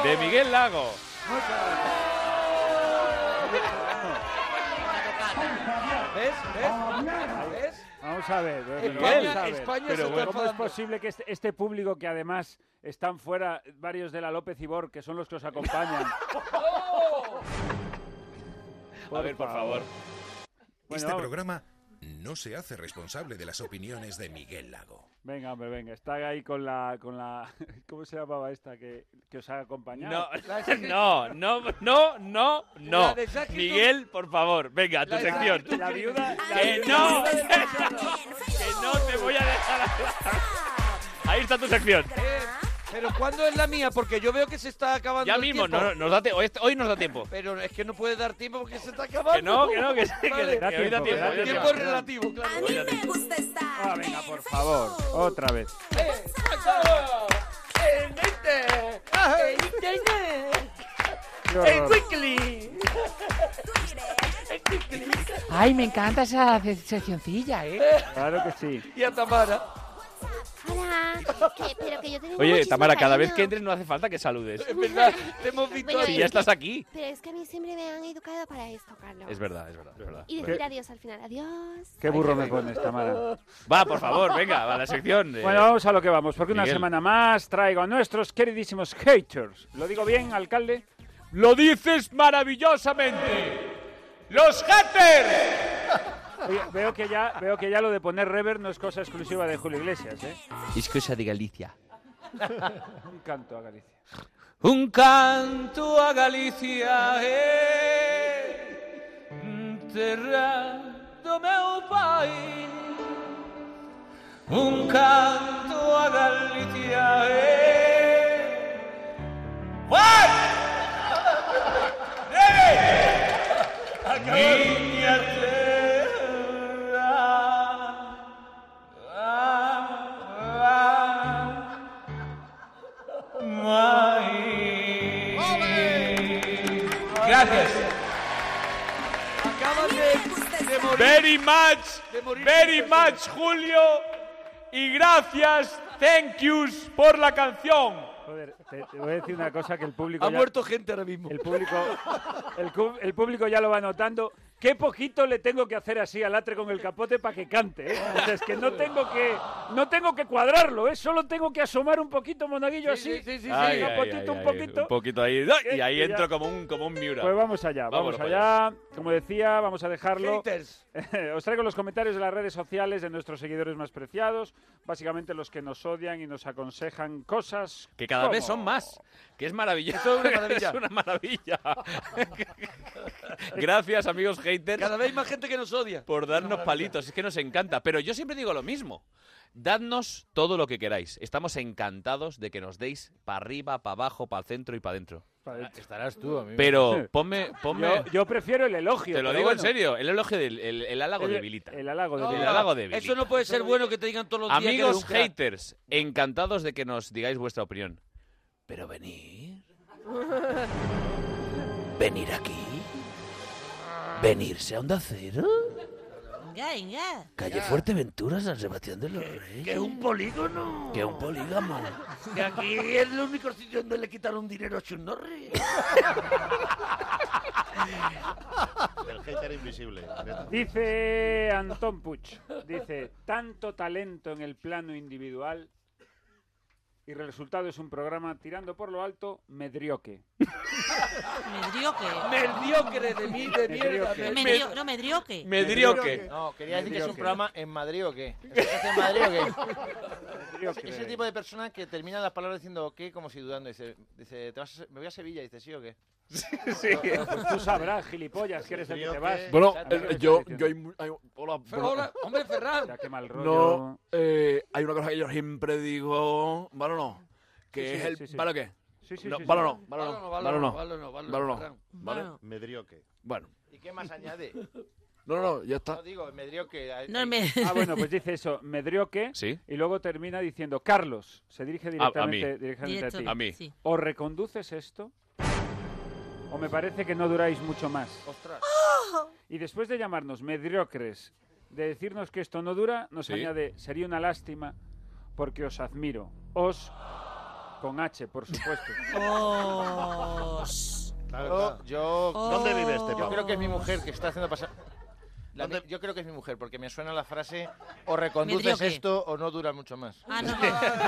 S1: de Miguel Lago.
S3: ¿Ves? ¿Ves? ¿Ves?
S4: Vamos a ver. pero
S3: España-
S4: vamos a ver.
S3: España
S4: Pero bueno,
S3: se está
S4: ¿Cómo es
S3: enfadando.
S4: posible que este, este público, que además están fuera varios de la López Ibor, que son los que os acompañan?
S12: Este
S1: A ver, por favor.
S4: Bueno,
S14: este
S4: vamos.
S14: programa no se hace responsable de las opiniones de Miguel Lago.
S4: Venga, hombre, venga. Está ahí con la... Con la ¿Cómo se llamaba esta que, que os ha acompañado?
S1: No, no, no, no, no,
S4: La
S1: no.
S4: de Jackie
S1: Miguel, por favor, venga, tu
S4: La de
S1: sección.
S4: Jackie La viuda- la
S1: Que
S4: viuda-
S1: no, que no te voy a dejar hablar. Ahí está tu sección.
S3: Eh, Pero ¿cuándo es la mía? Porque yo veo que se está acabando
S1: Ya
S3: el
S1: mismo,
S3: tiempo.
S1: no, no, nos da te- hoy, hoy nos da tiempo.
S3: Pero es que no puede dar tiempo porque se está acabando.
S1: Que no, que no, que sí, que- que Da hoy da tiempo, tiempo, da hoy da
S3: El
S1: tiempo.
S3: tiempo es relativo, claro.
S1: Hoy da tiempo.
S4: Ah, venga, por favor. Otra vez.
S3: ¡Eh! ¡Eh! ¡Nete! ¡Eh, nete, nete!
S4: Qué
S3: ¡Eh,
S4: horror.
S3: quickly! ¡Eh, quickly!
S17: Ay, me encanta esa ce- seccioncilla, ¿eh?
S4: Claro que sí.
S3: Y a Tamara.
S18: Hola. que- pero que yo tengo
S1: Oye,
S18: muchísimo
S1: Tamara, cada vez
S18: cariño.
S1: que entres no hace falta que saludes.
S3: Es verdad, te hemos visto
S18: Bueno,
S1: Si
S18: es
S1: ya
S18: que-
S1: estás aquí.
S18: Pero es que a mí siempre me han educado para esto, Carlos.
S1: Es verdad, es verdad, es verdad.
S18: Y decir adiós al final. Adiós.
S4: Qué burro me pones, Tamara.
S1: Va, por favor, venga, va a la sección. eh.
S4: Bueno, vamos a lo que vamos, porque una
S1: Miguel.
S4: semana más traigo a nuestros queridísimos haters. ¿Lo digo bien, alcalde?
S1: ¡Lo dices maravillosamente! ¡Los haters!
S4: Oye, veo, que ya, veo que ya lo de poner rever no es cosa exclusiva de Julio Iglesias, ¿eh?
S12: Es cosa de Galicia.
S4: Un canto a Galicia.
S12: Un canto a Galicia eh. é terra do meu pai. Un canto a Galicia é Juan! Neve! Miña terra Ah, ah, mãe. Gracias.
S3: Acaban de, de morir.
S1: Very much,
S3: De morir
S1: very
S3: sin
S1: much, Julio. Y gracias, thank yous, por la canción.
S4: Joder, te, te voy a decir una cosa que el público
S3: Ha
S4: ya-
S3: muerto gente ahora mismo.
S4: El público, el, cu- el público ya lo va notando. qué poquito le tengo que hacer así al atre con el capote para que cante. ¿eh? O sea, es que no tengo que, no tengo que cuadrarlo, ¿eh? solo tengo que asomar un poquito, monaguillo, así.
S1: Ay, ay,
S4: capotito,
S1: ay,
S4: un
S1: ay,
S4: poquito.
S1: Un poquito ahí. ¡ay! Y ahí
S4: Y ya.
S1: entro como un, como un Miura.
S4: Pues vamos allá, vamos
S1: Vámonos para
S4: allá. Como decía, vamos a dejarlo.
S1: Haters.
S4: Os traigo los comentarios de las redes sociales de nuestros seguidores más preciados, básicamente los que nos odian y nos aconsejan cosas
S1: Que cada vez son más. Que es maravilloso.
S4: Eso es una maravilla.
S1: Es una maravilla. Gracias, amigos haters.
S3: Cada vez hay más gente que nos odia.
S1: Por darnos palitos. Es que nos encanta. Pero yo siempre digo lo mismo. Dadnos todo lo que queráis. Estamos encantados de que nos deis para arriba, para abajo, para el centro y para adentro.
S6: Estarás tú, amigo.
S1: Pero ponme, ponme.
S4: Yo, yo prefiero el elogio.
S1: Te lo
S4: pero
S1: digo en
S4: bueno.
S1: serio, el elogio del el, el halago
S4: El-
S1: debilita.
S4: El halago
S1: No,
S4: debilita.
S1: el halago debilita.
S3: Eso no puede ser bueno que te digan todos los días. que eres
S1: Amigos
S3: un crack.
S1: haters, encantados de que nos digáis vuestra opinión. Pero venir, venir aquí, venirse a Onda Cero,
S2: Venga, venga.
S1: calle Fuerteventura, San Sebastián de los Reyes.
S2: Que es un polígono.
S1: Que es un polígamo.
S2: Que aquí es el único sitio donde le quitaron dinero a Chuck Norris.
S5: El hater invisible.
S4: Dice Antón Puch, dice, tanto talento en el plano individual y el resultado es un programa tirando por lo alto, medrioque.
S2: Medrioque.
S3: Mediocre de mí, de mierda.
S4: Medrioque.
S2: Medrio- no, medrioque.
S1: Medrioque.
S6: No, quería decir que es un
S4: Medrioque.
S6: programa en Madrid o qué. ¿Estás en Madrid o qué?
S4: Medrioque.
S6: Ese tipo de persona que termina las palabras diciendo qué como si dudando. Dice, dice ¿Te vas a- me voy a Sevilla. Dice, ¿sí o qué?
S4: Sí. Tú sabrás, gilipollas, que eres el que te vas.
S20: Bueno,
S4: A ver lo que
S20: eh, yo,
S4: estás
S20: yo hay,
S4: diciendo.
S20: mu- hay- hola,
S4: Fer-
S20: bueno,
S4: hola,
S3: hombre, Ferran.
S4: Ya, qué mal rollo.
S20: No, eh, hay una cosa que yo siempre digo, ¿vale o no? Que
S4: Sí, sí,
S20: es el...
S4: sí, sí.
S20: ¿Vale o qué?
S4: Sí, sí,
S20: No,
S4: sí,
S20: ¿Vale o
S4: sí.
S20: no? ¿Vale o no? ¿Vale o no?
S3: vale o no, vale o no,
S20: ¿Vale o no?
S3: Ferran.
S20: ¿Vale?
S2: Bueno.
S6: Medrioque.
S20: Bueno.
S6: ¿Y qué más añade?
S20: No, no, no, ya está.
S6: No digo, Medrioque. hay-
S2: No,
S6: hay-
S2: me-
S4: Ah, bueno, pues dice eso, medrioque,
S1: Sí.
S4: y luego termina diciendo, Carlos, se dirige directamente
S1: mí.
S4: directamente a,
S2: Directo,
S4: ti.
S1: A mí.
S2: sí.
S4: ¿O reconduces esto? ¿O me parece que no duráis mucho más?
S6: Ostras.
S2: ¡Oh!
S4: Y después de llamarnos mediocres, de decirnos que esto no dura, nos
S1: Sí.
S4: añade, sería una lástima porque os admiro. Os, con H, por supuesto.
S2: Os.
S6: Yo, yo-
S5: ¿Dónde vive este
S6: Oh. Yo
S5: pavo?
S6: creo que es mi mujer que está haciendo pasar. La mi- yo creo que es mi mujer, porque me suena la frase o reconduces
S2: Medrioque.
S6: esto o no dura mucho más.
S2: Ah, no, no,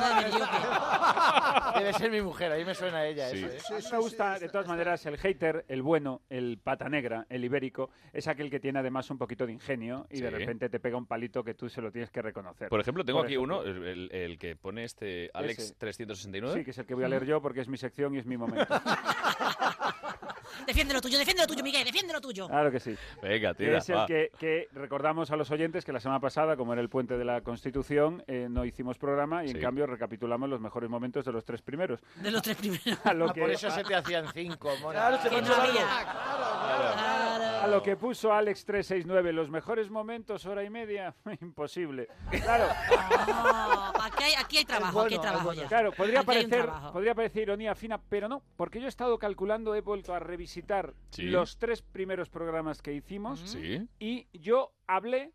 S2: no, no, medrioque.
S6: Debe ser mi mujer, a mí me suena a ella
S1: Sí.
S6: eso, ¿eh?
S4: Me gusta, de todas maneras, el hater, el bueno, el pata negra, el ibérico, es aquel que tiene además un poquito de ingenio y de
S1: Sí.
S4: repente te pega un palito que tú se lo tienes que reconocer.
S1: Por ejemplo, tengo
S4: Por
S1: aquí
S4: ejemplo.
S1: uno, el, el- el que pone este
S4: Ese.
S1: Alex369.
S4: Sí, que es el que voy a
S1: Mm.
S4: leer yo porque es mi sección y es mi momento.
S2: Defiende lo tuyo, defiende lo tuyo, Miguel, defiende lo tuyo.
S4: Claro que sí.
S1: Venga,
S4: Que
S1: tira.
S4: es el
S1: va.
S4: que, que recordamos a los oyentes que la semana pasada, como era el puente de la Constitución, eh, no hicimos programa y
S1: Sí.
S4: en cambio recapitulamos los mejores momentos de los tres primeros.
S2: De los tres primeros.
S4: A lo
S6: Ah, por
S4: que,
S6: eso se te hacían cinco, mona.
S3: Claro, se
S2: Que no había.
S4: a lo que puso Alex369, los mejores momentos, hora y media, imposible. Claro,
S2: No, aquí hay, aquí hay trabajo, aquí hay trabajo ya.
S4: claro podría,
S2: Aquí hay un
S4: parecer,
S2: trabajo.
S4: podría parecer ironía fina, pero no, porque yo he estado calculando, he vuelto a revisitar
S1: Sí. Mm.
S4: los tres primeros programas que hicimos
S1: Sí.
S4: y yo hablé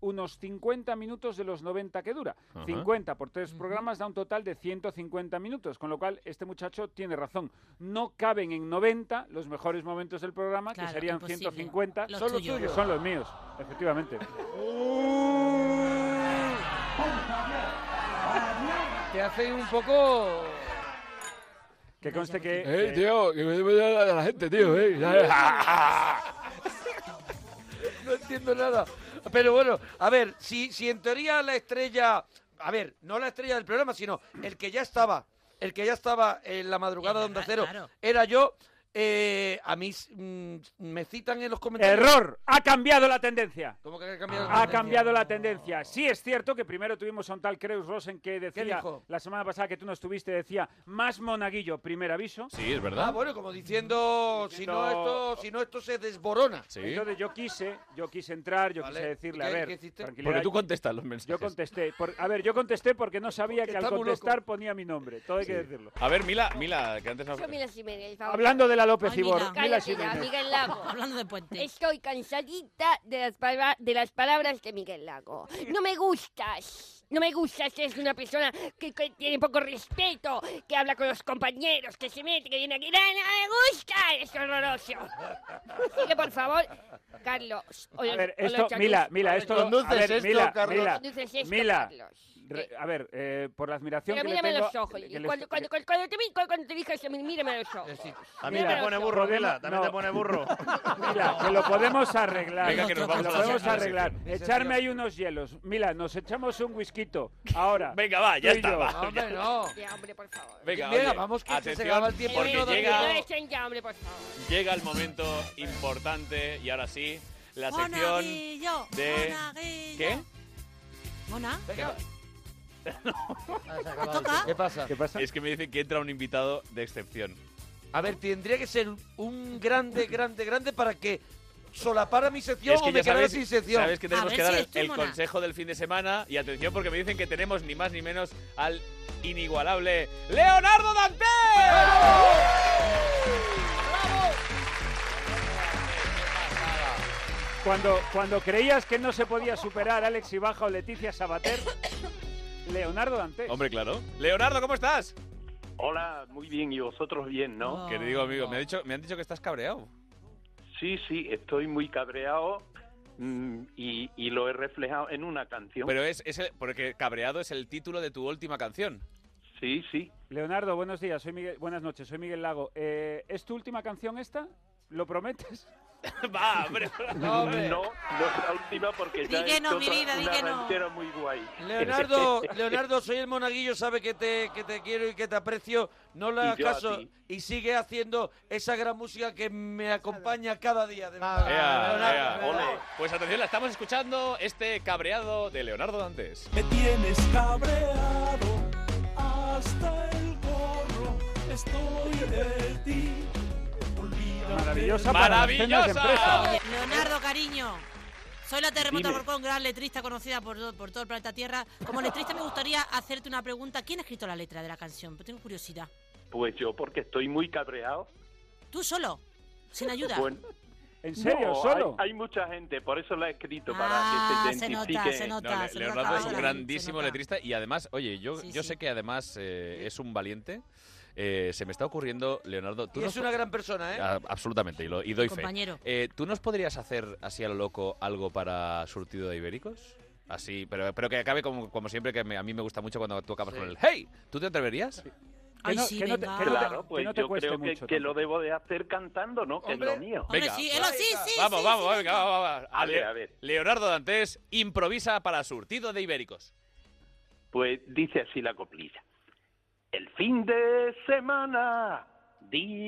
S4: unos 50 minutos de los 90 que dura.
S1: Ajá.
S4: 50 por tres programas da un total de 150 minutos, con lo cual este muchacho tiene razón. No caben en 90 los mejores momentos del programa,
S2: Claro,
S4: que serían
S2: imposible.
S4: 150,
S2: Los
S4: son los
S2: tuyos.
S4: tuyos, son los míos, efectivamente.
S3: Te hace un poco.
S4: Que conste que...
S20: Eh,
S4: que-
S20: tío, que me debe a la gente, tío, eh. Ya-
S3: No entiendo nada. Pero bueno, a ver, si, si en teoría la estrella. A ver, no la estrella del programa, sino el que ya estaba. El que ya estaba en la madrugada de Onda Cero.
S2: Claro.
S3: Era yo. eh, a mí mm, me citan en los comentarios.
S4: Error, ha cambiado la tendencia.
S3: ¿Cómo que ha cambiado la
S4: Ha
S3: tendencia?
S4: cambiado la tendencia. Sí es cierto que primero tuvimos a un tal Creus Rosen que decía
S3: dijo?
S4: la semana pasada que tú no estuviste, decía más monaguillo, primer aviso.
S1: Sí, es
S3: Ah,
S1: verdad.
S3: bueno, como diciendo, si no esto, si no esto se desborona.
S1: Sí.
S4: Entonces yo quise, yo quise entrar, yo
S3: Vale.
S4: quise decirle, a
S3: ¿Qué-
S4: ver,
S3: qué hiciste?
S4: tranquilidad.
S1: Porque tú contestas los mensajes.
S4: yo contesté, por- a ver, yo contesté porque no sabía
S3: Porque
S4: que al
S3: está muy loco.
S4: contestar ponía mi nombre, todo hay que decirlo.
S1: A ver, Mila, Mila, que antes no...
S11: Yo, mira, si me-
S4: Hablando de Miguela López
S11: Ay,
S4: Ibor.
S11: mira.
S4: Mila
S11: Cállate ya,
S4: Jiménez.
S11: Miguel Lago. Hablando de puente. Estoy cansadita de las, palabra- de las palabras de Miguel Lago. No me gustas. No me gustas, es una persona que, que tiene poco respeto, que habla con los compañeros, que se mete, que viene aquí. No, no me gusta, es horroroso. Así que, por favor, Carlos. o
S4: A
S11: los-
S4: ver,
S11: o los
S4: esto,
S11: chaquis-
S4: Mila, Mila, esto.
S6: ¿Conduces
S4: a ver,
S6: esto,
S4: Mila,
S6: Carlos?
S4: Mila,
S11: ¿Conduces esto,
S4: Mila,
S11: Carlos?
S4: re- a ver, eh, por la admiración
S11: Pero
S4: que le
S11: mírame a
S4: tengo.
S11: los ojos.
S4: que
S11: y
S4: les-
S11: Cuando, cuando, cuando, cuando te, vi- cuando te dije eso, mírame a los ojos.
S5: A mí
S4: Mira,
S5: te pone burro,
S4: podemos-
S5: Mila. También te
S4: no.
S5: pone burro.
S4: Mira, que lo podemos arreglar.
S5: Venga, que nos vamos
S4: lo
S5: a la
S4: podemos
S5: sección.
S4: arreglar.
S5: Sí, sí, sí.
S4: Echarme ahí unos hielos. Mira, nos echamos un whisky ahora.
S1: Venga, va, ya
S4: Tú y
S1: está,
S4: yo.
S1: va,
S3: Hombre, no.
S11: Ya, hombre, por favor.
S1: Venga,
S3: Venga,
S1: oye,
S3: vamos, que este se
S1: atención,
S3: acaba el tiempo,
S1: porque
S11: no, no,
S1: llega,
S11: no echen ya, hombre, por favor.
S1: llega el momento importante y ahora sí, la sección
S9: Monaguillo,
S1: de...
S9: monaguillo.
S1: ¿Qué?
S9: Mona. Ah,
S3: ¿Qué pasa?
S4: ¿Qué pasa?
S1: Es que me dicen que entra un invitado de excepción.
S3: A ver, tendría que ser un grande, grande, grande para que solapara mi sección
S1: es que
S3: o me
S1: ya
S3: quedara
S1: sabes,
S3: sin sección.
S1: sabes que tenemos que dar el- el consejo del fin de semana y atención porque me dicen que tenemos ni más ni menos al inigualable Leonardo Dante.
S4: Cuando, cuando creías que no se podía superar Alex Ibaja o Leticia Sabater, Leonardo Dante.
S1: Hombre, claro. Leonardo, ¿cómo estás?
S10: Hola, muy bien, y vosotros bien, ¿no?
S1: Que te digo, amigo, me, ha dicho- me han dicho que estás cabreado.
S10: Sí, sí, estoy muy cabreado mm, y, y lo he reflejado en una canción.
S1: Pero es, es el- porque cabreado es el título de tu última canción.
S10: Sí, sí.
S4: Leonardo, buenos días. Soy Miguel, buenas noches, soy Miguel Lago. Eh, ¿Es tu última canción esta? ¿Lo prometes?
S1: Va, hombre.
S10: No, no
S3: Ah,
S10: es la última porque ya
S3: Di
S10: he
S3: que no,
S10: hecho
S3: mi
S10: otra-
S3: vida, di
S10: una
S3: que no.
S10: ranchera muy guay.
S3: Leonardo, Leonardo, soy el monaguillo, sabe que te, que te quiero y que te aprecio. No le
S10: Y
S3: hagas
S10: yo a
S3: caso
S10: ti.
S3: y sigue haciendo esa gran música que me acompaña cada día. de verdad.
S1: Ea,
S3: Leonardo,
S1: ea.
S3: Leonardo.
S1: Pues atención, la estamos escuchando este cabreado de Leonardo Dantes.
S15: Me tienes cabreado hasta el gorro. Estoy de ti. Olvídate.
S4: Maravillosa para las cenas de empresa.
S9: Leonardo, cariño. Soy la Terremoto
S4: Dime.
S9: Alcorcón, gran letrista conocida por, todo- por todo el planeta Tierra. Como letrista me gustaría hacerte una pregunta. ¿Quién ha escrito la letra de la canción? Pero tengo curiosidad.
S10: Pues yo porque estoy muy cabreado.
S9: ¿Tú solo? ¿Sin ayuda?
S10: Bueno,
S4: ¿En
S10: no, Hay, hay mucha gente, por eso la he escrito,
S9: Ah,
S10: para que se
S9: se nota,
S10: identifique.
S9: se nota.
S1: No, Le-
S9: se
S1: Leonardo
S9: nota,
S1: es un
S9: se
S1: grandísimo letrista y además, oye, yo,
S9: Sí,
S1: yo
S9: sí.
S1: sé que además eh, es un valiente. Eh, se me está ocurriendo, Leonardo, tú
S3: Y
S1: nos
S3: es una gran persona, ¿eh?
S1: Ah, Absolutamente, y, lo, y doy
S3: Compañero.
S1: fe. Eh, ¿Tú nos podrías hacer así a lo loco algo para surtido de ibéricos? Así, pero, pero que acabe como, como siempre, que me- a mí me gusta mucho cuando tú acabas con el ¡Hey! ¿Tú te atreverías?
S4: Ay, no- sí, que no te- venga. que no te-
S10: claro, pues
S4: que no te
S10: yo
S4: cueste
S10: creo que,
S4: mucho
S10: que lo debo de hacer cantando, ¿no? Que es lo mío.
S1: Venga, pues, vamos, vamos, venga, vamos, vamos.
S10: A ver,
S1: Le-
S10: a ver.
S1: Leonardo Dantes improvisa para surtido de ibéricos.
S10: Pues dice así la coplilla. El fin de semana,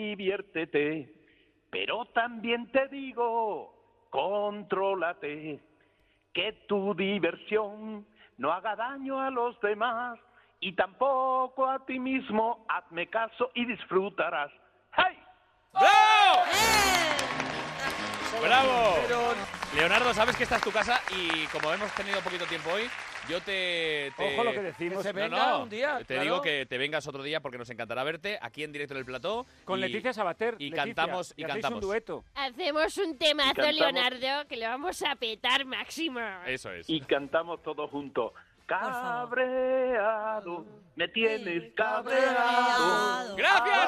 S10: diviértete, pero también te digo, contrólate, que tu diversión no haga daño a los demás y tampoco a ti mismo, hazme caso y disfrutarás. ¡Hey!
S1: ¡Bravo! ¡Bravo!
S10: Pero-
S1: Leonardo, sabes que esta es tu casa y como hemos tenido poquito tiempo hoy, yo te... te-
S4: Ojo lo que decimos. Que se
S1: No,
S4: venga
S1: no,
S4: un día,
S1: Te
S4: claro.
S1: digo que te vengas otro día porque nos encantará verte aquí en directo en el plató.
S4: Con
S1: y-
S4: Leticia Sabater.
S1: Y
S4: Leticia,
S1: cantamos, y
S4: hacéis
S1: cantamos.
S4: un dueto.
S11: Hacemos un
S10: Y
S11: temazo,
S10: cantamos.
S11: Leonardo, que lo vamos a petar máximo.
S1: Eso es.
S10: Y cantamos todos juntos. Cabreado, me tienes cabreado.
S1: ¡Gracias,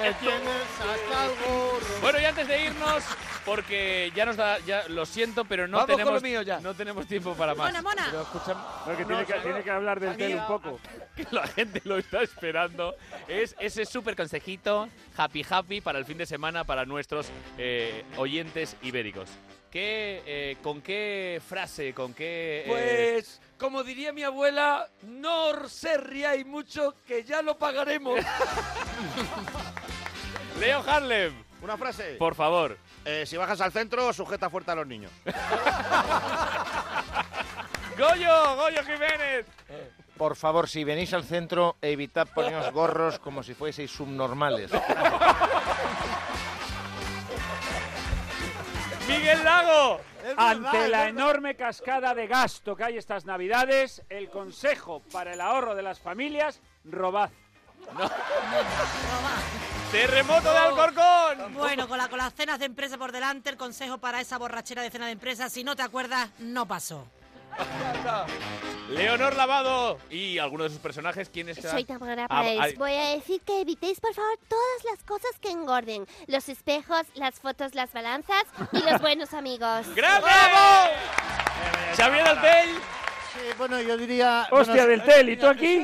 S10: Me tienes hasta el gorro.
S1: Bueno, y antes de irnos, porque ya nos da, ya lo siento, pero no
S4: Vamos con
S1: tenemos
S4: lo mío
S1: no tenemos tiempo para más.
S4: Pero escucha- no, que tiene, que, tiene que hablar del tel un poco.
S1: que la gente lo está esperando. Es ese súper consejito, happy happy, para el fin de semana, para nuestros eh, oyentes ibéricos. ¿Qué, eh, ¿Con qué frase, con qué...? eh,
S3: Pues, como diría mi abuela, no se riáis mucho, que ya lo pagaremos.
S1: Leo Harlem.
S5: Una frase.
S1: Por favor.
S5: Eh, si bajas al centro, sujeta fuerte a los niños.
S1: ¡Goyo! ¡Goyo Jiménez!
S6: Por favor, si venís al centro, evitad poneros gorros como si fueseis subnormales.
S1: ¡Miguel Lago!
S4: Ante la enorme cascada de gasto que hay estas navidades, el consejo para el ahorro de las familias, robad.
S1: ¡Terremoto de Alcorcón!
S9: Bueno, con, la- con las cenas de empresa por delante, el consejo para esa borrachera de cena de empresa, si no te acuerdas, no pasó.
S4: Pues-
S1: Leonor Lavado y alguno de sus personajes, ¿quién es?
S11: Soy Tamara
S1: Ah,
S11: Price.
S1: ay,
S11: Voy a decir que evitéis, por favor, todas las cosas que engorden. Los espejos, las fotos, las balanzas y los buenos amigos.
S1: ¡Grande! Xavier Altel.
S16: bueno, yo diría...
S4: Hostia,
S16: bueno,
S4: del tel, ¿y tú aquí?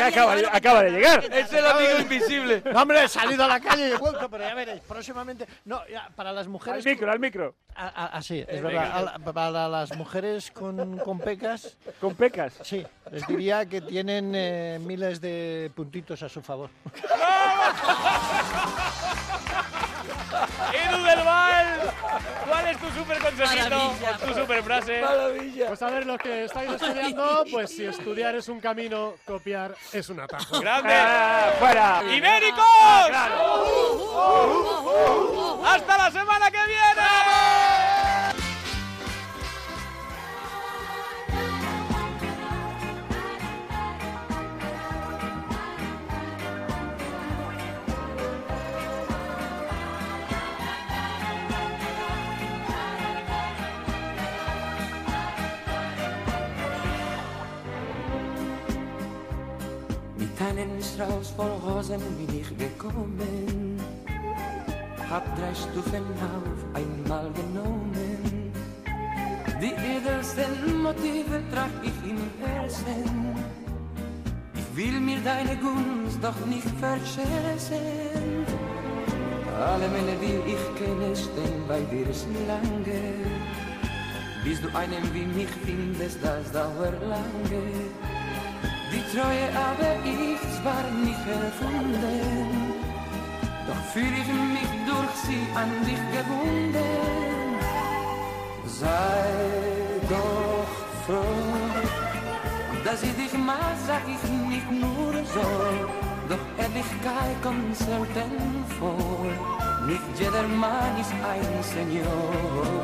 S4: Acaba, acaba de llegar.
S3: Es el amigo invisible.
S16: No, hombre, he salido a la calle y he vuelto, pero ya veréis, próximamente... No, ya, para las
S4: Al
S16: mujeres...
S4: micro, al micro.
S16: A- a- Así, es
S4: Eh,
S16: verdad.
S4: venga.
S16: A la- para las mujeres con, con pecas...
S4: ¿Con pecas?
S16: Sí, les diría que tienen eh, miles de puntitos a su favor.
S1: ¡Edu del Val! ¿Cuál es tu super consejito?
S17: Maravilla.
S1: Tu super frase.
S17: Pues a ver, los que estáis estudiando, pues si estudiar es un camino, copiar es un atajo. ¡Eh!
S1: ¡Grande!
S4: Ah,
S17: fuera.
S1: ¡Ibéricos! ¡Hasta la semana que viene!
S12: Mit einem Strauß voll Rosen bin ich gekommen, hab drei Stufen auf einmal genommen. Die edelsten Motive trag ich im Herzen. Ich will mir deine Gunst doch nicht verscherzen. Alle Männer, die ich kenne, stehen bei dir schon lange. Bis du einen wie mich findest, das dauert lange. Die Treue habe ich zwar nicht erfunden, doch fühle ich mich durch sie an dich gebunden. Sei doch froh, dass ich dich mag, sag ich nicht nur so, doch Ehrlichkeit kommt selten vor. Nicht jeder Mann ist ein Senior.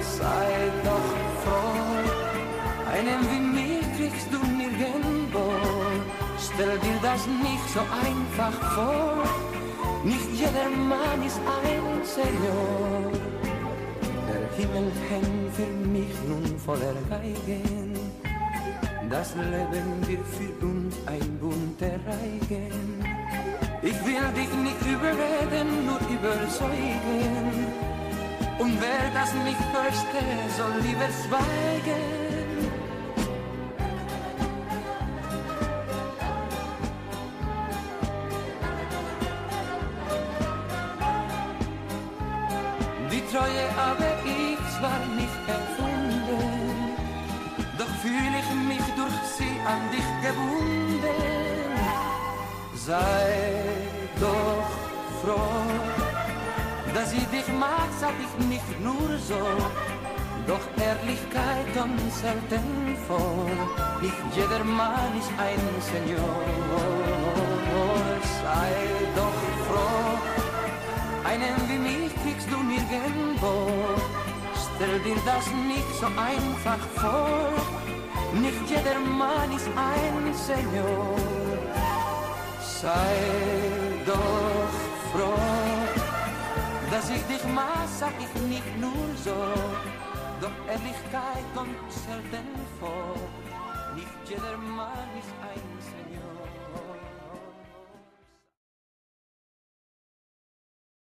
S12: Sei doch froh, einen wie mich kriegst du nirgendwo. Stell dir das nicht so einfach vor. Nicht jeder Mann ist ein Senior. Der Himmel hängt für mich nun voller Geigen. Das Leben wird für uns ein bunter Reigen. Ich will dich nicht überreden, nur überzeugen. Und wer das nicht versteht, soll lieber schweigen. Die Treue habe ich zwar nicht erfunden, doch fühle ich mich durch sie an dich gebunden. Sei doch froh, dass ich dich mag, sag ich nicht nur so. Doch Ehrlichkeit kommt selten vor, nicht jeder Mann ist ein Senior. Sei doch froh, einen wie mich kriegst du nirgendwo. Stell dir das nicht so einfach vor. Nicht jeder Mann ist ein Senior. Sei doch froh, dass ich dich maß, sag ich nicht nur so. Doch Ehrlichkeit kommt selten vor. Nicht jeder Mann ist ein